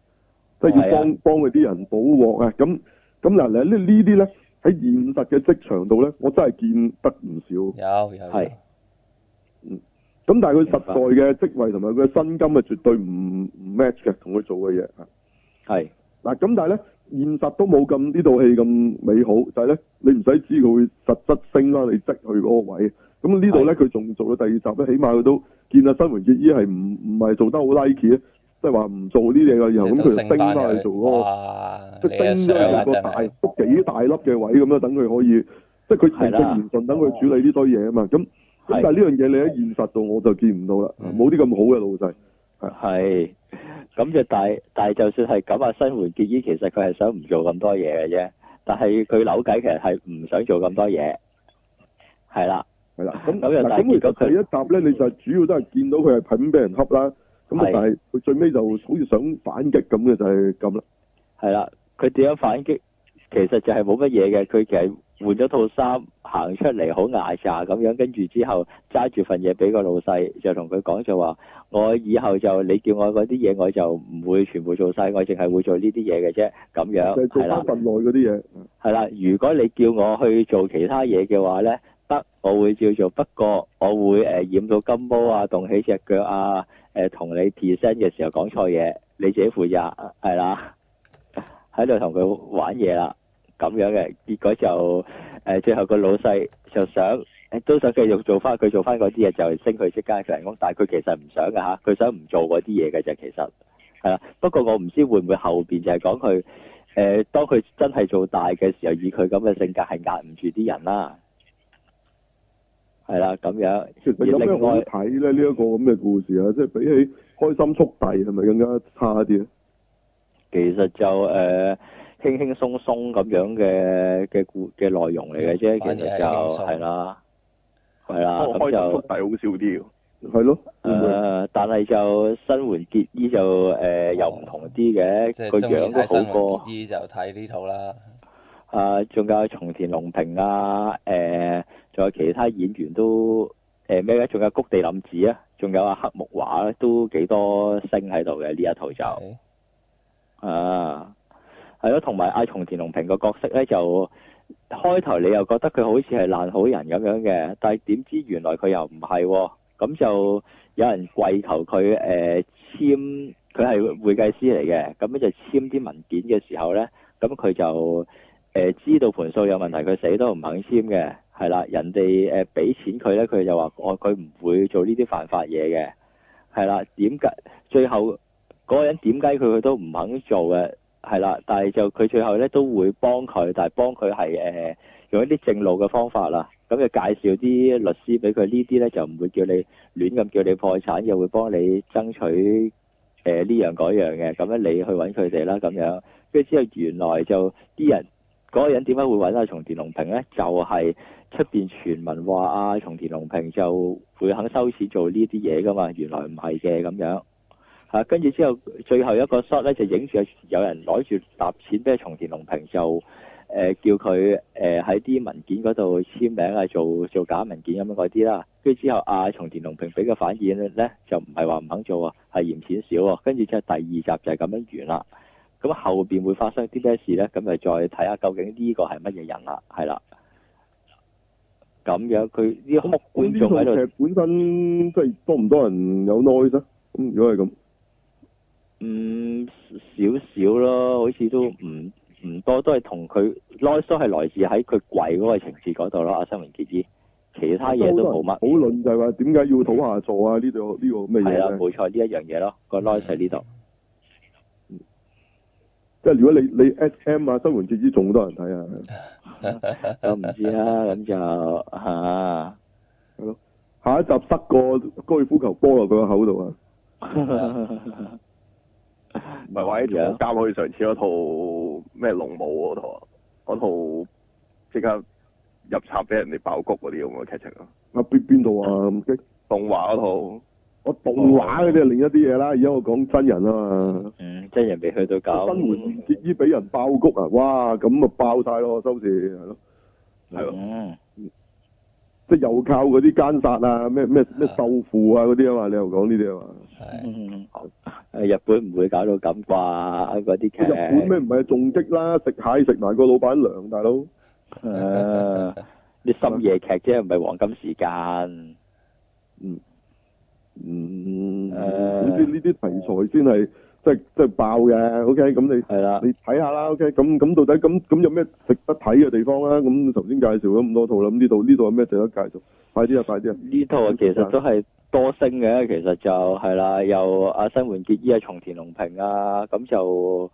A: 即係要
B: 係
A: 幫幫佢啲人補鑊啊。咁咁嗱，呢呢啲咧喺現實嘅職場度咧，我真係見得唔少。
C: 有有
B: 係
A: 咁但係佢實在嘅職位同埋佢嘅薪金係絕對唔唔 match 嘅，同佢做嘅嘢。
B: 係
A: 嗱，咁但係咧，現實都冇咁呢套戲咁美好，就係、呢，咧，你唔使知佢會實質升啦，你即去嗰個位。咁呢度咧，佢仲做到第二集咧，起碼佢都見阿新垣結衣係唔唔係做得好 like 咧，即係話唔做呢嘢嘅，然後咁佢就升翻去做嗰、
C: 哇！
A: 個，
C: 你
A: 即係
C: 嘅
A: 升咗
C: 相啊
A: 有個
C: 真
A: 大
C: 係，
A: 都幾大粒嘅位咁樣，等佢可以，即係佢名
B: 係啦
A: 正言順等佢處理呢堆嘢啊嘛。咁咁但係
B: 係
A: 呢樣嘢你喺現實度我就見唔到啦，
C: 嗯
A: 冇啲咁好嘅老細。
B: 係，咁就但係但係就算係咁啊，新垣結衣其實佢係想唔做咁多嘢嘅啫，但係佢扭計其實係唔想做咁多嘢，係啦，
A: 係 啦，咁
B: 咁又
A: 嗱
B: 但
A: 咁
B: 係
A: 其
B: 結果
A: 實
B: 佢
A: 第一集咧，你就主要都係見到佢係品俾人恰啦，咁啊
B: 係
A: 但係佢最尾就好似想反擊咁嘅就係咁啦。
B: 係啦，佢點樣反擊？其實就係冇乜嘢嘅，佢其實換咗套衫行出嚟好牙擦咁樣，跟住之後揸住份嘢俾個老細，就同佢講就話：我以後就你叫我嗰啲嘢，我就唔會全部做晒，我淨係會做呢啲嘢嘅啫，咁
A: 就
B: 樣
A: 係做
B: 係啦
A: 翻。份內嗰啲嘢，
B: 係啦，如果你叫我去做其他嘢嘅話咧，得我會照做，不過我會誒、呃染到金毛啊，動起只腳啊，誒同你 present 嘅時候講錯嘢，你自己負責係啦，喺度同佢玩嘢啦，咁樣嘅，結果就誒、呃最後個老細就想。誒都想繼續做翻佢做翻嗰啲嘢，就升佢即加人工，但係佢其實唔想㗎吓，佢想唔做嗰啲嘢嘅啫，其實係啦。不過我唔知會唔會後邊就係講佢誒，當呃佢真係做大嘅時候，以佢咁嘅性格係壓唔住啲人啦，係啦咁樣。
A: 其實有咩
B: 而另
A: 好
B: 外
A: 睇咧？呢一個咁嘅故事啊，即係比起開心速遞係咪更加差啲咧？
B: 其實就誒、呃、輕輕鬆鬆咁樣嘅嘅故嘅內容嚟嘅啫，
C: 嗯反而
B: 其
C: 係
B: 實就
C: 輕鬆
B: 係啦，係啦咁
D: 不過哦開心
B: 就
D: 速。遞好笑啲喎，
A: 係咯，
B: 誒、但係就新垣結衣就誒、呃又唔同啲
C: 即
B: 嘅，
C: 係
B: 個
C: 中意
B: 樣
C: 睇
B: 都
C: 新聞
B: 好過
C: 結衣就睇呢套啦，
B: 啊，仲有松田龍平啊，誒、仲有其他演員都誒咩咧？仲、有谷地林子啊，仲有啊黑木華咧，都幾多星喺度嘅呢一套就
C: 係
B: 啊，係咯，同埋阿松田龍平個角色咧就開頭你又覺得佢好似係爛好人咁樣嘅，但係點知原來佢又唔係喎，咁就有人跪求佢誒、呃、簽，佢係會計師嚟嘅，咁樣就簽啲文件嘅時候咧，咁佢就誒、呃知道盤數有問題，佢死都唔肯簽嘅，係啦，人哋誒俾錢佢咧，佢就話我佢唔會做呢啲犯法嘢嘅，係啦，點解最後？嗰個人點解佢佢都唔肯做嘅，係啦，但係就佢最後咧都會幫佢，但係幫佢係誒用一啲正路嘅方法啦，咁就介紹啲律師俾佢，呢啲咧就唔會叫你亂咁叫你破產，又會幫你爭取誒呢樣嗰樣嘅，咁樣你去揾佢哋啦，咁樣，跟住之後原來就啲人嗰、個人點解會揾阿松田龍平咧？就係出邊傳聞話阿松田龍平就會肯收錢做呢啲嘢噶嘛，原來唔係嘅咁樣。啊，跟住之後最後一個 shot 咧就影住有人攞住沓錢俾阿松田龍平就。誒、叫佢誒喺啲文件嗰度簽名啊，做做假文件咁樣嗰啲啦。跟住之後，阿、松田龍平俾嘅反應咧，就唔係話唔肯做啊，係嫌錢少喎。跟住之後第二集就係咁樣完啦。咁後邊會發生啲咩事咧？咁咪再睇下究竟呢個係乜嘢人啦，係啦。咁樣佢呢個
A: 咁
B: 觀眾
A: 呢
B: 喺度，
A: 套劇本身即係多唔多人有 noise 啊？咁如果係咁，
B: 嗯少少咯，好似都
A: 嗯
B: 唔唔多，都係同佢 noise 都係來自喺佢跪嗰個情節嗰度咯。阿新榮傑之，其他嘢都冇乜。
A: 好論就係話點解要討下座啊？呢度呢個咁嘅
B: 係啦，
A: 嘢呢
B: 冇錯呢一樣嘢咯，個 noise 喺呢度。
A: 即係如果你你 S M 啊，新垣結衣仲多人睇啊，嗯
B: 我唔知 啦，咁就啊嚇。
A: 係咯。下一集塞個高爾夫球波落佢個口度啊！
D: 唔係話喺左監好似上次嗰套咩龍舞嗰套啊，嗰套即刻入插俾人哋爆谷嗰啲咁嘅劇情啊，
A: 啊邊邊度啊咁激！
D: 動畫嗰套。
A: 我動畫嗰啲係另一啲嘢啦，而家我講真人啊嘛。
B: 嗯，真人未去到搞。
A: 新垣結衣俾人爆谷啊！哇，咁啊爆晒咯，收視係咯，
D: 係咯
B: 嗯，
A: 即係又靠嗰啲奸殺啊，咩咩咩鬥父啊嗰啲啊嘛，你又講呢啲啊嘛。
C: 係
B: 嗯日本唔會搞到咁啩？嗰啲劇。
A: 日本咩唔係仲擊啦，食蟹食埋個老闆娘，大佬
B: 啊？啲深夜劇啫，唔係黃金時間。
A: 嗯，
B: 誒
A: 總之呢啲題材先係即係即係爆嘅。OK，咁你
B: 係啦，
A: 你睇下啦。OK，咁咁到底咁咁有咩值得睇嘅地方啦？咁頭先介紹咗咁多套啦，咁呢度呢度有咩值得介紹？快啲啊，快啲啊！
B: 呢套其實都係多星嘅，其實就係啦，又阿新垣結衣啊、松田龍平啊，咁就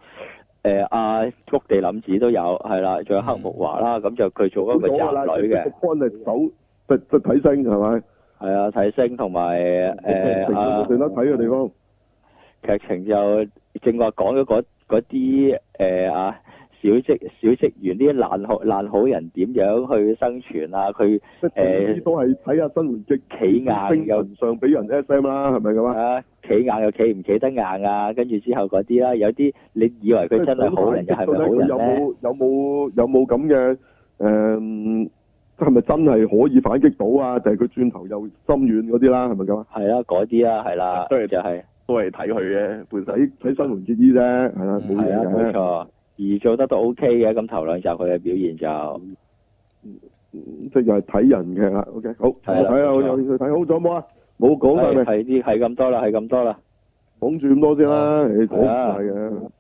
B: 誒阿谷地林子都有，係啦，仲有黑木華啦，咁就佢做一個
A: 講㗎啦，
B: 宅女嘅
A: 即係，個 point 係手即即係睇星係咪？
B: 係啊，睇星同埋
A: 成
B: 誒
A: 冇
B: 啊
A: 值得睇嘅地方。
B: 劇情就正話講咗嗰嗰啲誒啊小職小職員啲爛好爛好人點樣去生存啊，佢
A: 即係呢都係睇下新垣結
B: 企硬
A: 精
B: 又
A: 神上俾人 S M 啦，係咪咁啊？
B: 啊，企硬又企唔企得硬啊，跟住之後嗰啲啦，有啲你以為佢真係好人，又係咪
A: 到底佢有
B: 好人咧？
A: 冇有冇有冇咁嘅誒？係咪真係可以反擊到啊？定係佢轉頭又心軟嗰啲啦？係咪咁啊？
B: 係啦，嗰啲啦，係啦，
D: 都係
B: 就係
D: 都係睇佢嘅本身。
A: 睇睇新垣結衣啫，係啦，冇
B: 嗯係啦，啊冇
A: 嘢嘅。
B: 錯。而做得都 OK 嘅，咁頭兩集佢嘅表現就
A: 嗯即係又係睇人嘅啦。OK，好，我
B: 係啦啊
A: 睇下
B: 冇錯
A: 我有興趣睇好咗冇啊？冇講係
B: 係
A: 咪？
B: 係啲係咁多啦，係咁多啦。
A: 講住咁多先啦，誒講唔
B: 係啊
A: 晒嘅。